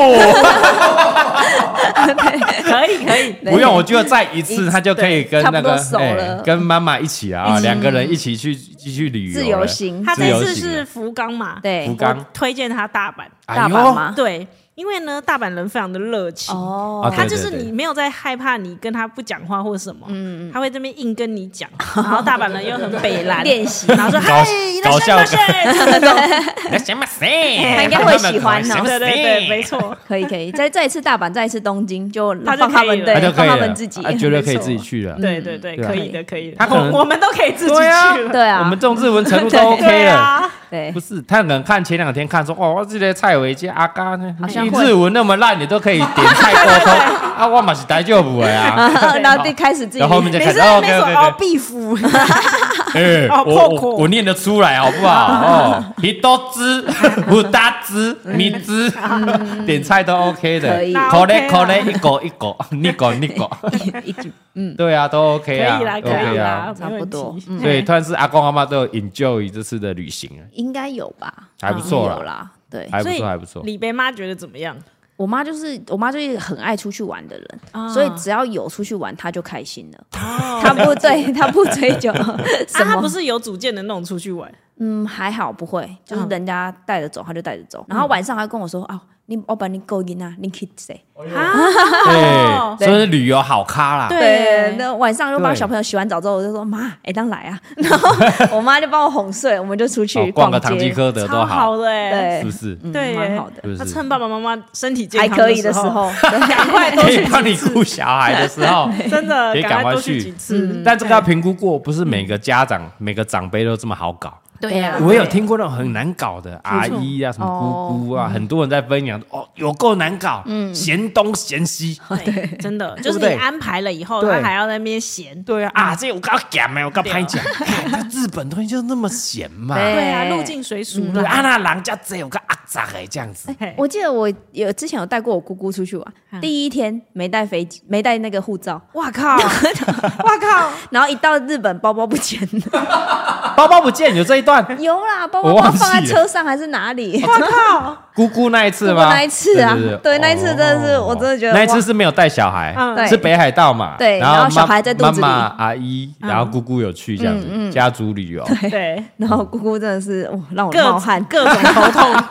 Speaker 2: 可以可 以，
Speaker 1: 不用，我觉得再一次他就可以跟那个
Speaker 4: 差不多熟了嗯
Speaker 1: 哎跟妈妈一起啊，两个人一起去继续旅游了
Speaker 4: 自由行
Speaker 2: 他
Speaker 1: 自
Speaker 2: 这
Speaker 1: 由行
Speaker 2: 次
Speaker 1: 啊哎了
Speaker 2: 是福冈嘛，，
Speaker 4: 对
Speaker 1: 福，冈
Speaker 2: 推荐他大阪，
Speaker 4: 大阪吗？
Speaker 2: 对，因为呢，大阪人非常的热情。
Speaker 4: 哦，
Speaker 1: 啊，
Speaker 2: 他
Speaker 1: 对
Speaker 2: 就
Speaker 1: 对
Speaker 2: 是
Speaker 1: 对
Speaker 2: 你没有在害怕你跟他不讲话或什
Speaker 4: 嗯
Speaker 2: 么，他会这边硬跟你 讲，然后大阪人又很北蓝
Speaker 4: 练习
Speaker 2: 然后说
Speaker 1: 搞
Speaker 2: 嗨，你在
Speaker 1: 搞
Speaker 2: 笑
Speaker 1: 笑
Speaker 2: 不笑？就那种
Speaker 1: 那什么谁？
Speaker 4: 他应该会喜欢哦
Speaker 2: 对对对，没。错，
Speaker 4: 可以可以，再再一次大阪，再一次东京，就
Speaker 2: 他就
Speaker 4: 放他
Speaker 2: 可以
Speaker 4: 们
Speaker 2: 了
Speaker 4: 对
Speaker 1: 他就，可
Speaker 4: 放
Speaker 1: 以
Speaker 4: 他
Speaker 1: 了
Speaker 4: 们自己，
Speaker 1: 啊，觉得可以自己去了。
Speaker 2: 对对对，
Speaker 1: 对啊
Speaker 2: 可以的，可以的。
Speaker 1: 他可能
Speaker 2: 我我们都可以自己去
Speaker 1: 对啊
Speaker 2: 了，
Speaker 4: 对
Speaker 1: 我
Speaker 4: 啊
Speaker 1: 们，这种日文程度 都
Speaker 2: 对
Speaker 1: OK 了。
Speaker 2: 啊，
Speaker 4: 对
Speaker 1: 不，是，他可能看前两天看说，哦，我这个蔡伟杰阿嘎呢，
Speaker 4: 好像
Speaker 1: 你
Speaker 4: 会
Speaker 1: 日文那么烂，你都可以点菜沟 通啊，我嘛是大丈夫的啊。
Speaker 4: 然后就开始自己
Speaker 1: 然后后面就
Speaker 2: 你
Speaker 1: 开
Speaker 2: 是
Speaker 1: 始
Speaker 2: 在那
Speaker 1: 哦
Speaker 2: 边说
Speaker 1: ，OK
Speaker 2: 哦
Speaker 1: OK，
Speaker 2: 壁虎，
Speaker 1: 哎，我
Speaker 2: 哦破口啊
Speaker 1: 我我念得出来好不好？哦，一多 汁，五大汁，米汁，
Speaker 2: 嗯
Speaker 1: 点菜都 OK 的，
Speaker 4: 可以
Speaker 2: 那
Speaker 1: c
Speaker 2: OK 啊啦
Speaker 1: o 一个一个， 你个你 个，
Speaker 4: 一句
Speaker 1: 对啊，都 OK
Speaker 2: 嗯可
Speaker 1: 啊
Speaker 2: 以啦，可
Speaker 1: ，OK
Speaker 2: 以
Speaker 1: 啊。
Speaker 2: 啦，
Speaker 4: 差不多
Speaker 2: 嗯，
Speaker 1: 所以，但是阿公阿妈都有 enjoy 这次的旅行，
Speaker 4: 应该有吧，嗯
Speaker 1: 还不错啦
Speaker 4: 有啦，对
Speaker 1: 还不
Speaker 2: 所以
Speaker 1: 错，还不错。
Speaker 2: 李贝妈觉得怎么样？
Speaker 4: 我妈就是我妈就是很爱出去玩的人，
Speaker 2: 啊
Speaker 4: 所以只要有出去玩，她就开心了。
Speaker 2: 哦
Speaker 4: 她不对，她不追求 什
Speaker 2: 啊，他
Speaker 4: 么
Speaker 2: 不，是有主见的那种出去玩，
Speaker 4: 嗯，还好不会，就是
Speaker 2: 嗯
Speaker 4: 人家带着走，她就带着走。然后晚上还跟我说啊，你我把你勾引啊，你 kid 谁？啊
Speaker 2: 哦
Speaker 1: 对，所以旅游好咖啦。
Speaker 2: 对
Speaker 4: 那晚上就帮
Speaker 1: 对
Speaker 4: 小朋友洗完澡之后，我就说妈，哎，当来啊， 然后我妈就帮我哄睡，我们就出
Speaker 1: 哦
Speaker 4: 去
Speaker 1: 逛个唐吉
Speaker 4: 街，
Speaker 1: 诃德都
Speaker 2: 超
Speaker 1: 好，
Speaker 2: 好的哎，
Speaker 4: 对
Speaker 1: 是不，是？
Speaker 4: 嗯
Speaker 2: 对
Speaker 4: 蛮
Speaker 2: 耶
Speaker 4: 好的，
Speaker 1: 是
Speaker 2: 他
Speaker 1: 不是？
Speaker 2: 趁爸爸妈妈身体健
Speaker 4: 还
Speaker 2: 康
Speaker 4: 可以的时
Speaker 2: 时候，
Speaker 4: 候，赶快
Speaker 1: 可 以帮你顾小孩的时 候，
Speaker 2: 真 的
Speaker 1: 可以赶
Speaker 2: 快
Speaker 1: 快
Speaker 2: 多去
Speaker 1: 去
Speaker 2: 几次。
Speaker 1: 但这个要评估过，不是每个家长、每个长辈都这么好搞。
Speaker 4: 嗯对
Speaker 2: 啊
Speaker 4: 啊呀
Speaker 1: 我有听过那种很难搞 的阿姨啊，什
Speaker 4: 哦
Speaker 1: 么姑姑啊，
Speaker 4: 嗯
Speaker 1: 很多人在分享哦，有够难搞，嫌东嫌
Speaker 4: 嗯
Speaker 1: 西。
Speaker 2: 对，哎真的就是你
Speaker 1: 对
Speaker 2: 安排了以后，
Speaker 1: 对
Speaker 2: 他还要在那边闲。
Speaker 1: 对啊，啊，这个我刚讲没，我刚 拍讲，看那哎日本东西就那么咸嘛。
Speaker 4: 对
Speaker 2: 对啊，入境随俗
Speaker 1: 对
Speaker 2: 啦。
Speaker 1: 啊，那人家这有个阿杂哎，这样子。
Speaker 2: 嘿
Speaker 4: 我记得我有之前有带过我姑姑出去玩，第一天没带飞机，没带那个护照，
Speaker 2: 哇靠！哇靠！
Speaker 4: 然后一到日本包包不见了，
Speaker 1: 包包不见有这一段，
Speaker 4: 有啦，包
Speaker 1: 我
Speaker 4: 包
Speaker 1: 忘
Speaker 4: 包
Speaker 1: 记
Speaker 4: 放在
Speaker 1: 了
Speaker 4: 车上还是哪 里？
Speaker 1: 姑姑那一次
Speaker 4: 姑姑
Speaker 1: 吗？
Speaker 4: 那一次啊对那一次真的是
Speaker 1: 哦
Speaker 4: 我真的觉得
Speaker 1: 那一
Speaker 4: 哇
Speaker 1: 次是没有带小孩
Speaker 2: 嗯，
Speaker 4: 对
Speaker 1: 是北海道嘛？
Speaker 4: 对然后小孩在肚子里嗯
Speaker 1: 妈妈阿姨，然后姑姑有去这样子家族旅游，
Speaker 2: 对，
Speaker 4: 然后姑姑真的是哇，让我
Speaker 2: 各
Speaker 4: 冒汗，
Speaker 2: 各种 头痛。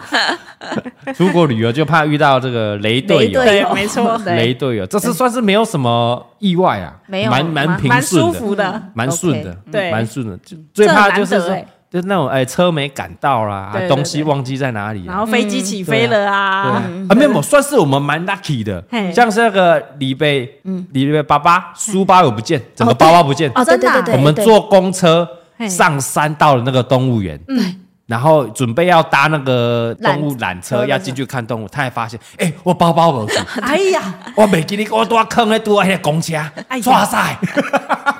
Speaker 1: 出国旅游就怕遇到这个雷队
Speaker 4: 雷
Speaker 1: 友。
Speaker 4: 队
Speaker 2: 对没错
Speaker 1: 雷
Speaker 4: 对，
Speaker 1: 队友，这次算是没有什么意外啊，
Speaker 4: 没有
Speaker 1: 蛮
Speaker 4: 蛮
Speaker 1: 蛮平
Speaker 2: 蛮
Speaker 1: 顺
Speaker 2: 舒
Speaker 1: 的，
Speaker 2: 服的，
Speaker 1: 蛮顺的，嗯
Speaker 2: 对
Speaker 1: 蛮顺的。就最怕就是
Speaker 4: 这很
Speaker 1: 说
Speaker 4: 难得欸，
Speaker 1: 就那种哎车没赶到啦，
Speaker 2: 对
Speaker 1: 啊
Speaker 2: 对
Speaker 1: 东西
Speaker 2: 对
Speaker 1: 忘记在哪里啊，
Speaker 2: 然后飞机起飞
Speaker 1: 对
Speaker 2: 了啊，
Speaker 1: 啊，没有，算是我们蛮 lucky 的
Speaker 2: 嘿。
Speaker 1: 像是那个李贝，李贝爸爸书包有不见，整个包包不见。
Speaker 4: 哦，对
Speaker 6: 真
Speaker 4: 对
Speaker 6: 的啊
Speaker 4: 对对，
Speaker 1: 我们
Speaker 4: 对
Speaker 1: 坐公车
Speaker 2: 嘿
Speaker 1: 上山到了那个动物园，然后准备要搭那个动物缆车要进去看动物，他还发现，哎，我包包没去，
Speaker 2: 哎呀，
Speaker 1: 啊我没给你，我多坑在多那个公车
Speaker 2: 哎，呀
Speaker 1: 哇塞，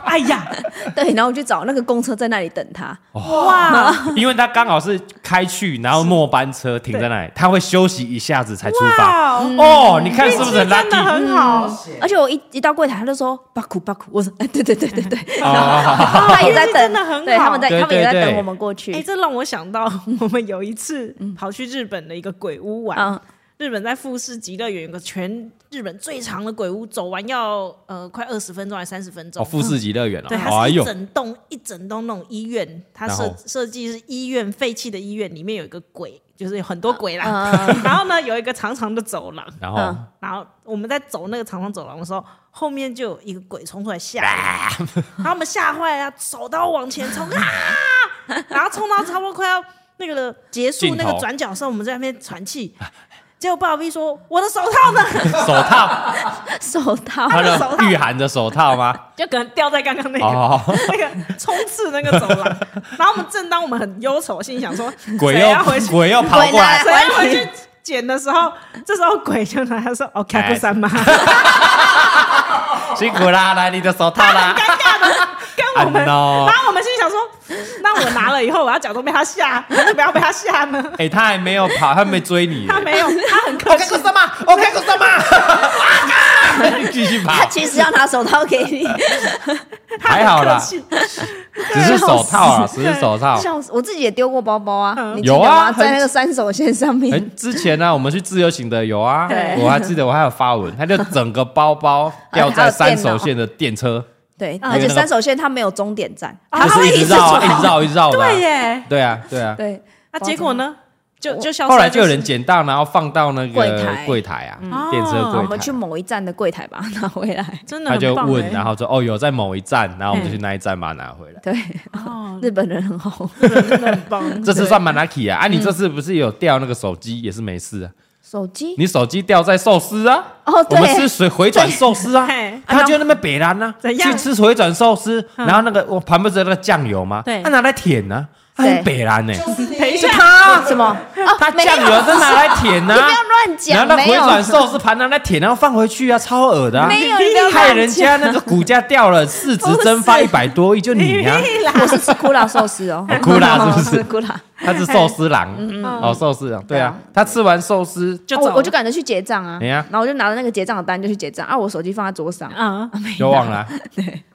Speaker 2: 哎呀，
Speaker 4: 对，然后我就找那个公车在那里等他，
Speaker 2: 哇，
Speaker 1: 因为他刚好是开去，然后末班车停在 那里，他会休息一下子才出发。
Speaker 2: 哇哦，
Speaker 1: 哦，你啊看是
Speaker 2: 运
Speaker 1: 不
Speaker 2: 气
Speaker 1: 是很
Speaker 2: 真的
Speaker 1: lucky？
Speaker 2: 很好，
Speaker 4: 而且我一一到柜台，他就说巴库巴库，我说哎，对对对对对，
Speaker 1: 哦，
Speaker 4: 他也
Speaker 2: 运
Speaker 4: 在
Speaker 2: 气真
Speaker 4: 等
Speaker 2: 的很，好
Speaker 4: 对，他们在
Speaker 1: 对
Speaker 4: 他们也在
Speaker 1: 对对
Speaker 4: 等我们过去
Speaker 1: 嗯
Speaker 2: 哎、，这让我想到 我们有一次跑去日本的一个鬼屋玩。
Speaker 4: 嗯
Speaker 2: 日本在富士极乐园有个全日本最长的鬼屋，走完要呃快二十分钟还是三十分
Speaker 1: 哦，
Speaker 2: 钟。
Speaker 1: 富士极乐园
Speaker 2: 对，
Speaker 1: 哦，
Speaker 2: 它
Speaker 1: 哎
Speaker 2: 是一
Speaker 1: 呦，
Speaker 2: 整栋、一整栋那种医院，它
Speaker 1: 然
Speaker 2: 设
Speaker 1: 后
Speaker 2: 设计是医院废弃的医院，里面有一个鬼，就是有很多鬼啦。
Speaker 1: 啊
Speaker 2: 然后呢，有一个长长的走廊，
Speaker 1: 然后
Speaker 2: 然后我们在走那个长长走廊的时候，后面就有一个鬼冲出来吓
Speaker 1: 啊
Speaker 2: 我们，然后我们吓坏了，手刀往前冲啊，然后冲到差不多快要那个结束
Speaker 1: 尽头
Speaker 2: 那个转角的时候，我们在那边喘气，结果爸爸咪说我的手套呢，
Speaker 1: 手套，
Speaker 4: 手套，
Speaker 1: 他
Speaker 2: 的 手
Speaker 1: 的
Speaker 2: 套
Speaker 1: 御寒的手套吗？
Speaker 2: 就可能掉在刚刚那个。
Speaker 1: 哦，
Speaker 2: 那个冲刺那个 走廊，然后我们正当我们很忧愁，心里想说
Speaker 1: 鬼
Speaker 2: 谁
Speaker 1: 要
Speaker 2: 要回去，谁
Speaker 1: 鬼要跑过来，
Speaker 2: 要回去捡的时候，这时候鬼就拿他说：“哦，
Speaker 1: 哎
Speaker 2: 开不三妈。”
Speaker 1: 辛苦啦，来你的手套 啦，
Speaker 2: 跟我们，
Speaker 1: 哎，no
Speaker 2: 然后我们心里想说，那我拿了以后，我要假装被他吓，还是不要被他吓呢？
Speaker 1: 哎，他还没有跑，他没追你，
Speaker 2: 他没有，他很客
Speaker 1: 我
Speaker 2: 气
Speaker 1: 看过什么？我看过什么？ 继续跑
Speaker 4: 他，其实要拿手套给你，
Speaker 1: 还好啦，
Speaker 2: 气
Speaker 1: 只是手套啊，只是手套。
Speaker 4: 笑死！我自己也丢过包包啊，你记
Speaker 1: 有
Speaker 4: 得
Speaker 1: 啊
Speaker 4: 吗？
Speaker 1: 很
Speaker 4: 在那个三手线上
Speaker 1: 哎、
Speaker 4: 面，
Speaker 1: 之前呢、我们去自由行的有啊
Speaker 4: 对，
Speaker 1: 我还记得我还有发文，他就整个包包掉在三手线的电车，
Speaker 4: 对，
Speaker 1: 嗯
Speaker 4: 而且三手线它没有终点站，
Speaker 2: 啊
Speaker 1: 就
Speaker 2: 哦
Speaker 4: 它
Speaker 1: 是
Speaker 4: 会
Speaker 1: 一直
Speaker 4: 转
Speaker 1: 绕，一直绕，一直绕的、
Speaker 2: 对
Speaker 1: 啊。
Speaker 2: 耶。
Speaker 1: 对啊，对啊。
Speaker 4: 对，
Speaker 2: 那结果呢？就就消失了。
Speaker 1: 后来就有人捡到，然后放到那
Speaker 4: 柜
Speaker 1: 个
Speaker 4: 台
Speaker 1: 柜台啊，
Speaker 2: 哦
Speaker 1: 电车
Speaker 4: 我
Speaker 1: 柜
Speaker 4: 们去
Speaker 1: 台。
Speaker 4: 某一站的柜台把它拿回来。
Speaker 2: 真的
Speaker 1: 他
Speaker 2: 很
Speaker 1: 就
Speaker 2: 棒
Speaker 1: 问，
Speaker 2: 哎
Speaker 1: 然后说：“哦，有在某一站。”然后我们就
Speaker 2: 嗯
Speaker 1: 去那一站把它拿回来。
Speaker 4: 对，
Speaker 2: 哦，
Speaker 4: 日本人很好，
Speaker 2: 真的很棒。
Speaker 1: 这次算蛮 lucky 啊！啊，你这次不是有掉那个手机，也是没事啊。
Speaker 4: 手机
Speaker 1: 你手机掉在寿司啊？
Speaker 4: 哦
Speaker 1: 我
Speaker 4: 对
Speaker 1: 们吃水回转寿司啊
Speaker 2: 对，
Speaker 1: 他就在那边北兰呢，
Speaker 2: 怎样
Speaker 1: 去吃回转寿司，然后那个我旁边不是有那个酱油吗？
Speaker 2: 对
Speaker 1: 他拿来舔呢，他
Speaker 4: 谁
Speaker 1: 很北兰呢，
Speaker 2: 等一
Speaker 1: 是
Speaker 2: 下，
Speaker 1: 他
Speaker 4: 什么？
Speaker 1: 他酱油都拿来舔呢
Speaker 4: 啊 你，不要乱
Speaker 1: 然后
Speaker 4: 讲，
Speaker 1: 那
Speaker 4: 没
Speaker 1: 回
Speaker 4: 有
Speaker 1: 转寿司盘拿来舔，然后放回去啊，超恶的啊，
Speaker 4: 没有，你不要
Speaker 1: 害
Speaker 4: 乱
Speaker 1: 人
Speaker 4: 讲。
Speaker 1: 家那个股价掉了，市值蒸发一百多亿，就 你 啊，
Speaker 2: 屁啦
Speaker 4: 我是吃苦辣寿司 哦，
Speaker 1: 苦 辣是不是
Speaker 4: 苦辣？
Speaker 1: 他是寿司郎，哦，寿司郎，对啊，他吃完寿司
Speaker 2: 就
Speaker 4: 哦
Speaker 2: 走了
Speaker 4: 我我就赶着去结账啊，
Speaker 1: 哎呀
Speaker 4: 然后我就拿着那个结账的单就去结账啊，我手机放在桌上，
Speaker 2: 嗯，
Speaker 1: 就忘了啊，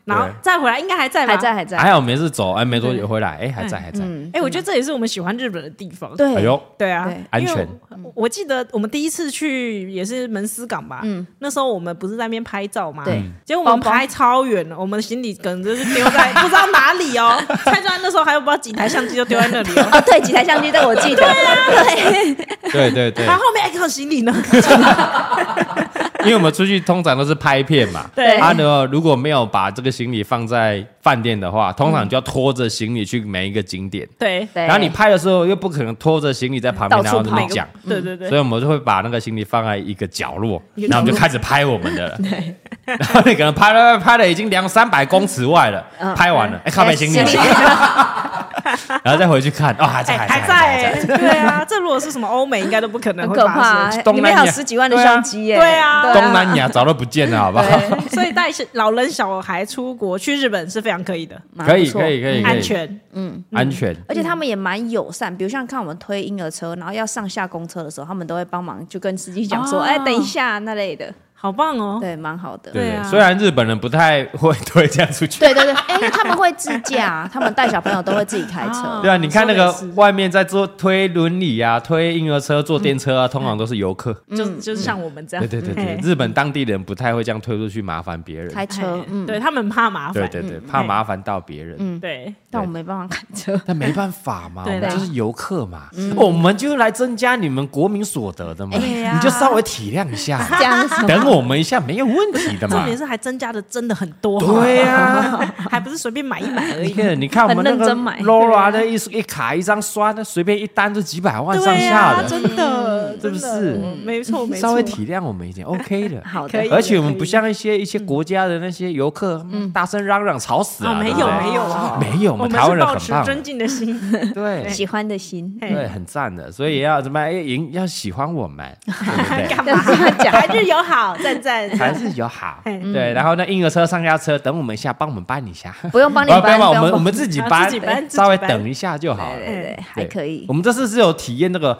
Speaker 2: 然后
Speaker 1: 对
Speaker 2: 再回来应该还在吧？
Speaker 4: 还在。还在，
Speaker 1: 哎还好没事走，哎，没多久回来，哎，还在还在，
Speaker 2: 哎，我觉得这也是我们喜欢日本的地方。
Speaker 4: 对，
Speaker 1: 哎呦，
Speaker 2: 对啊，
Speaker 4: 对
Speaker 2: 因为
Speaker 1: 安全
Speaker 2: 我。我记得我们第一次去也是门司港吧，那时候我们不是在那边拍照吗？
Speaker 4: 对，
Speaker 2: 结果我们
Speaker 4: 包包
Speaker 2: 拍超远了，我们行李梗就是丢在不知道哪里哦。蔡庄那时候还有不知道几台相机就丢在那里哦。
Speaker 4: 哦 对，啊几台相机，对我记得，对，
Speaker 1: 对对 对
Speaker 2: 他，后面还有行李呢，
Speaker 1: 因为我们出去通常都是拍片嘛，
Speaker 2: 对
Speaker 1: 啊，然后如果没有把这个行李放在饭店的话，通常就要拖着行李去每一个景点，
Speaker 2: 对
Speaker 4: 对
Speaker 1: 然后你拍的时候又不可能拖着行李在旁边，
Speaker 4: 到
Speaker 1: 然
Speaker 4: 处
Speaker 1: 后在那边
Speaker 4: 跑
Speaker 1: 讲。
Speaker 2: 对对对
Speaker 1: 所以，我们就会把那个行李放在一个角落，然后我们就开始拍我们的了。然后你可能拍了拍了已经两三百公尺外了，拍完了，哎，靠背行李， 然后再回去看，哦，还在，
Speaker 2: 哎
Speaker 1: 还在，
Speaker 2: 还在哎，对啊，这如果是什么欧美，应该都不可能
Speaker 4: 很
Speaker 2: 会
Speaker 4: 可怕
Speaker 2: 发
Speaker 4: 啊
Speaker 2: 生。，
Speaker 1: 东
Speaker 4: 里
Speaker 1: 南
Speaker 4: 面还有
Speaker 1: 亚
Speaker 4: 十几万的
Speaker 1: 对啊
Speaker 4: 相机耶，
Speaker 2: 对啊
Speaker 1: 东南亚早都不见了，好不好？
Speaker 2: 所以带老人小孩出国去日本是非常可以的，
Speaker 4: 蛮
Speaker 1: 可以，
Speaker 4: 不错
Speaker 1: 可以，可以，可以
Speaker 2: 安，全。
Speaker 1: 安全。
Speaker 4: 而且他们也蛮友善，比如像看我们推婴儿车，然后要上下公车的时候，他们都会帮忙，就跟司机讲说：“
Speaker 2: 哦
Speaker 4: 哎、等一下”那类的，
Speaker 2: 好棒哦！
Speaker 4: 对，蛮好的。
Speaker 1: 啊对
Speaker 2: 对啊
Speaker 1: 虽然日本人不太会推这样出去。
Speaker 4: 对对对，哎、因为他们会自驾、 他们带小朋友都会自己开车。
Speaker 1: 对啊，你看那个
Speaker 2: 哦说得也是
Speaker 1: 外面在做推轮椅啊、推婴儿车、坐电车啊，通常都是游客。
Speaker 4: 嗯
Speaker 2: 就就是像我们这样
Speaker 1: 对，对对对
Speaker 2: 嗯，
Speaker 1: 日本当地人不太会这样推出去麻烦别人。
Speaker 4: 开车
Speaker 2: 哎，
Speaker 4: 嗯，
Speaker 2: 对他们怕麻
Speaker 1: 对
Speaker 2: 烦，嗯
Speaker 1: 对对，怕麻烦到别人。
Speaker 2: 对，
Speaker 4: 但我没办法开 车，
Speaker 1: 那没办法嘛，我
Speaker 2: 对嗯
Speaker 1: 们
Speaker 2: 啦
Speaker 1: 就是游客嘛，哦我们就是来增加你们国民所得的嘛，
Speaker 2: 哎呀
Speaker 1: 你就稍微体谅一下，
Speaker 4: 这样子
Speaker 1: 等我们一下没有问题的
Speaker 2: 重
Speaker 1: 嘛
Speaker 2: 点。是还增加的真的很多，
Speaker 1: 对呀，
Speaker 2: 还不是随便买一买而
Speaker 1: 你
Speaker 2: 已。
Speaker 1: 看，你看我们那
Speaker 4: 很认
Speaker 1: 个
Speaker 4: 真买
Speaker 1: Laura 的一一卡一张刷，那随便一单就几百万 上
Speaker 2: 对
Speaker 1: 下
Speaker 2: 呀，
Speaker 1: 的，
Speaker 2: 真的，
Speaker 1: 是不
Speaker 2: 真的
Speaker 1: 是
Speaker 2: 嗯没错，没错，
Speaker 1: 稍微体谅我们一 点，OK 的。
Speaker 4: 好
Speaker 2: 可
Speaker 4: 的
Speaker 2: 以，
Speaker 1: 而且我们
Speaker 2: 可以
Speaker 1: 不像一些一些国家的那些游客，大声嚷嚷吵死
Speaker 2: 啊，
Speaker 1: 了，
Speaker 2: 没
Speaker 1: 对
Speaker 2: 有
Speaker 1: 不对
Speaker 4: 哦
Speaker 2: 没有 啊，
Speaker 1: 没有，我
Speaker 2: 我
Speaker 1: 们
Speaker 2: 们
Speaker 1: 台湾
Speaker 2: 是
Speaker 1: 人
Speaker 2: 保
Speaker 1: 很
Speaker 2: 持
Speaker 1: 棒，
Speaker 2: 尊敬的心，
Speaker 1: 对
Speaker 4: 喜欢的心，
Speaker 2: 嘿
Speaker 1: 对， 很赞的，所以要怎么样要赢要喜欢我们，对不对？
Speaker 2: 干嘛？台日友好，好，赞赞。
Speaker 1: 还是有 好。
Speaker 2: 嘿
Speaker 1: 对，然后呢，婴儿车上下车，等我们一下，帮我们搬一下。
Speaker 4: 不用帮你
Speaker 1: 不要
Speaker 4: 搬，
Speaker 1: 哦不要嘛，我们
Speaker 4: 帮
Speaker 1: 我们自己
Speaker 2: 啊
Speaker 1: 搬 哎
Speaker 2: 自己搬自，己
Speaker 1: 稍微
Speaker 2: 搬
Speaker 1: 等一下就好了。
Speaker 4: 对对，还
Speaker 1: 对
Speaker 4: 可以
Speaker 1: 我。们这次是有体验那个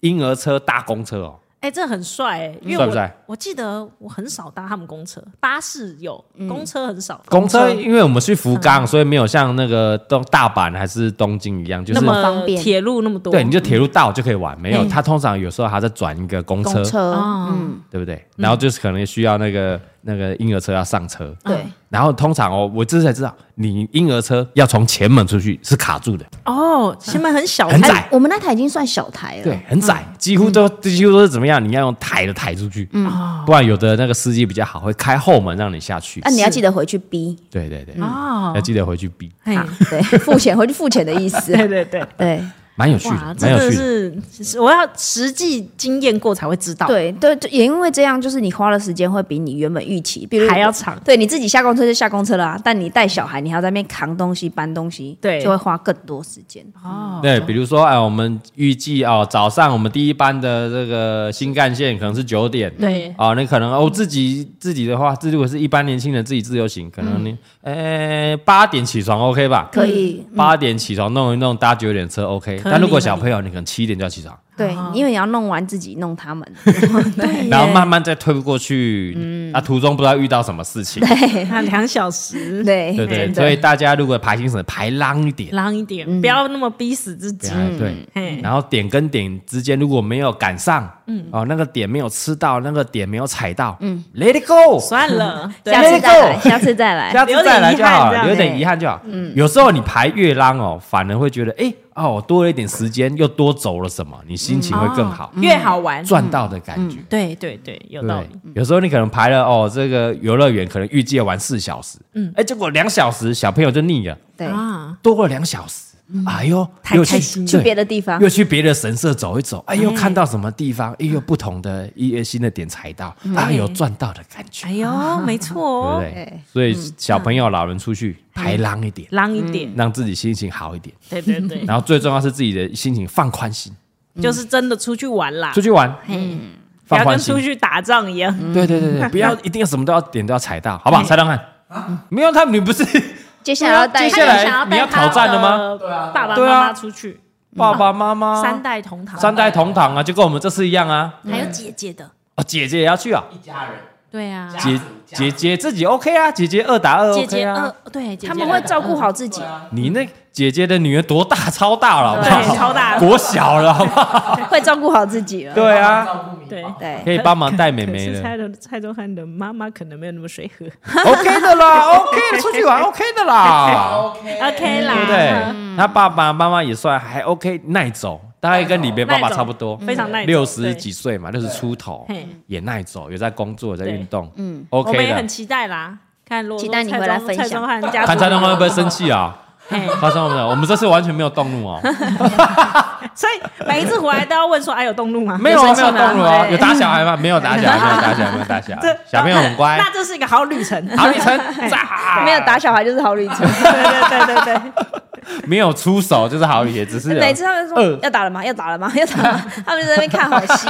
Speaker 1: 婴儿车搭公车哦，
Speaker 2: 哎，这很帅哎，因为
Speaker 1: 帅不
Speaker 2: 我
Speaker 1: 帅
Speaker 2: 我记得我很少搭他们公车，巴士有，
Speaker 4: 嗯
Speaker 2: 公车嗯很少。
Speaker 1: 公车，因为我们去福冈，所以没有像那个东大阪还是东京一样，就是
Speaker 2: 那么
Speaker 4: 方便
Speaker 2: 铁路那么多，嗯
Speaker 1: 对，你就铁路到就可以玩，没有，它通常有时候还在转一个公车
Speaker 4: 公，车，
Speaker 2: 哦，
Speaker 4: 嗯
Speaker 1: 对不对？然后就是可能需要那个那个婴儿车要上车，
Speaker 2: 嗯
Speaker 4: 对，
Speaker 1: 然后通常哦，我这才知道，你婴儿车要从前门出去是卡住的，
Speaker 2: 哦，前面很小，
Speaker 1: 很窄
Speaker 4: 哎，我们那台已经算小台了，
Speaker 1: 对，很窄，
Speaker 2: 嗯
Speaker 1: 几乎都几乎都是怎么样，你要用抬的抬出去，
Speaker 2: 嗯
Speaker 1: 不然有的那个司机比较好，会开后门让你下去
Speaker 4: 那、。你要记得回去逼，
Speaker 1: 对对对，
Speaker 2: 哎哦
Speaker 1: 要记得回去逼，
Speaker 2: 嘿
Speaker 4: 啊对，付钱回去付钱的意思，
Speaker 2: 对对对，
Speaker 4: 对
Speaker 1: 蛮有趣
Speaker 2: 哇，
Speaker 1: 的，
Speaker 2: 真
Speaker 1: 蛮有
Speaker 2: 的
Speaker 1: 趣的。
Speaker 2: 是，是我要实际经验过才会知道。，
Speaker 4: 对对，就也因为这样，就是你花的时间会比你原本预期，比如
Speaker 2: 还要长
Speaker 4: 对，你自己下公车就下公车了、啊，但你带小孩，你还要在那边扛东西、搬东西，
Speaker 2: 对
Speaker 4: 就会花更多时间。
Speaker 2: 哦，
Speaker 1: 对，比如说，哎，我们预计哦，早上我们第一班的这个新干线可能是九点，
Speaker 2: 对
Speaker 1: 啊、你可能哦自己自己的话，自如果是一般年轻人自己自由行，可能你呃八、点起床 OK 吧？
Speaker 4: 可以，
Speaker 1: 八点起床弄一弄搭九点车 OK，
Speaker 2: 可以
Speaker 1: 但如果
Speaker 2: 可以
Speaker 1: 小朋友你可能七点就要起床，
Speaker 4: 对，因为你要弄完自己，弄他们，
Speaker 1: 然后慢慢再推过去，啊途中不知道遇到什么事情，
Speaker 2: 那两小时，
Speaker 4: 对
Speaker 1: 对对，
Speaker 2: 真的
Speaker 1: 所以大家如果排行程排浪一点，
Speaker 2: 浪一点，不要那么逼死自己。
Speaker 1: 哎对，
Speaker 2: 嘿，
Speaker 1: 然后点跟点之间如果没有赶上，嗯，哦，那个点没有吃到，那个点没有踩到，嗯，Let it go，
Speaker 2: 算 了，对
Speaker 4: 下
Speaker 1: 没
Speaker 4: 次再来，
Speaker 1: 错
Speaker 4: 下次再来。
Speaker 1: 下次再来就好了，
Speaker 2: 留
Speaker 1: 有
Speaker 4: 点
Speaker 1: 点遗
Speaker 4: 遗
Speaker 1: 憾就好。嗯，有时候你排越浪哦，反而会觉得，哎，哦，我多了一点时间，又多走了什么，你心情会更好，
Speaker 2: 哦
Speaker 1: 嗯
Speaker 2: 越好玩，
Speaker 1: 赚到的感觉。
Speaker 2: 对对对，有
Speaker 1: 对
Speaker 2: 道理。，
Speaker 1: 嗯有嗯时候你可能排了哦，这个游乐园可能预计要玩四小时，嗯，哎，结果两小时小朋友就腻了，
Speaker 4: 对，
Speaker 2: 啊，
Speaker 1: 多了两小时，哎呦，
Speaker 2: 嗯太
Speaker 1: 又去
Speaker 2: 开心了
Speaker 4: 去
Speaker 1: 对
Speaker 4: 别的地方
Speaker 1: 又，去别的神社走一走，哎呦，看到什么地方，哎呦，不同的一些新的点踩到，哎呦，赚到的感觉
Speaker 2: 嗯哎，呦，没错
Speaker 1: 啊对不
Speaker 2: 哦，
Speaker 1: 对？所以小朋友、老人出去
Speaker 2: 嗯
Speaker 1: 排浪一点，
Speaker 2: 浪一点，
Speaker 1: 让自己心情好一点，
Speaker 2: 对对对，
Speaker 1: 然后最重要是自己的心情放宽心，
Speaker 2: 嗯就是真的出去玩啦
Speaker 1: 嗯出，去玩，
Speaker 2: 不
Speaker 1: 放
Speaker 2: 要跟
Speaker 1: 宽心嗯
Speaker 2: 出，去打仗一样。
Speaker 1: 对对 对对，不要一定要什么都要点都要踩到，好不好？蔡浪汉，啊没有他们，你不是
Speaker 2: 嗯
Speaker 4: 接下来要
Speaker 1: 接
Speaker 4: 带，
Speaker 1: 下
Speaker 4: 想要
Speaker 1: 来
Speaker 4: 带
Speaker 1: 哎你要挑战了吗？？
Speaker 2: 呃爸爸
Speaker 1: 对
Speaker 2: 妈
Speaker 1: 啊
Speaker 2: 妈出去，
Speaker 1: 爸爸妈妈啊
Speaker 2: 三代同堂，
Speaker 1: 三代同堂啊，就跟我们这次一样啊，
Speaker 2: 还有姐姐的，
Speaker 1: 哦，姐姐也要去啊，
Speaker 5: 一家人，
Speaker 2: 对啊，
Speaker 1: 姐姐姐自己 OK 啊，姐姐二打
Speaker 4: 哦
Speaker 1: 二
Speaker 2: 姐
Speaker 1: OK
Speaker 2: 姐
Speaker 1: 啊
Speaker 2: 二。，对，姐姐
Speaker 4: 他们会
Speaker 2: 二
Speaker 4: 照顾好自己，
Speaker 1: 你那姐姐的女儿多大？超大了，好不好？
Speaker 2: 对 超大
Speaker 1: 国小了，好不 好？
Speaker 4: 会照顾好自己了。
Speaker 1: 对啊，
Speaker 5: 照顾民
Speaker 2: 对
Speaker 5: 房，
Speaker 4: 对，
Speaker 1: 可以帮忙带妹
Speaker 2: 可
Speaker 1: 妹
Speaker 2: 是蔡
Speaker 1: 的
Speaker 2: 的蔡宗翰的妈妈可能没有那么随和。
Speaker 1: ，OK 的啦，OK 的，出去玩 OK 的啦，
Speaker 2: OK 啦，嗯
Speaker 1: 对不对？他爸爸妈妈也算还 OK，耐走，大概跟李 别爸爸差不多，
Speaker 2: 非常耐走
Speaker 1: 六十几岁嘛，六十出头
Speaker 2: 嗯嘿，
Speaker 1: 也耐走，有在工作，有在
Speaker 2: 对
Speaker 1: 运动，嗯
Speaker 2: 我们
Speaker 1: ，OK
Speaker 2: 也很
Speaker 1: 的。
Speaker 2: 期待啦，看如果
Speaker 4: 期待你回来分享
Speaker 2: 蔡宗翰家
Speaker 1: 看
Speaker 2: 族，
Speaker 1: 蔡东会不会生气啊？
Speaker 2: 嘿
Speaker 1: 发生我们，我们这次完全没有动怒哦，
Speaker 2: 所以每一次回来都要问说：“哎，有动怒吗？”
Speaker 1: 没有啊，没有
Speaker 2: 生气吗
Speaker 1: 动怒啊，
Speaker 4: 对
Speaker 1: 有打小孩吗？没有打小孩，没有打小孩，没有打小孩，小朋友很乖。啊
Speaker 2: 那这是一个好旅程。
Speaker 1: 好里程，炸
Speaker 4: 没有打小孩就是好旅 程。
Speaker 2: 对对对对对，
Speaker 1: 没有出手就是好也只是
Speaker 4: 每次他们
Speaker 1: 呃
Speaker 4: 说要打了吗？要打了吗？ 要打了吗？他们就在那边看好 戏。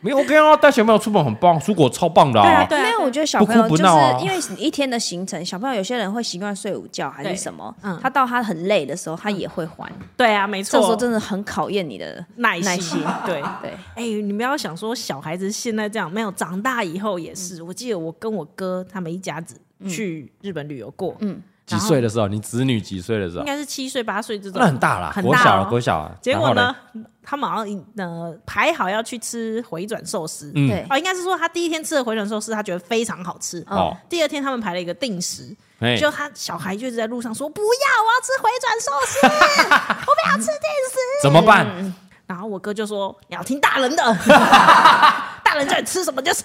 Speaker 1: 没有 OK 啊，带小朋友出门很棒，出国超棒的啊。
Speaker 2: 对啊
Speaker 4: 没有，我觉得小朋友
Speaker 1: 不哭不
Speaker 4: 就是
Speaker 1: 闹啊
Speaker 4: 因为你一天的行程，小朋友有些人会习惯睡午觉还
Speaker 2: 对
Speaker 4: 是什么
Speaker 2: 嗯，
Speaker 4: 他到他很累的时候，他也会还。
Speaker 2: 对啊，没
Speaker 4: 这时候
Speaker 2: 错，
Speaker 4: 真的很考验你的
Speaker 2: 耐
Speaker 4: 耐
Speaker 2: 心
Speaker 4: 心。
Speaker 2: 对。
Speaker 4: 对，
Speaker 2: 哎、你不要想说小孩子现在这样，没有长大以后也是。我记得我跟我哥他们一家子去日本旅游过，嗯，
Speaker 1: 几岁的时候？你子女几岁的时候
Speaker 2: 应？该是七岁八岁这种，
Speaker 1: 啊那很大啦，
Speaker 2: 很
Speaker 1: 国
Speaker 2: 大
Speaker 1: 小
Speaker 2: 哦
Speaker 1: 了，国小啊。
Speaker 2: 结果
Speaker 1: 然
Speaker 2: 呢
Speaker 1: 后，
Speaker 2: 他们好像呃排好要去吃回转寿司，
Speaker 1: 嗯
Speaker 4: 对
Speaker 2: 哦，应该是说他第一天吃的回转寿司，他觉得非常好吃。
Speaker 1: 嗯哦
Speaker 2: 第二天他们排了一个定时，
Speaker 1: 嘞？
Speaker 2: 就
Speaker 1: 哎，
Speaker 2: 他小孩就一直在路上说不要，啊我要吃回转寿司， 我不要吃定时。
Speaker 1: 怎么办？
Speaker 2: 然后我哥就说你要听大 人的，大人叫你吃什么就吃，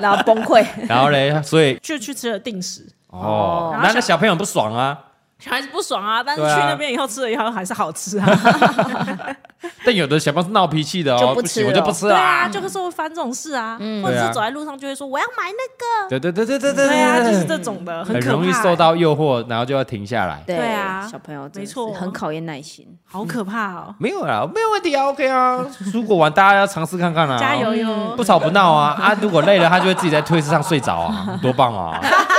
Speaker 4: 然后崩溃。
Speaker 1: 然后嘞，所以
Speaker 2: 就去吃了定时。
Speaker 1: 哦，
Speaker 2: 然后
Speaker 1: 那那
Speaker 2: 小
Speaker 1: 小朋友不爽啊，
Speaker 2: 小孩子不爽啊，但是去
Speaker 1: 对啊
Speaker 2: 那边以后吃了以后还是好吃啊。
Speaker 1: 但有的小猫是闹脾气的
Speaker 4: 就
Speaker 1: 哦，
Speaker 4: 不
Speaker 1: 不
Speaker 4: 吃
Speaker 1: 行，我就
Speaker 4: 了
Speaker 1: 不吃
Speaker 2: 对啊，
Speaker 1: 啦。
Speaker 2: 就会说会翻这种事啊，
Speaker 7: 嗯
Speaker 2: 或者
Speaker 1: 对
Speaker 2: 是
Speaker 1: 啊
Speaker 2: 走在路上就会说我要买那个，
Speaker 1: 对对对对对对
Speaker 2: 对啊，
Speaker 1: 对
Speaker 2: 就是这种的，
Speaker 1: 很
Speaker 2: 可怕欸
Speaker 1: 容易受到诱惑，然后就要停下来。
Speaker 4: 对
Speaker 2: 对啊
Speaker 4: 小朋友真的
Speaker 2: 没
Speaker 4: 是
Speaker 2: 错
Speaker 4: 很考验耐心。
Speaker 2: 好可怕哦，
Speaker 1: 没有啦，没有问题啊，OK 啊。出国玩大家要尝试看看啊，
Speaker 2: 加油哟
Speaker 1: 不！吵不闹 啊啊！如果累了，他就会自己在推车上睡着啊，多棒啊！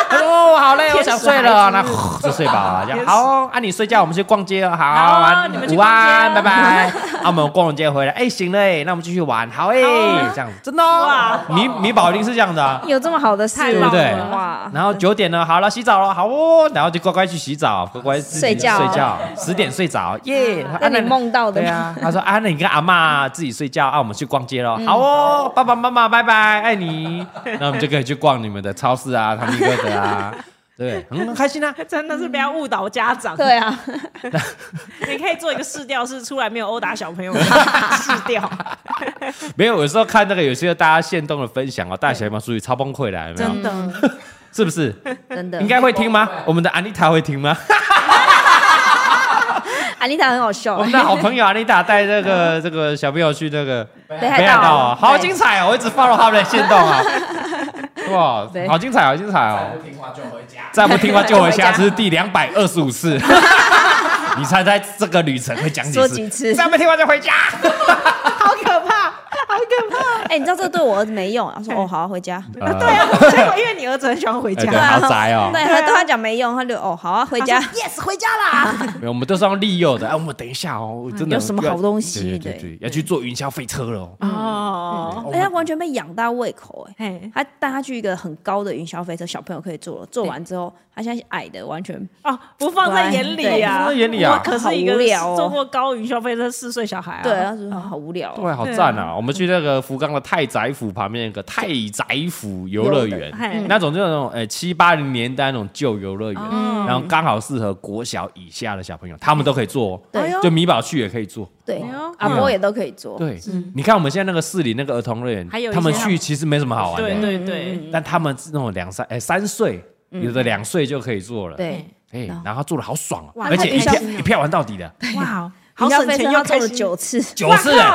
Speaker 1: 他说哦，好累，我想睡了啊，那呼就睡吧啊，这样好哦。啊，你睡觉，我们去逛街哦，好
Speaker 2: 好啊
Speaker 1: 玩
Speaker 2: 你们，去
Speaker 1: 午
Speaker 2: 逛街
Speaker 1: 安，
Speaker 2: 哦
Speaker 1: 拜 拜。啊，我们逛完街回来，哎，行嘞，那我们继续玩，好哎，
Speaker 2: 啊
Speaker 1: 这样子真的哦，米米宝一定是这样的啊。
Speaker 4: 有这么好的事，啊
Speaker 2: 太
Speaker 1: 对
Speaker 2: 棒
Speaker 1: 不对
Speaker 2: 了
Speaker 4: 哇！
Speaker 1: 然后九点了，好了，洗澡了，好哦，然后就乖乖去洗澡，乖乖自己
Speaker 4: 睡觉
Speaker 1: 睡觉，十点睡着，耶。啊
Speaker 4: 那你梦到的
Speaker 1: 对
Speaker 4: 吗？
Speaker 1: 啊，他说啊，那你跟阿妈自己睡觉啊，我们去逛街
Speaker 4: 嗯
Speaker 1: 喽。好哦，爸爸妈妈拜拜，爱你。那我们就可以去逛你们的超市啊，唐吉诃德啊， 对，很开心啊。
Speaker 2: 真的是不要误导家长。
Speaker 4: 对啊，
Speaker 2: 你可以做一个试调，是出来没有殴打 小朋友的试调，
Speaker 1: 没有，有时候看那个有些大家现动的分享哦，大小猫属于超崩溃了，有没有？
Speaker 2: 真的。
Speaker 1: 是不是？
Speaker 4: 真的
Speaker 1: 应。该会听吗？我们的安妮塔会听吗？
Speaker 4: 安妮塔很好笑
Speaker 1: 我，们的哦 好朋友安妮塔带这个这个小朋友去那个
Speaker 4: 北
Speaker 1: 北海道啊，
Speaker 4: 道
Speaker 1: 好精彩哦！我一直 follow 他们的现动 啊，哇，
Speaker 4: 对
Speaker 1: 好精彩，好精彩哦！
Speaker 8: 不听话就回家。
Speaker 1: 再不听话就回家，这是第两百二十五 次。你猜猜这个旅程会讲几
Speaker 4: 说
Speaker 1: 次？
Speaker 4: 几次
Speaker 1: 再不听话就回家。
Speaker 2: 好可怕，
Speaker 1: 啊
Speaker 2: 好可怕！
Speaker 4: 哎、你知道这个对我儿子没用，他说
Speaker 2: 嗯
Speaker 4: 哦好、啊，回家。
Speaker 1: 呃
Speaker 2: 对啊，结果因为你儿子很喜欢回
Speaker 1: 哎
Speaker 2: 家
Speaker 1: 对，，好宅哦。
Speaker 4: 对他对他讲没用，他就哦好啊，回家。
Speaker 2: yes 回家啦，
Speaker 1: 没有我们都是要利诱的。哎，我们等一下哦，真的
Speaker 4: 有什么好东西
Speaker 1: 对对对对，要去坐云霄飞车了哦。
Speaker 2: 哦，
Speaker 4: 哎、他完全被养大胃口哎、
Speaker 2: 嘿，
Speaker 4: 他带他去一个很高的云霄飞车，小朋友可以坐了。坐完之后，他现在是矮的，完全
Speaker 2: 哦，不放在眼里呀，
Speaker 1: 嗯对不放在眼里啊
Speaker 2: 我可是一个
Speaker 4: 好无聊哦
Speaker 2: 坐过高云霄飞车四岁小孩啊，
Speaker 4: 对，他说好无聊、哦。
Speaker 1: 对，好赞啊！我们去那个福冈的太宰府旁边有个太宰府游乐园，
Speaker 2: 嘿，
Speaker 1: 那种就那种呃七八零年代那种旧游乐园，
Speaker 2: 嗯
Speaker 1: 然后刚好适合国小以下的小朋友，他们都可以坐哦。
Speaker 4: 对
Speaker 2: 哎呦
Speaker 1: 就米宝去也可以坐。
Speaker 4: 对
Speaker 2: 哎呦，
Speaker 4: 阿波也都可以坐。
Speaker 1: 嗯对，你看我们现在那个市里那个儿童乐园
Speaker 2: 还有，一些
Speaker 1: 他们去其实没什么好玩
Speaker 2: 对嗯
Speaker 1: 的，
Speaker 2: 对对，
Speaker 1: 但他们是那种两三哎三岁，有的两岁就可以做了，，
Speaker 4: 对，
Speaker 2: 嗯
Speaker 1: 哎，然后做的好爽哦，
Speaker 2: 哇
Speaker 1: 而且
Speaker 4: 那
Speaker 1: 一
Speaker 4: 太开
Speaker 1: 票
Speaker 4: 心了
Speaker 1: 一票玩到底的，
Speaker 2: 哇，哦好
Speaker 4: 云霄
Speaker 2: 省
Speaker 4: 飞车
Speaker 2: 钱
Speaker 4: 他
Speaker 2: 又
Speaker 4: 坐
Speaker 2: 开
Speaker 4: 了
Speaker 2: 心，
Speaker 4: 九次，
Speaker 1: 九次哎，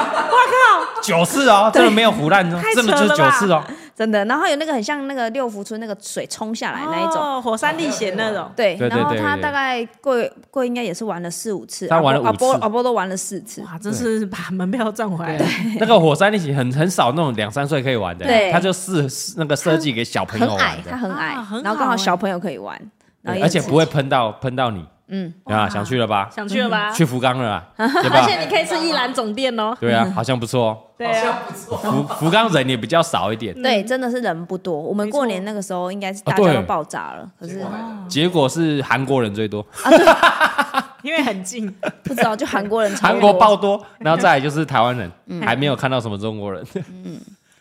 Speaker 1: 九次哦，真的没有胡乱哦
Speaker 2: 太，扯
Speaker 1: 真
Speaker 2: 了
Speaker 1: 的就是九次 哦，
Speaker 4: 真的。然后有那个很像那个六福村那个水冲下来那一种。
Speaker 2: 哦，火山历险那种，
Speaker 4: 对，
Speaker 1: 对对
Speaker 4: 然后
Speaker 1: 对
Speaker 4: 他
Speaker 1: 对
Speaker 4: 大概贵贵应该也是玩了四五次，
Speaker 1: 他玩了
Speaker 4: 阿波
Speaker 1: 五次
Speaker 4: 阿波阿波都玩了四次，
Speaker 2: 哇，真是把门票赚回来了，
Speaker 1: 那个火山历险很很少那种两三岁可以玩的，
Speaker 4: 对
Speaker 1: 他就适那个设计给小朋
Speaker 4: 很
Speaker 1: 友玩，
Speaker 4: 矮他
Speaker 1: 的，
Speaker 4: 很矮
Speaker 2: 啊很，
Speaker 4: 然后刚好
Speaker 2: 好欸
Speaker 4: 小朋友可以玩，然
Speaker 1: 对
Speaker 4: 后也
Speaker 1: 而且
Speaker 4: 很
Speaker 1: 不会喷到喷到你
Speaker 4: 嗯
Speaker 1: 啊，想去了吧？
Speaker 2: 想去了
Speaker 4: 啊
Speaker 1: 嗯
Speaker 2: 吧？嗯
Speaker 1: 去福冈了啦，对
Speaker 2: 而
Speaker 1: 吧？
Speaker 2: 且你可以吃一兰总店哦，
Speaker 1: 对啊，好像不错哦。
Speaker 2: 对啊。
Speaker 1: 福福冈人也比较少一点，
Speaker 2: 嗯
Speaker 4: 对，真的是人不多。我们
Speaker 2: 没错
Speaker 4: 过年那个时候应该是
Speaker 1: 啊
Speaker 4: 大家
Speaker 1: 对
Speaker 4: 都爆炸了，可是
Speaker 1: 结果是韩国人最多，
Speaker 2: 因为很近，
Speaker 1: 哦
Speaker 4: 不知道就韩国人超
Speaker 1: 韩国
Speaker 4: 多
Speaker 1: 爆多，然后再来就是台湾人，还没有看到什么中国人，是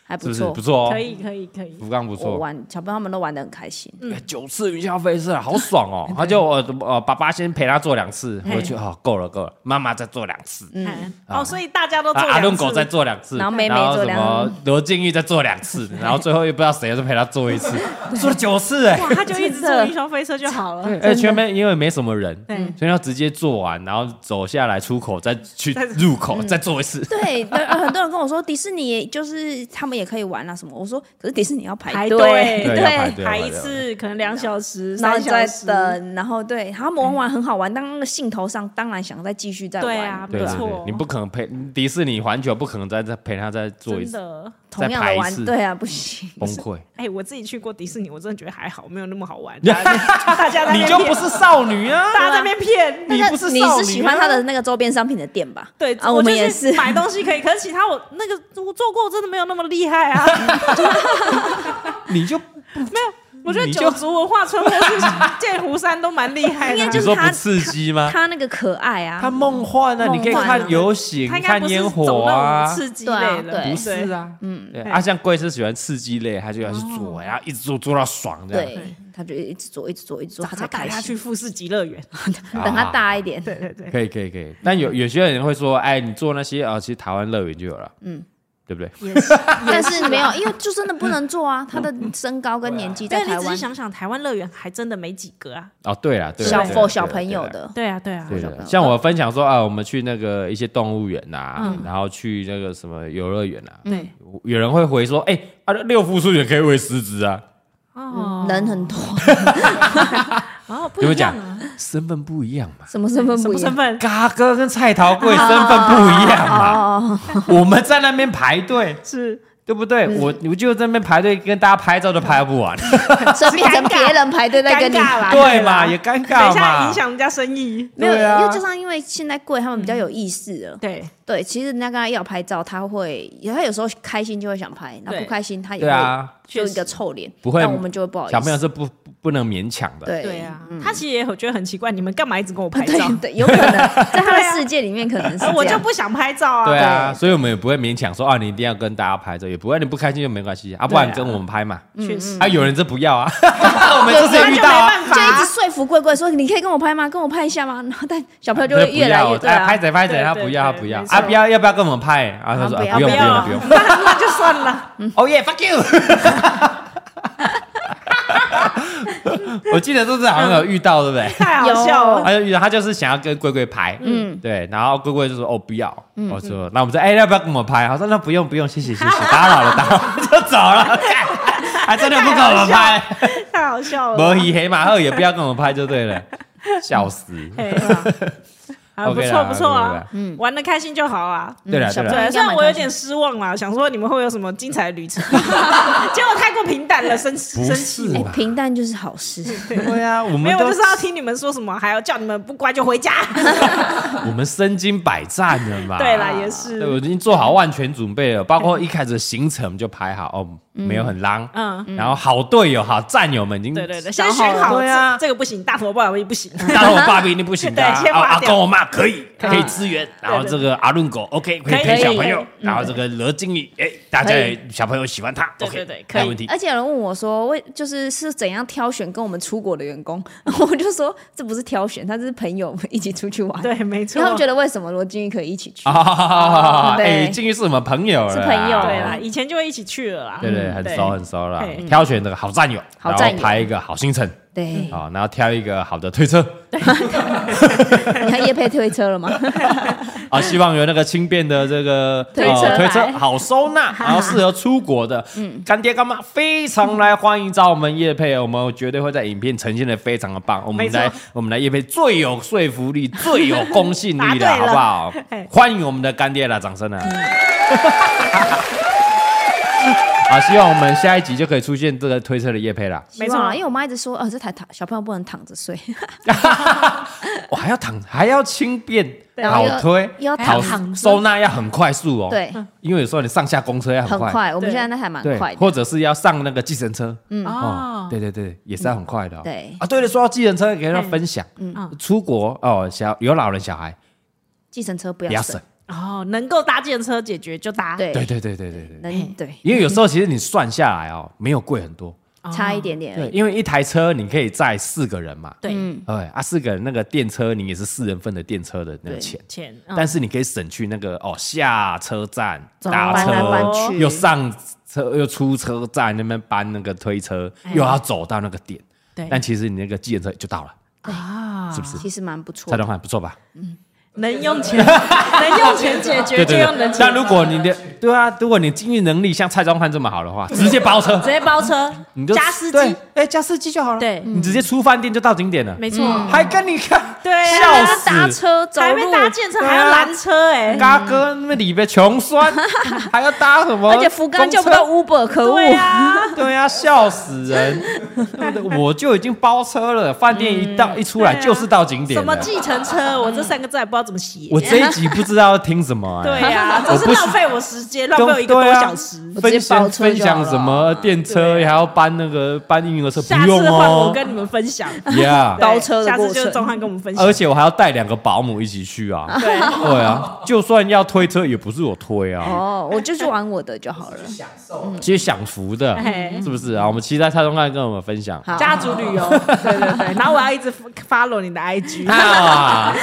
Speaker 4: 还
Speaker 1: 不
Speaker 4: 不
Speaker 1: 是
Speaker 4: 错
Speaker 1: 不，错
Speaker 2: 可
Speaker 1: 哦？
Speaker 2: 以可以可以，
Speaker 1: 福冈不
Speaker 4: 我
Speaker 1: 错，
Speaker 4: 玩小朋友他们都玩的很开心，
Speaker 1: 哎九次云霄飞车好爽哦！他就呃呃，爸爸先陪他做两次，
Speaker 2: 嘿
Speaker 1: 回去哦够了够了，妈妈再做两次，
Speaker 2: 嗯，哦，所以大家都
Speaker 1: 啊
Speaker 2: 做
Speaker 1: 阿
Speaker 2: 两
Speaker 1: 伦
Speaker 2: 次，
Speaker 1: 狗再做两次，
Speaker 4: 然后妹妹
Speaker 1: 然后
Speaker 4: 做
Speaker 1: 什
Speaker 4: 两
Speaker 1: 么罗晋玉再做两次，然后最后又不知道谁又陪他做一次，做了九次哎。
Speaker 2: 哇，他就一直坐云霄飞车就好了，
Speaker 1: 而且前面哎因为没什么人，
Speaker 2: 对
Speaker 1: 所以要直接做完，然后走下来出口，再去入口，
Speaker 2: 嗯
Speaker 1: 再做一 次。
Speaker 4: 对，对，呃很多人跟我说迪士尼也就是他们也可以玩啊什么，我说可是迪士尼要
Speaker 2: 排
Speaker 4: 排
Speaker 2: 队
Speaker 4: 队，
Speaker 1: 对要排队
Speaker 2: 排一次可能两小时、
Speaker 4: 然后
Speaker 2: 三
Speaker 4: 再
Speaker 2: 小时，
Speaker 4: 等，然后对，他们玩完很好玩，但那个兴头上当然想再继续再玩，
Speaker 2: 对啊，
Speaker 1: 对
Speaker 2: 没
Speaker 1: 对
Speaker 2: 错
Speaker 1: 对，，你不可能陪迪士尼环球，不可能再再陪他再做一
Speaker 2: 真
Speaker 1: 次，
Speaker 2: 的。
Speaker 4: 同样的
Speaker 1: 再排一
Speaker 4: 玩，
Speaker 1: 次
Speaker 4: 对啊，不 行，
Speaker 1: 崩溃。
Speaker 2: 哎，我自己去过迪士尼，我真的觉得还好，没有那么好玩。大家大家在那 边
Speaker 1: 你就不
Speaker 2: 骗
Speaker 1: 是少女啊！
Speaker 2: 大家在那边骗，
Speaker 1: 你
Speaker 4: 那
Speaker 1: 不是
Speaker 4: 你
Speaker 1: 少
Speaker 4: 是
Speaker 1: 女
Speaker 4: 喜欢
Speaker 1: 啊
Speaker 4: 他的那个周边商品的店吧？
Speaker 2: 对，
Speaker 4: 啊，
Speaker 2: 我
Speaker 4: 们
Speaker 2: 就
Speaker 4: 也是，
Speaker 2: 买东西可以，可是其他我那个我做过真的没有那么厉害啊，
Speaker 1: 你就
Speaker 2: 没有。我觉得
Speaker 1: 你就
Speaker 2: 九族文化村或是 剑湖山都蛮厉害
Speaker 4: 应该
Speaker 2: 的
Speaker 1: 你
Speaker 4: 就是。
Speaker 1: 说
Speaker 4: 他
Speaker 1: 不刺激吗？
Speaker 4: 他那个可爱啊，
Speaker 1: 他梦幻啊，
Speaker 4: 梦幻啊
Speaker 1: 你可以看游行、
Speaker 2: 他应该
Speaker 1: 看
Speaker 2: 不是
Speaker 1: 烟
Speaker 2: 走
Speaker 1: 火
Speaker 2: 那
Speaker 1: 啊
Speaker 2: 种。刺激类
Speaker 4: 对啊
Speaker 2: 的，
Speaker 4: 对
Speaker 1: 不是啊，嗯，
Speaker 2: 对哦
Speaker 1: 啊，像贵是喜欢刺激类，他就要去做，然后一直做做到爽这样。
Speaker 4: 对，他就一直做，一直做，一直做，
Speaker 2: 把
Speaker 4: 他
Speaker 2: 它
Speaker 4: 才
Speaker 2: 打
Speaker 4: 开
Speaker 2: 下去
Speaker 4: 心。
Speaker 2: 富士极乐园。
Speaker 4: 等他大一点，
Speaker 2: 对对对，
Speaker 1: 哦可以可以可以，但有有些人会说，哎，你做那些啊，其实台湾乐园就有了，嗯，对不对？
Speaker 2: 也是， 啊
Speaker 4: 但是没有，因为就真的不能做 啊，他的身高跟年纪
Speaker 2: 对
Speaker 4: 在
Speaker 2: 啊，
Speaker 4: 台
Speaker 2: 你仔
Speaker 4: 湾
Speaker 2: 细，想想，台湾乐园还真的没几个啊。
Speaker 1: 哦，对啦，对啦
Speaker 4: 小
Speaker 1: 对啦
Speaker 4: 佛
Speaker 1: 对啦
Speaker 4: 小朋友
Speaker 1: 对啦
Speaker 4: 的，
Speaker 2: 对啊，对啊，
Speaker 1: 对的，像我分享说啊，我们去那个一些动物园呐、
Speaker 2: 嗯
Speaker 1: 然后去那个什么游乐园啊，
Speaker 2: 对，
Speaker 1: 有人会回说，哎、啊，六福树园可以喂狮子啊，
Speaker 2: 哦，
Speaker 4: 人 很多，
Speaker 2: 哦，不
Speaker 1: 怎么
Speaker 2: 一
Speaker 1: 讲
Speaker 2: 样啊，？
Speaker 1: 身份不一样嘛，
Speaker 4: 什么身份
Speaker 2: 什
Speaker 4: 不
Speaker 2: 么
Speaker 4: 一
Speaker 2: 身
Speaker 4: 样？
Speaker 2: 份？
Speaker 1: 嘎哥跟蔡桃贵身份不一样
Speaker 2: 哦
Speaker 1: 嘛，我们在那边排队。
Speaker 2: 是
Speaker 1: 对不对？
Speaker 2: 嗯
Speaker 1: 我我就在那边排队跟大家拍照都拍不 完，
Speaker 4: 所以变成别人排队在
Speaker 2: 尴
Speaker 4: 跟你
Speaker 2: 尬啦，
Speaker 1: 对嘛？也尴
Speaker 2: 哎等一
Speaker 1: 尬
Speaker 2: 下
Speaker 1: 嘛
Speaker 2: 影。响人家生意。
Speaker 4: 没有，
Speaker 1: 对啊
Speaker 4: 因为加上因为现在贵，他们比较有意识了。
Speaker 2: 对，
Speaker 4: 对，其实人家跟他要拍照，他会，他有时候开心就会想拍，然后
Speaker 2: 对
Speaker 4: 不开心他也
Speaker 1: 对
Speaker 4: 会
Speaker 1: 啊，
Speaker 4: 就一个臭脸，
Speaker 1: 不会
Speaker 4: 但我们就会不好意思。
Speaker 1: 小朋友是不不不能勉强的。
Speaker 4: 对
Speaker 2: 对啊，他其实也很觉得很奇怪，你们干嘛一直跟我拍照？
Speaker 4: 对对，有 可能在他
Speaker 2: 对啊
Speaker 4: 的世界里面可能是这
Speaker 2: 呃
Speaker 4: 样
Speaker 2: 我就不想拍照啊。
Speaker 1: 对啊，所以我们也不会勉强说啊，你一定要跟大家拍照，也不会你不开心就没关系啊，不然跟我们拍嘛。
Speaker 2: 确实，
Speaker 1: 啊，有人就不要啊， 我们就是有遇到
Speaker 2: 那
Speaker 1: 啊
Speaker 2: 就，没办
Speaker 4: 就一
Speaker 2: 法
Speaker 4: 直说服贵贵说你可以跟我拍吗？跟我拍一下吗？然后但小朋友就
Speaker 1: 那
Speaker 4: 会
Speaker 1: 不
Speaker 4: 越来
Speaker 1: 要
Speaker 4: 越对
Speaker 1: 哎，
Speaker 4: 啊
Speaker 1: 拍。谁拍谁，
Speaker 2: 对
Speaker 1: 他
Speaker 2: 对
Speaker 1: 不要他
Speaker 2: 对
Speaker 1: 不要
Speaker 2: 没错
Speaker 1: 啊，不要要不要跟我们拍？啊，他说
Speaker 4: 不
Speaker 1: 啊
Speaker 4: 要
Speaker 1: 不用
Speaker 2: 不
Speaker 1: 不
Speaker 2: 要
Speaker 1: 用
Speaker 2: 啊，
Speaker 1: 不用
Speaker 2: 那就算了。
Speaker 1: 哦耶，fuck you！我记得这次好像有遇到，对不对？
Speaker 2: 太好 笑了。
Speaker 1: 他就遇哎到他就是想要跟龟龟拍，嗯，对，然后龟龟就说哦不要，
Speaker 2: 嗯
Speaker 1: 我说那我们说哎要不要跟我拍？他说那不用不用，谢谢谢谢，打扰了打扰了，就走 了，干还真的不跟我们拍。
Speaker 2: 太好笑了。
Speaker 1: 摩以黑马二也不要跟我拍就对了，笑死。
Speaker 2: 嘿啊 啊，不
Speaker 1: OK
Speaker 2: 错
Speaker 1: 啦
Speaker 2: 不错
Speaker 1: OK
Speaker 2: 啊
Speaker 1: 啦，
Speaker 2: 嗯，玩的开心就好啊。
Speaker 1: 对了
Speaker 4: 小
Speaker 1: 对
Speaker 4: 朋
Speaker 1: 了，
Speaker 4: 友
Speaker 2: 对，
Speaker 4: 应
Speaker 2: 虽
Speaker 4: 该
Speaker 2: 然
Speaker 4: 蛮
Speaker 2: 我有
Speaker 4: 开心
Speaker 2: 点失望啦，想说你们会有什么精彩的旅程，结果太过平淡了，生
Speaker 1: 不
Speaker 2: 生气
Speaker 1: 是
Speaker 4: 哎
Speaker 1: 吧？
Speaker 4: 平淡就是好 事，
Speaker 1: 对啊，我
Speaker 2: 没
Speaker 1: 们
Speaker 2: 有，我
Speaker 1: 都
Speaker 2: 就是要听你们说什么，还要叫你们不乖就回家。
Speaker 1: 我们身经百战了嘛。
Speaker 2: 对啦，也
Speaker 1: 对，我
Speaker 2: 是，
Speaker 1: 已经做好万全准备了，包括一开始的行程就排好哦，没有很浪，
Speaker 2: 嗯，
Speaker 1: 然后好队友、好战友们已经
Speaker 2: 对 对对，
Speaker 4: 想
Speaker 2: 先
Speaker 4: 好
Speaker 2: 选好，
Speaker 1: 对啊嗯
Speaker 2: 这这个不行，大头不好意思不行，
Speaker 1: 但我爸比一定不行的、啊，
Speaker 2: 对先
Speaker 1: 啊
Speaker 2: 划
Speaker 1: 阿
Speaker 2: 掉
Speaker 1: 公我妈可 以可以支援，然后这个阿润狗 OK 可以
Speaker 2: 可以
Speaker 1: 陪小朋
Speaker 2: 可以嗯
Speaker 1: 友
Speaker 2: 可，
Speaker 1: 然后这个罗经理哎，大家也小朋友喜欢他
Speaker 2: 对
Speaker 1: OK
Speaker 2: 对对可以
Speaker 1: 没问题。
Speaker 4: 而且有人问我说，为就是是怎样挑选跟我们出国的员工？我就说这不是挑选，他这是朋友一起出去玩。
Speaker 2: 对，没错
Speaker 4: 然后他。们觉得为什么罗金玉可以一起去？
Speaker 2: 哦
Speaker 1: 啊，
Speaker 4: 对
Speaker 1: 哎，金鱼是我们朋友了，
Speaker 4: 是朋友
Speaker 2: 对啦，，以前就一起去了啦。
Speaker 1: 对对，很熟很熟了
Speaker 2: 嗯嘿。嗯
Speaker 1: 挑选这个好战友，
Speaker 4: 好
Speaker 1: 然
Speaker 4: 战友
Speaker 1: 后排一个好行程
Speaker 4: 对，
Speaker 1: 啊，然后挑一个好的推车
Speaker 4: 你看叶佩推车了吗？
Speaker 1: 啊，希望有那个轻便的这个啊
Speaker 4: 推车
Speaker 1: 推车
Speaker 4: 来
Speaker 1: 好收 纳，然后适合出国的
Speaker 2: 嗯
Speaker 1: 干爹干妈非常来欢迎找我们叶配，我们绝对会在影片呈现的非常的棒，我们
Speaker 2: 没错
Speaker 1: 来我们来叶配最有说服力、最有公信力的好
Speaker 2: 答 对了
Speaker 1: 不好
Speaker 2: 嘿？嗯
Speaker 1: 欢迎我们的干爹啦，掌声啊！ 啊，希望我们下一集就可以出现这个推车的叶 配啦。
Speaker 2: 没
Speaker 4: 希
Speaker 2: 错啊
Speaker 4: 望啦因为我妈一直说，哦，这台躺小朋友不能躺着睡，
Speaker 1: 我还要躺，还要轻便，
Speaker 4: 然后
Speaker 1: 好
Speaker 4: 又
Speaker 1: 推，
Speaker 4: 又要
Speaker 1: 好
Speaker 4: 躺
Speaker 1: 收纳要很快速哦。
Speaker 4: 对，
Speaker 1: 因为有时候你上下公车要
Speaker 4: 很快。我们
Speaker 2: 对
Speaker 4: 现在那台蛮
Speaker 1: 对
Speaker 4: 快，的，
Speaker 1: 或者是要上那个计程车，嗯
Speaker 2: 哦
Speaker 1: 对对对，也是要很快的哦、
Speaker 4: 嗯对
Speaker 1: 啊，对了，说到计程车，给大家分享，
Speaker 2: 嗯
Speaker 1: 出国哦，小有老人小孩
Speaker 4: 计程车不
Speaker 1: 不要
Speaker 4: 要
Speaker 1: 省
Speaker 4: 省，，
Speaker 2: 哦，能够搭建车解决就搭，
Speaker 4: 对
Speaker 1: 对对对对对对，
Speaker 4: 能对，
Speaker 1: 因为有时候其实你算下来哦，没有贵很多，
Speaker 2: 哦
Speaker 4: 差一点点而
Speaker 1: 对，
Speaker 4: 已。
Speaker 1: 因为一台车你可以载四个人嘛，
Speaker 2: 对
Speaker 4: 嗯
Speaker 1: 对啊，四个人那个电车你也是四人份的电车的那个钱。
Speaker 2: 钱，嗯
Speaker 1: 但是你可以省去那个哦，下车站
Speaker 2: 走
Speaker 1: 搭车，
Speaker 4: 搬来搬去
Speaker 1: 又上车又出车站那边搬那个推车，又要走到那个点。
Speaker 2: 对
Speaker 1: 但其实你那个计程车就到了，
Speaker 2: 啊，
Speaker 1: 是不是？
Speaker 4: 其实蛮不错
Speaker 1: 蔡
Speaker 4: 的，
Speaker 1: 东汉不错吧？
Speaker 2: 能用 钱，能用钱解决就用能解决。
Speaker 1: 但如果你的对啊，如果你经济能力像蔡宗汉这么好的话，直接包车
Speaker 2: 直，接包车，
Speaker 1: 你就
Speaker 2: 加司机，
Speaker 1: 对哎，加司机就好了。
Speaker 2: 对
Speaker 1: 你直接出饭店就到景点了，
Speaker 2: 没错，
Speaker 1: 还跟你看，
Speaker 2: 对啊
Speaker 1: 笑
Speaker 4: 他搭
Speaker 1: 死。
Speaker 4: 车走
Speaker 2: 还
Speaker 4: 路
Speaker 2: 没，搭建车，还要拦车，哎，
Speaker 1: 嘎哥那里边穷酸，还要搭什么公车？
Speaker 4: 而且福冈叫不到 Uber，可恶
Speaker 2: 对！啊，
Speaker 1: 对呀、笑死人！对不对？我就已经包车了，饭店一到、一出来
Speaker 2: 对啊
Speaker 1: 就是到景点
Speaker 2: 什么啊
Speaker 1: 了。
Speaker 2: 计程车，我这三个字还不知道怎么写。
Speaker 1: 我这一集不知道要听什 么、
Speaker 2: 对
Speaker 1: 哎，
Speaker 2: 呀，
Speaker 1: 我
Speaker 2: 这是
Speaker 1: 不
Speaker 2: 浪费我时间，浪费
Speaker 1: 都
Speaker 2: 我一个多
Speaker 1: 对啊
Speaker 2: 小时。
Speaker 4: 我直接
Speaker 1: 分享
Speaker 4: 包车
Speaker 1: 分
Speaker 4: 就好
Speaker 1: 享什么电车，还要搬那个搬婴儿车，
Speaker 2: 啊下
Speaker 1: 不用
Speaker 2: 次换我
Speaker 1: 哦。
Speaker 2: 跟你们分享
Speaker 1: Yeah，
Speaker 2: 对
Speaker 4: 包车的
Speaker 2: 下次
Speaker 4: 过
Speaker 2: 就是
Speaker 4: 程
Speaker 2: 钟汉跟我们分享
Speaker 1: 而。且我还要带两个保姆一起去啊。
Speaker 2: 对，
Speaker 1: 对啊，就算要推车，也不是我推啊，
Speaker 4: 哦，我就去玩我的就好了。
Speaker 2: 啊
Speaker 5: 享受。
Speaker 1: 其实享福的
Speaker 2: 哎，
Speaker 1: 是不是啊？我们期待蔡宗汉跟我们分享。
Speaker 4: 好，
Speaker 2: 家 族旅游，对对对，然后我要一直 follow 你的 IG，
Speaker 1: 啊啊！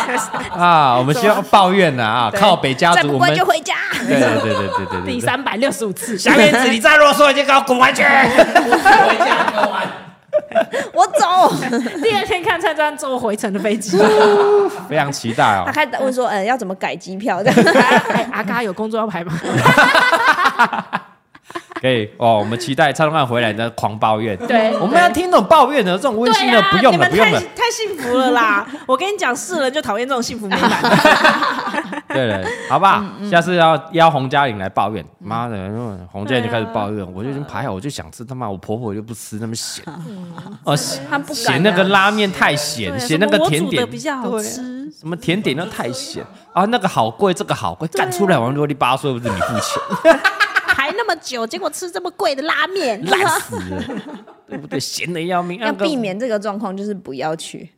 Speaker 1: 啊，我们需要抱怨的啊，靠北家
Speaker 4: 再
Speaker 1: 族，
Speaker 4: 不
Speaker 1: 我
Speaker 4: 乖
Speaker 1: 们
Speaker 4: 就回家。
Speaker 1: 对对对对对对对，
Speaker 2: 第三百六十五次，
Speaker 1: 小燕子，你再啰嗦，你就给我滚回去！
Speaker 5: 回家跟我玩。
Speaker 4: 我走。
Speaker 2: 第二天看蔡庄坐回程的飞 机。
Speaker 1: 非常期待哦
Speaker 4: 他。开始问说，呃，要怎么改机票？这样
Speaker 2: 哎，阿嘎有工作要排吗？
Speaker 1: 可以哦，我们期待蔡宗汉回来的狂抱怨。
Speaker 2: 对
Speaker 1: 我们要听那种抱怨的，这种温馨
Speaker 2: 对
Speaker 1: 的
Speaker 2: 啊，
Speaker 1: 不用
Speaker 2: 你
Speaker 1: 了，
Speaker 2: 们
Speaker 1: 不用
Speaker 2: 太
Speaker 1: 了。
Speaker 2: 太幸福了啦！我跟你讲，世人就讨厌这种幸福美满。
Speaker 1: 对了，好不好？
Speaker 2: 嗯
Speaker 1: 下次要邀洪嘉玲来抱怨。妈的，洪嘉玲就开始抱
Speaker 2: 啊
Speaker 1: 怨，我就已经排好，我就想吃他妈，我婆婆就不吃那么咸，哦，咸
Speaker 4: 他不敢啊
Speaker 1: 咸那个拉面太咸，
Speaker 2: 嗯对
Speaker 1: 咸那个甜
Speaker 2: 什么我煮的
Speaker 1: 点
Speaker 2: 比较好吃，
Speaker 1: 什么甜点都太咸啊，那个好贵，这个好贵，
Speaker 2: 啊
Speaker 1: 干出来我啰里吧嗦，不是你付钱，
Speaker 2: 排那么久，结果吃这么贵的拉面，
Speaker 1: 烂死了，对不对？咸的要命，
Speaker 4: 要
Speaker 1: 那个
Speaker 4: 避免这个状况，就是不要去。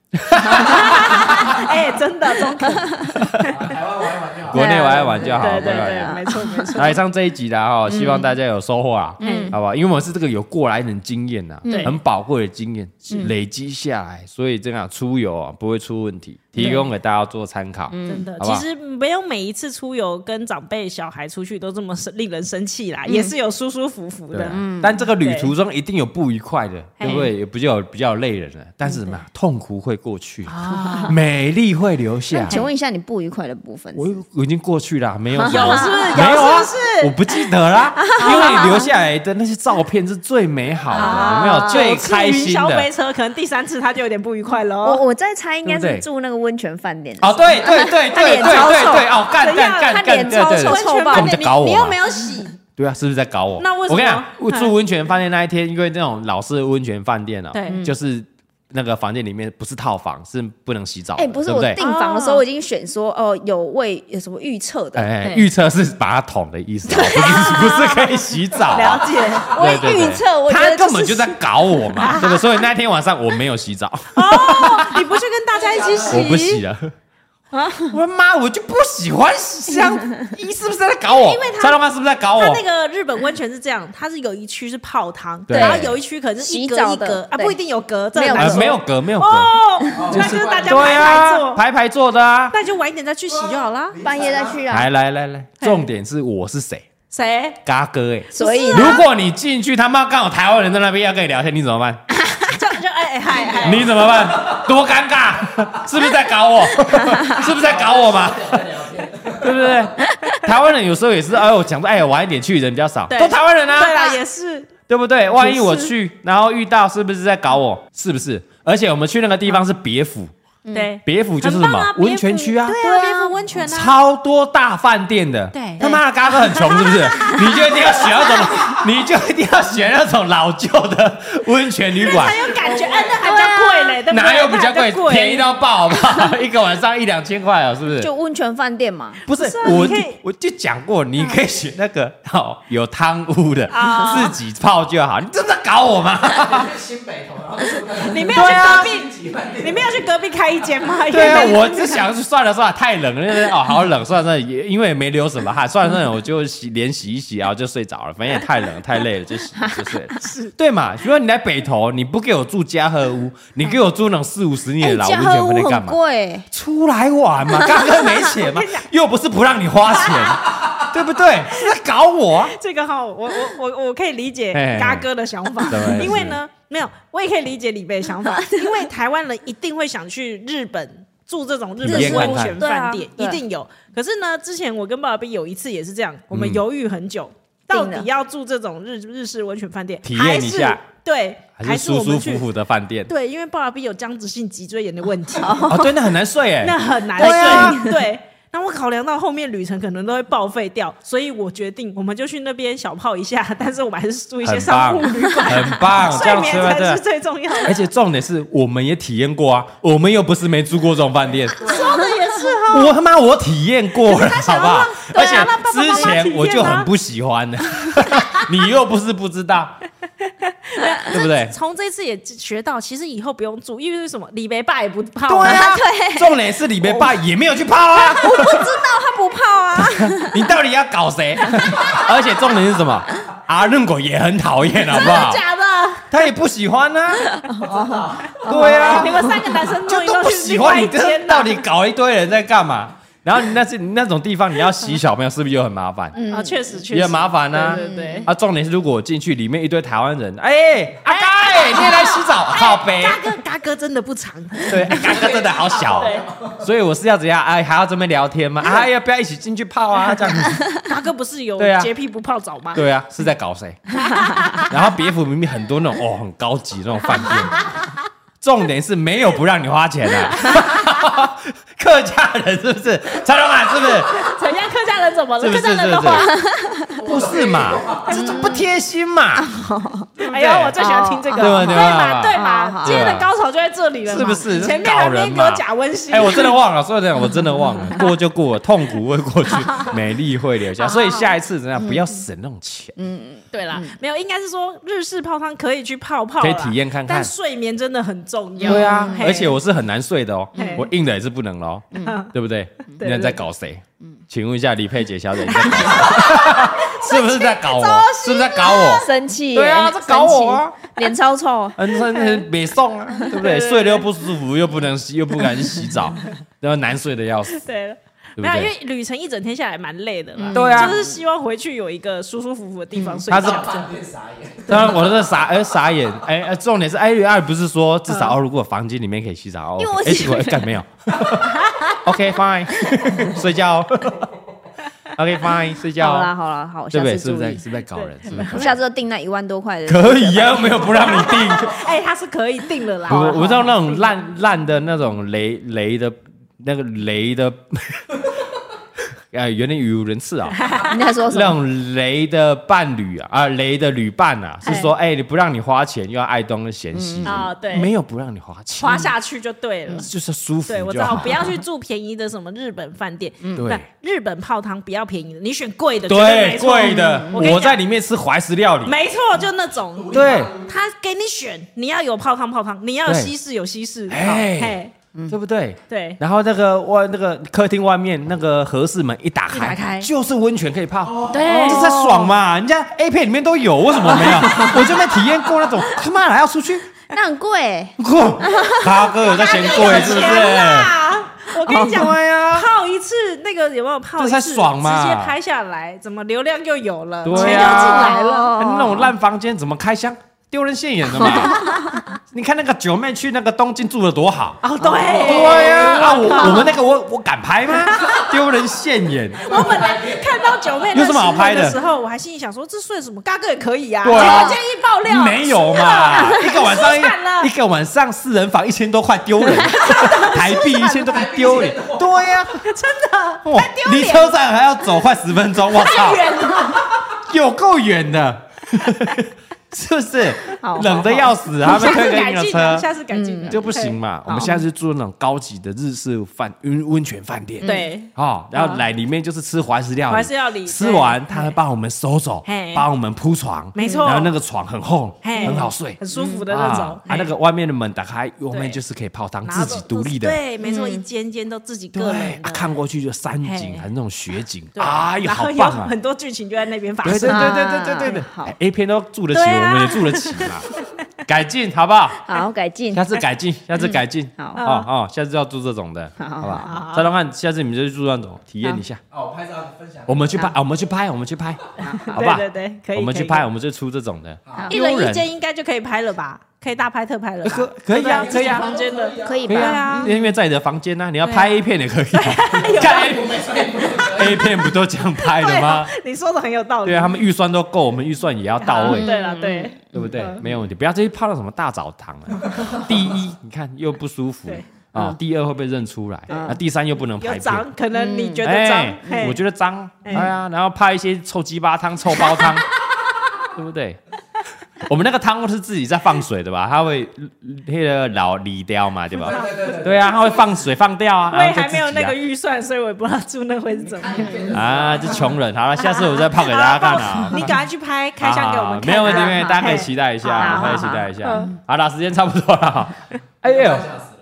Speaker 2: 哎，真的，中肯，
Speaker 5: 台湾玩一玩就好。
Speaker 1: 国内玩一玩就好，
Speaker 2: 对
Speaker 1: 国
Speaker 2: 对
Speaker 1: 内玩一玩
Speaker 2: 对，没错没错，
Speaker 1: 那以上这一集啦哈，希望大家有收获啊，好不好？因为我们是这个有过来人经验呐，
Speaker 2: 对
Speaker 1: 很宝贵的经验累积下来，所以这样出游啊不会出问题，提供给大家做参考。
Speaker 2: 真的。
Speaker 1: 好不
Speaker 2: 其
Speaker 1: 好
Speaker 2: 实没有每一次出游跟长辈、小孩出去都这么生令人生气啦，也是有舒舒服服
Speaker 1: 对
Speaker 2: 的。，
Speaker 1: 但这个旅途中一定有不愉快的，
Speaker 2: 嘿
Speaker 1: 对不对？也比较比较累人了，但是什么啊痛苦会过去，美丽会留下。
Speaker 4: 请问一下，你不愉快的部分？
Speaker 1: 我我已经过去了，没有有是
Speaker 2: 有是不是有
Speaker 1: 没有啊，
Speaker 2: 是不是
Speaker 1: 我不记得啦，因为你留下来的那些照片是最美好的，有没有最开
Speaker 2: 至于
Speaker 1: 心
Speaker 2: 消
Speaker 1: 的
Speaker 2: 费？车可能第三次他就有点不愉快了
Speaker 4: 我
Speaker 2: 哦。
Speaker 4: 我在猜，应该
Speaker 1: 对不对
Speaker 4: 是住那个温泉饭店的时候。
Speaker 1: 哦，对对对对
Speaker 4: 他
Speaker 1: 对对
Speaker 4: 脸超
Speaker 1: 对
Speaker 4: 臭
Speaker 1: 对，哦，干干干
Speaker 4: 他
Speaker 1: 干，
Speaker 4: 脸
Speaker 1: 对
Speaker 4: 超
Speaker 1: 对
Speaker 4: 臭
Speaker 1: 对，
Speaker 4: 臭
Speaker 1: 他
Speaker 4: 爆
Speaker 1: 们，在搞我
Speaker 4: 你
Speaker 1: 嘛
Speaker 4: 又没有洗，
Speaker 1: 对啊，是不是在搞我？
Speaker 2: 那为什
Speaker 1: 我
Speaker 2: 么
Speaker 1: 跟你讲，我
Speaker 2: 哎
Speaker 1: 住温泉饭店那一天，因为那种老式温泉饭店啊，
Speaker 2: 对
Speaker 1: 就是那个房间里面不是套房，是不能洗澡的，
Speaker 4: 哎，不是
Speaker 1: 对
Speaker 4: 我
Speaker 1: 对
Speaker 4: 订？房的时候，我已经选说哦，有位有什么预测的，
Speaker 1: 哎，哎预测是把它捅的意思啊，不是不是可以洗澡啊，
Speaker 2: 了解，
Speaker 4: 我
Speaker 1: 对对对
Speaker 4: 预测我觉
Speaker 1: 他
Speaker 4: 得
Speaker 1: 根本就在搞我嘛，对不对？所以那天晚上我没有洗澡，
Speaker 2: 你不去跟大家一起哦洗？
Speaker 1: 我不洗了。 我妈，我就不喜欢香，一是不是在搞我？
Speaker 2: 因为他
Speaker 1: 蔡老板是不是在搞我
Speaker 2: 它？那个日本温泉是这样，它是有一区是泡汤，
Speaker 1: 对
Speaker 2: 然后有一区可能是一格
Speaker 4: 洗澡
Speaker 2: 一
Speaker 4: 的
Speaker 2: 格啊，
Speaker 4: 对
Speaker 2: 不一定有格，这
Speaker 4: 没有
Speaker 2: 很难
Speaker 1: 呃，
Speaker 2: 说
Speaker 1: 没有隔，没有隔，
Speaker 2: 哦，那就是大家
Speaker 1: 对
Speaker 2: 排排
Speaker 1: 啊，
Speaker 2: 坐，
Speaker 1: 排排坐的啊。
Speaker 2: 那就晚一点再去洗就好啦。
Speaker 4: 半夜再去啊
Speaker 1: 来，来来来，重点是我是谁？
Speaker 2: 谁？
Speaker 1: 嘎哥哎、
Speaker 4: 所
Speaker 2: 啊
Speaker 4: 以
Speaker 1: 如果你进去，他妈刚好台湾人在那边要跟你聊天，你怎么办？
Speaker 2: 就就哎哎嗨嗨，
Speaker 1: 你怎么办？多尴尬！是不是在搞 我？是不是在搞我嘛？对不对？台湾人有时候也是，哎呦，讲说哎呦晚一点去人比较少，
Speaker 2: 对
Speaker 1: 都台湾人啊，
Speaker 2: 对啦，也是
Speaker 1: 对不对？万一我
Speaker 2: 也是
Speaker 1: 去，然后遇到，是不是在搞我？是不是？而且我们去那个地方是别府，
Speaker 2: 对，
Speaker 1: 别府就是
Speaker 2: 很
Speaker 1: 什
Speaker 2: 棒
Speaker 1: 么
Speaker 2: 啊，
Speaker 1: 温泉区啊，
Speaker 2: 别嗯府对啊，别府温泉啊，
Speaker 1: 超多大饭店的，
Speaker 2: 对
Speaker 1: 他妈的嘎哥很穷是不 是？你就一定要选那种，你就一定要选那种老旧的温泉旅馆
Speaker 2: 才，有感觉，哎，那还比较贵嘞，对不对？
Speaker 1: 哪有比较
Speaker 2: 那还
Speaker 1: 贵？便宜到爆，好不好？ 一个晚上一两千块啊，是不是
Speaker 4: 就？温泉饭店嘛，
Speaker 1: 不是
Speaker 2: 是啊，
Speaker 1: 我
Speaker 2: 你可以
Speaker 1: 就我就讲过，你可以选那个哦，有汤屋的，
Speaker 2: 啊
Speaker 1: 自己泡就好。你真的搞我吗？
Speaker 5: 新北投，然后住那个
Speaker 2: 你没有去隔壁，
Speaker 5: 几万
Speaker 2: 你没有去隔壁开一间吗？
Speaker 1: 啊对啊，
Speaker 2: 因为
Speaker 1: 我只想是算了算了，太冷了哦，好冷，算了算了，也因为也没流什么汗，算了算了，我就洗脸洗一洗，然啊后就睡着了，反正也太冷太累了，就洗就睡了。对嘛？如果你来北投，你不给我住嘉禾屋，你给我住那种四五十年的老温
Speaker 4: 嘉
Speaker 1: 泉
Speaker 4: 禾
Speaker 1: 饭店
Speaker 4: 屋
Speaker 1: 干
Speaker 4: 哎很
Speaker 1: 嘛？
Speaker 4: 贵，
Speaker 1: 出来玩 嘛，刚刚没钱嘛，又不是不让你花钱，对不对？是在搞我啊？
Speaker 2: 这个哈，我我我我可以理解
Speaker 1: 嘿
Speaker 2: 嘎哥的想法
Speaker 1: 怎么意，思
Speaker 2: 因为呢，没有，我也可以理解李贝的想法，因为台湾人一定会想去日本。住这种日本
Speaker 1: 体验看
Speaker 2: 温
Speaker 1: 看
Speaker 2: 泉饭店
Speaker 4: 对
Speaker 2: 一
Speaker 4: 啊对
Speaker 2: 定有，可是呢，之前我跟爸爸有一次也是这样，我们
Speaker 1: 嗯
Speaker 2: 犹豫很久，到底
Speaker 4: 定了
Speaker 2: 要住这种日日式温泉饭店，
Speaker 1: 体验一下
Speaker 2: 还是，对，
Speaker 1: 还
Speaker 2: 还
Speaker 1: 是
Speaker 2: 我
Speaker 1: 舒
Speaker 2: 们
Speaker 1: 舒
Speaker 2: 去
Speaker 1: 服服的饭店？
Speaker 2: 对，因为爸爸有僵直性脊椎炎的问 题，
Speaker 1: 哦，对，那很难睡哎
Speaker 2: 那。很难
Speaker 1: 对啊
Speaker 2: 睡。对，那我考量到后面旅程可能都会报废掉，所以我决定我们就去那边小泡一下，但是我们还是住一些
Speaker 1: 很
Speaker 2: 商
Speaker 1: 棒，
Speaker 2: 务旅 馆，
Speaker 1: 很棒，哦这
Speaker 2: 睡
Speaker 1: 样
Speaker 2: 眠
Speaker 1: 吃饭真
Speaker 2: 才
Speaker 1: 的
Speaker 2: 是最重要的。
Speaker 1: 而且重点是，我们也体验过啊，我们又不是没住过这种饭 店。
Speaker 2: 说的也是哈，
Speaker 1: 我他妈我体验过了，好不好？
Speaker 2: 对
Speaker 1: 而
Speaker 2: 啊让爸爸
Speaker 1: 且
Speaker 2: 妈妈
Speaker 1: 之前我就很不喜欢的， 你又不是不知 道，
Speaker 2: 啊
Speaker 1: 对不对？
Speaker 2: 从这次也学到，其实以后不用住，因为是什么？李梅爸也不泡、
Speaker 1: 对啊， 重点是李梅爸也没有去泡啊，
Speaker 4: 他不泡啊，
Speaker 1: 你到底要搞 谁？而且重点是什么？阿任狗也很讨厌，好不好？
Speaker 2: 假哦的，
Speaker 1: 他也不喜欢呢。对啊，
Speaker 2: 哦你们三个男生终
Speaker 1: 就
Speaker 2: 于
Speaker 1: 都不
Speaker 2: 去
Speaker 1: 喜
Speaker 2: 另外
Speaker 1: 欢你，
Speaker 2: 一
Speaker 1: 这
Speaker 2: 间
Speaker 1: 到
Speaker 2: 了。
Speaker 1: 底搞一堆人在干嘛？然后你那是那种地方，你要洗小朋友是不是又很麻烦？
Speaker 2: 啊，确实确实
Speaker 1: 也很麻烦啊
Speaker 2: 对对对，
Speaker 1: 啊，重点是如果我进去里面一堆台湾人，哎，阿 该，你也来洗澡，
Speaker 2: 哎
Speaker 1: 好呗。
Speaker 2: 嘎哥嘎哥真的不长，
Speaker 1: 对，哎嘎哥真的好小哦，所以我是要怎样？哎，还要这边聊 天吗？啊，要不要一起进去泡啊？这样子，
Speaker 2: 嘎哥不是有
Speaker 1: 对啊
Speaker 2: 洁癖不泡澡吗？
Speaker 1: 对啊，是在搞 谁？然后别府明明很多那种哦，很高级那种饭店，重点是没有不让你花钱的、 客家人是不是？蔡老板是不是？
Speaker 2: 怎样？客家人怎么
Speaker 1: 是
Speaker 2: 了？
Speaker 1: 不
Speaker 2: 客
Speaker 1: 是？
Speaker 2: 家
Speaker 1: 是
Speaker 2: 人的
Speaker 1: 不
Speaker 2: 话，
Speaker 1: 是？不是嘛？这这不贴心嘛？
Speaker 2: 哎呀，我最喜欢听这个，
Speaker 1: 对吧
Speaker 2: 对
Speaker 1: 对吧
Speaker 2: 嘛对嘛，今天的高潮就在这里了嘛，
Speaker 1: 是不是
Speaker 2: 前面还
Speaker 1: 搞人
Speaker 2: 边
Speaker 1: 嘛
Speaker 2: 给我假温馨，
Speaker 1: 哎、我真的忘了，说真的，我真的忘了，过就过了，痛苦会过去， 美丽会留下。所以下一次怎样，不要省那种钱。
Speaker 2: 对啦，没有，应该是说日式泡汤可以去泡泡啦，
Speaker 1: 可以体验看看
Speaker 2: 但睡眠真的很重要。
Speaker 1: 对啊，
Speaker 2: 嘿
Speaker 1: 而且我是很难睡的哦
Speaker 2: 嘿，
Speaker 1: 我硬的也是不能喽，对不对？
Speaker 2: 对
Speaker 1: 那你在搞谁？请问一下李佩姐小姐，你在搞 谁是不是在搞我？是不是在搞我？
Speaker 4: 生气耶，
Speaker 1: 啊 对啊，在搞我啊！
Speaker 4: 脸超臭，
Speaker 1: 嗯，那那没送 啊，对不对？睡得又不舒服，又不能洗，又不敢洗 澡，然后难睡的要死，
Speaker 2: 对了。
Speaker 1: 对不
Speaker 2: 没有，因
Speaker 1: 对
Speaker 2: 为？旅程一整天下来蛮累的啦，
Speaker 1: 对啊
Speaker 2: 就是希望回去有一个舒舒服服的地方睡
Speaker 1: 他
Speaker 2: 觉。啊
Speaker 1: 是
Speaker 5: 饭店傻眼，
Speaker 1: 当然，我这傻哎傻眼哎，哎重点是哎哎，不是说至
Speaker 3: 嗯
Speaker 1: 少哦，如果房间里面可以洗澡，
Speaker 4: 因为我
Speaker 1: OK 哎结果哎干没有 ，OK fine，睡觉，OK fine，睡
Speaker 3: 好啦
Speaker 1: 觉，
Speaker 3: 好啦，好，我下
Speaker 1: 对不对？
Speaker 3: 次
Speaker 1: 是不
Speaker 3: 注
Speaker 1: 是在
Speaker 3: 意
Speaker 1: 是，不是在搞人？是不是？
Speaker 3: 我下次就订那一万多块的。
Speaker 1: 可以啊 呀，没有不让你定。
Speaker 2: 哎、他是可以定了啦。
Speaker 1: 我我知道那种烂烂的那种雷雷的那个雷的， 哎，有点语无伦 次啊。
Speaker 3: 你在说什
Speaker 1: 那
Speaker 3: 么？
Speaker 1: 种雷的伴侣啊，啊雷的旅伴啊，是说哎、你不让你花钱，又要爱东嫌西
Speaker 2: 啊对
Speaker 1: 没有不让你花钱，
Speaker 2: 滑下去就对了。
Speaker 1: 就是舒服
Speaker 2: 对，我知
Speaker 1: 就
Speaker 2: 道，
Speaker 1: 好。嗯
Speaker 2: 不要去住便宜的什么日本饭店。
Speaker 1: 对
Speaker 2: 那日本泡汤不要便宜的，你选贵的。绝
Speaker 1: 对
Speaker 2: 没错嗯
Speaker 1: 贵的，
Speaker 2: 我跟你
Speaker 1: 我在
Speaker 2: 讲，
Speaker 1: 里面吃怀石料理，
Speaker 2: 没错，就那种。
Speaker 1: 对，
Speaker 2: 他给你选，你要有泡汤泡汤，你要有
Speaker 1: 对
Speaker 2: 西式有西式。好
Speaker 1: 哎
Speaker 2: 嘿，
Speaker 1: 对不对？
Speaker 2: 对，
Speaker 1: 然后那个外那个客厅外面那个合适门一打开，
Speaker 2: 一打开哦
Speaker 1: 就是温泉可以泡，
Speaker 4: 对
Speaker 1: 这才爽嘛！人家 A 片里面都有，为什么没 有？我就没体验过那种，他妈的还要出去，
Speaker 4: 那很贵耶，
Speaker 1: 过他哥有在嫌贵是不是？
Speaker 2: 钱啦！ 我跟你讲，
Speaker 1: 哦对啊呀，
Speaker 2: 泡一次那个有没有泡一次？
Speaker 1: 这才爽嘛
Speaker 2: 直接拍下来，怎么流量又有了，
Speaker 1: 对
Speaker 2: 钱又进
Speaker 1: 啊
Speaker 2: 来了。
Speaker 1: 哎那种烂房间怎么开箱？丢人现眼的 嘛！你看那个九妹去那个东京住的多好，
Speaker 2: 哦，对，
Speaker 1: 对呀、啊，我我们那个我我敢拍 吗？丢人现眼，
Speaker 2: 我本来看到九妹
Speaker 1: 有什么好拍的
Speaker 2: 的时候，我还心里想说，这算什么？嘎哥也可以啊。
Speaker 1: 对啊
Speaker 2: 结果建议爆料，
Speaker 1: 没有嘛？ 一个晚上一个
Speaker 2: 惨了
Speaker 1: 一个晚上四人房一千多块丢人，台币一千多块丢人，对呀、真的，离车站还要走快十分钟，我操， 有够远的， 是不是？冷的要死，他 们
Speaker 2: 下
Speaker 1: 推
Speaker 2: 次
Speaker 1: 给你
Speaker 2: 改
Speaker 1: 的
Speaker 2: 进
Speaker 1: 车，
Speaker 2: 啊，
Speaker 1: 嗯
Speaker 2: 下次改进啊
Speaker 1: 就不行。嘛。我们现在是住那种高级的日式饭温温泉饭店，
Speaker 2: 对
Speaker 1: 哦，然后来里面就是吃怀石料理，
Speaker 2: 怀石料理
Speaker 1: 吃
Speaker 2: 对
Speaker 1: 完他会帮我们收走
Speaker 2: 嘿，
Speaker 1: 帮我们铺床，
Speaker 2: 没错
Speaker 1: 然后那个床很厚，
Speaker 2: 嘿
Speaker 1: 很好睡。
Speaker 2: 很舒服的那种哎
Speaker 1: 啊，啊，那个外面的门打开，外面
Speaker 2: 对
Speaker 1: 就是可以泡汤，
Speaker 2: 然
Speaker 1: 自
Speaker 2: 后
Speaker 1: 己
Speaker 2: 都
Speaker 1: 独立的。嗯
Speaker 2: 对，没错，一间间都自己个
Speaker 1: 对
Speaker 2: 人，
Speaker 1: 啊
Speaker 2: 的。
Speaker 1: 看过去就山景，
Speaker 2: 嘿
Speaker 1: 还是那种雪景，
Speaker 2: 对
Speaker 1: 哎呀，
Speaker 2: 然
Speaker 1: 好
Speaker 2: 后有
Speaker 1: 棒啊！
Speaker 2: 很多剧情就在那边发
Speaker 1: 对对
Speaker 2: 生。
Speaker 1: 对对对对对对哎，A 片都住得起，
Speaker 2: 对啊
Speaker 1: 我们也住得起嘛，改进好不好？
Speaker 3: 好，改进。
Speaker 1: 下次改进，下次改进，
Speaker 3: 好
Speaker 1: 哦哦，下次要住这种的，好不好？蔡老汉，下次你们就住那种，体验一下。
Speaker 5: 哦，我拍照分享。
Speaker 1: 我们去拍，啊我们去拍，我们去拍，好吧？
Speaker 2: 对对对，可以。
Speaker 1: 我们
Speaker 2: 可以
Speaker 1: 去拍，我，们就出这种的，
Speaker 2: 一人一间应该就可以拍了吧？可以大拍特拍了吧。
Speaker 1: 可可以啊，可以啊，
Speaker 2: 房间的
Speaker 4: 可以
Speaker 1: 可以
Speaker 4: 吧？
Speaker 1: 啊，
Speaker 2: 对
Speaker 1: 因为在你的房间啊呢，你要拍 A 片也可以啊， 看 A A 片不都这样拍的 吗？
Speaker 2: 啊你说的很有道理。
Speaker 1: 对啊，他们预算都够，我们预算也要到位
Speaker 2: 嗯，对了，对，
Speaker 1: 对不对？没有问题，不要再去泡到什么大澡堂了。第一，你看又不舒服
Speaker 2: 对
Speaker 1: 啊；第二会被认出来，那第三又不能
Speaker 2: 有
Speaker 1: 拍片。
Speaker 2: 脏，可能你觉得脏
Speaker 1: 哎，，
Speaker 2: 嘿
Speaker 1: 我觉得脏，哎呀，然后泡一些臭鸡巴汤、臭煲汤，对不对？我们那个汤是自己在放水的吧？它会那个老理掉嘛，对吧？
Speaker 5: 对对对对，
Speaker 1: 对啊，它会放水放掉啊。
Speaker 2: 我也
Speaker 1: 然后就
Speaker 2: 还没有
Speaker 1: 自己
Speaker 2: 那
Speaker 1: 啊
Speaker 2: 个预算，所以我也不知道住那会是怎么样。
Speaker 1: 啊，这穷人。好了，下次我再泡给大家看啊。
Speaker 2: 你赶快去拍开箱给我 们看啊。
Speaker 1: 没有问题，没有问题，大家可以
Speaker 2: 嘿
Speaker 1: 期待一下，
Speaker 2: 好嗯
Speaker 1: 大家
Speaker 2: 好
Speaker 1: 期待一下。好了，时间差不多了。 哎呦，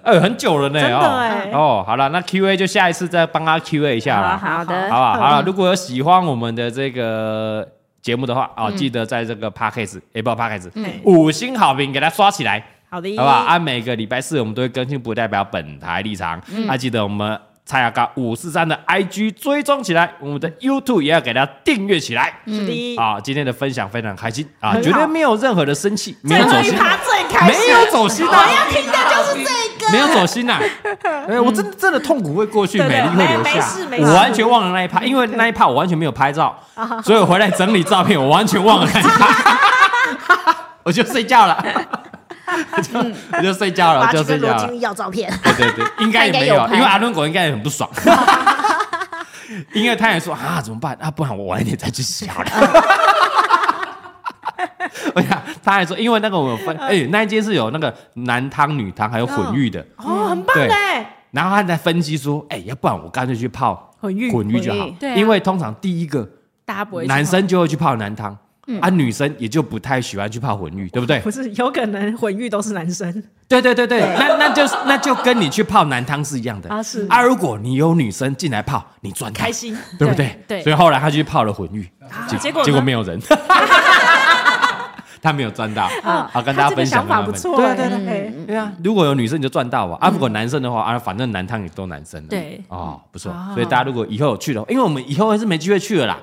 Speaker 1: 哎呦，很久了呢，
Speaker 2: 真的
Speaker 1: 哦
Speaker 2: 哎
Speaker 1: 哦，好了，那 Q A 就下一次再帮他 Q A 一下了。
Speaker 2: 好的，
Speaker 1: 好吧，好了，如果有喜欢我们的这个节目的话
Speaker 2: 嗯
Speaker 1: 啊，记得在这个 p a c k a g e 也不 p a c k a g e 五星好评给它刷起来，
Speaker 2: 好的，
Speaker 1: 啊
Speaker 2: 嗯
Speaker 1: 啊好不好？按每个礼拜四我们都会更新，不代表本台立场。那记得我们蔡阿嘎五四三的 IG 追踪起来，我们的 YouTube 也要给大家订阅起来。
Speaker 2: 是的，
Speaker 1: 啊，今天的分享非常开心啊，
Speaker 2: 很好
Speaker 1: 绝对没有任何的生气，没
Speaker 2: 最
Speaker 1: 有走
Speaker 2: 后一
Speaker 1: 心，
Speaker 2: 趴最开
Speaker 1: 没
Speaker 2: 心，
Speaker 1: 有走心
Speaker 2: 我
Speaker 1: 啊，
Speaker 2: 要听的就是这个。
Speaker 1: 没有走心呐、 哎，我真的真的痛苦会过去，
Speaker 2: 对
Speaker 1: 美
Speaker 2: 对
Speaker 1: 丽会留
Speaker 2: 没没
Speaker 1: 下
Speaker 2: 事没。事嗯啊
Speaker 1: 我完全忘了那一趴，因为那一趴我完全没有拍照，所以我回来整理照片，我完全忘了那 一趴， 我就睡觉了，我就我就睡觉了，
Speaker 2: 嗯把
Speaker 1: 我就
Speaker 2: 去
Speaker 1: 睡
Speaker 2: 跟
Speaker 1: 觉
Speaker 2: 罗
Speaker 1: 了
Speaker 2: 金。玉要照片，
Speaker 1: 对对对，应该也没有，啊因为阿伦狗应该也很不爽， 因为他也说啊怎么办啊，不然我晚一点再去洗好了。我想，他还说，因为那个我们 分，哎、那一间是有那个男汤、女汤，还有混浴的，
Speaker 9: 嗯
Speaker 2: 哦，很棒
Speaker 1: 对
Speaker 2: 哎，
Speaker 1: 然后他在分析说，哎、要不然我干脆去泡
Speaker 2: 混浴
Speaker 1: 滚浴就好
Speaker 3: 混浴，
Speaker 9: 对啊
Speaker 1: 因为通常第一个
Speaker 9: 大家不会去
Speaker 1: 男
Speaker 9: 泡嗯
Speaker 1: 生就会去泡男汤，啊，女生也就不太喜欢去泡混浴，对不对
Speaker 2: 不？是有可能混浴都是男生
Speaker 1: 对对对对，那那就是那就跟你去泡男汤是一样的
Speaker 2: 啊是
Speaker 1: 啊，如果你有女生进来泡，你赚到
Speaker 2: 开，心，啊
Speaker 1: 对不对？
Speaker 9: 对对
Speaker 1: 所以后来他就去泡了混浴，结
Speaker 2: 结果呢
Speaker 1: 结果没 有人。他没有赚到，好跟大家
Speaker 2: 啊他这个
Speaker 1: 分享。
Speaker 2: 想
Speaker 1: 跟大
Speaker 2: 法
Speaker 1: 家
Speaker 2: 不
Speaker 1: 分享
Speaker 2: 错，哎对对对，
Speaker 1: 对啊，如果有女生你就赚到吧，啊，如果男生的话啊，反正男汤也都男生了。
Speaker 9: 对
Speaker 1: 哦，不错。
Speaker 2: 啊
Speaker 1: 所以大家如果以后有去的话，因为我们以后还是没机会去了啦，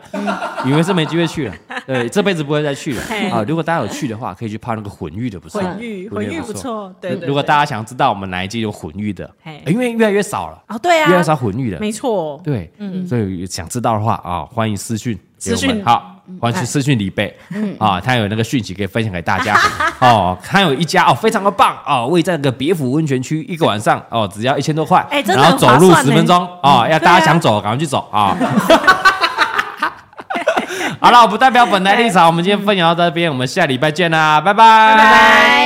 Speaker 1: 以为是没机会去了，对，这辈子不会再去了
Speaker 2: 嗯嘿
Speaker 1: 啊。如果大家有去的话，可以去泡那个混浴的，不错，
Speaker 2: 混浴混浴不。错，对对。
Speaker 1: 如果
Speaker 2: 对
Speaker 1: 大家想知道我们哪一季有混浴的哎
Speaker 2: 嘿，
Speaker 1: 因为越来越少了，
Speaker 2: 哦对
Speaker 1: 越来越
Speaker 2: 啊，
Speaker 1: 少混浴了，
Speaker 2: 没错，
Speaker 1: 对，所以想知道的话啊，欢迎私讯给我
Speaker 2: 私
Speaker 1: 们
Speaker 2: 讯嗯哎
Speaker 1: 好，欢迎私讯李贝，啊，他有那个讯息可以分享给大家 哦。他有一家哦，非常的棒哦，位在那个别府温泉区，一个晚上哦，只要一千多块，
Speaker 2: 哎真的
Speaker 1: 然后
Speaker 2: 很
Speaker 1: 走
Speaker 2: 划
Speaker 1: 路
Speaker 2: 算
Speaker 1: 十
Speaker 2: 呢
Speaker 1: 分钟哦，要
Speaker 2: 对
Speaker 1: 大
Speaker 2: 啊
Speaker 1: 家想走赶快去走 啊。好了，我不代表本台立场，我们今天分享到这边，我们下礼拜见啦，拜拜。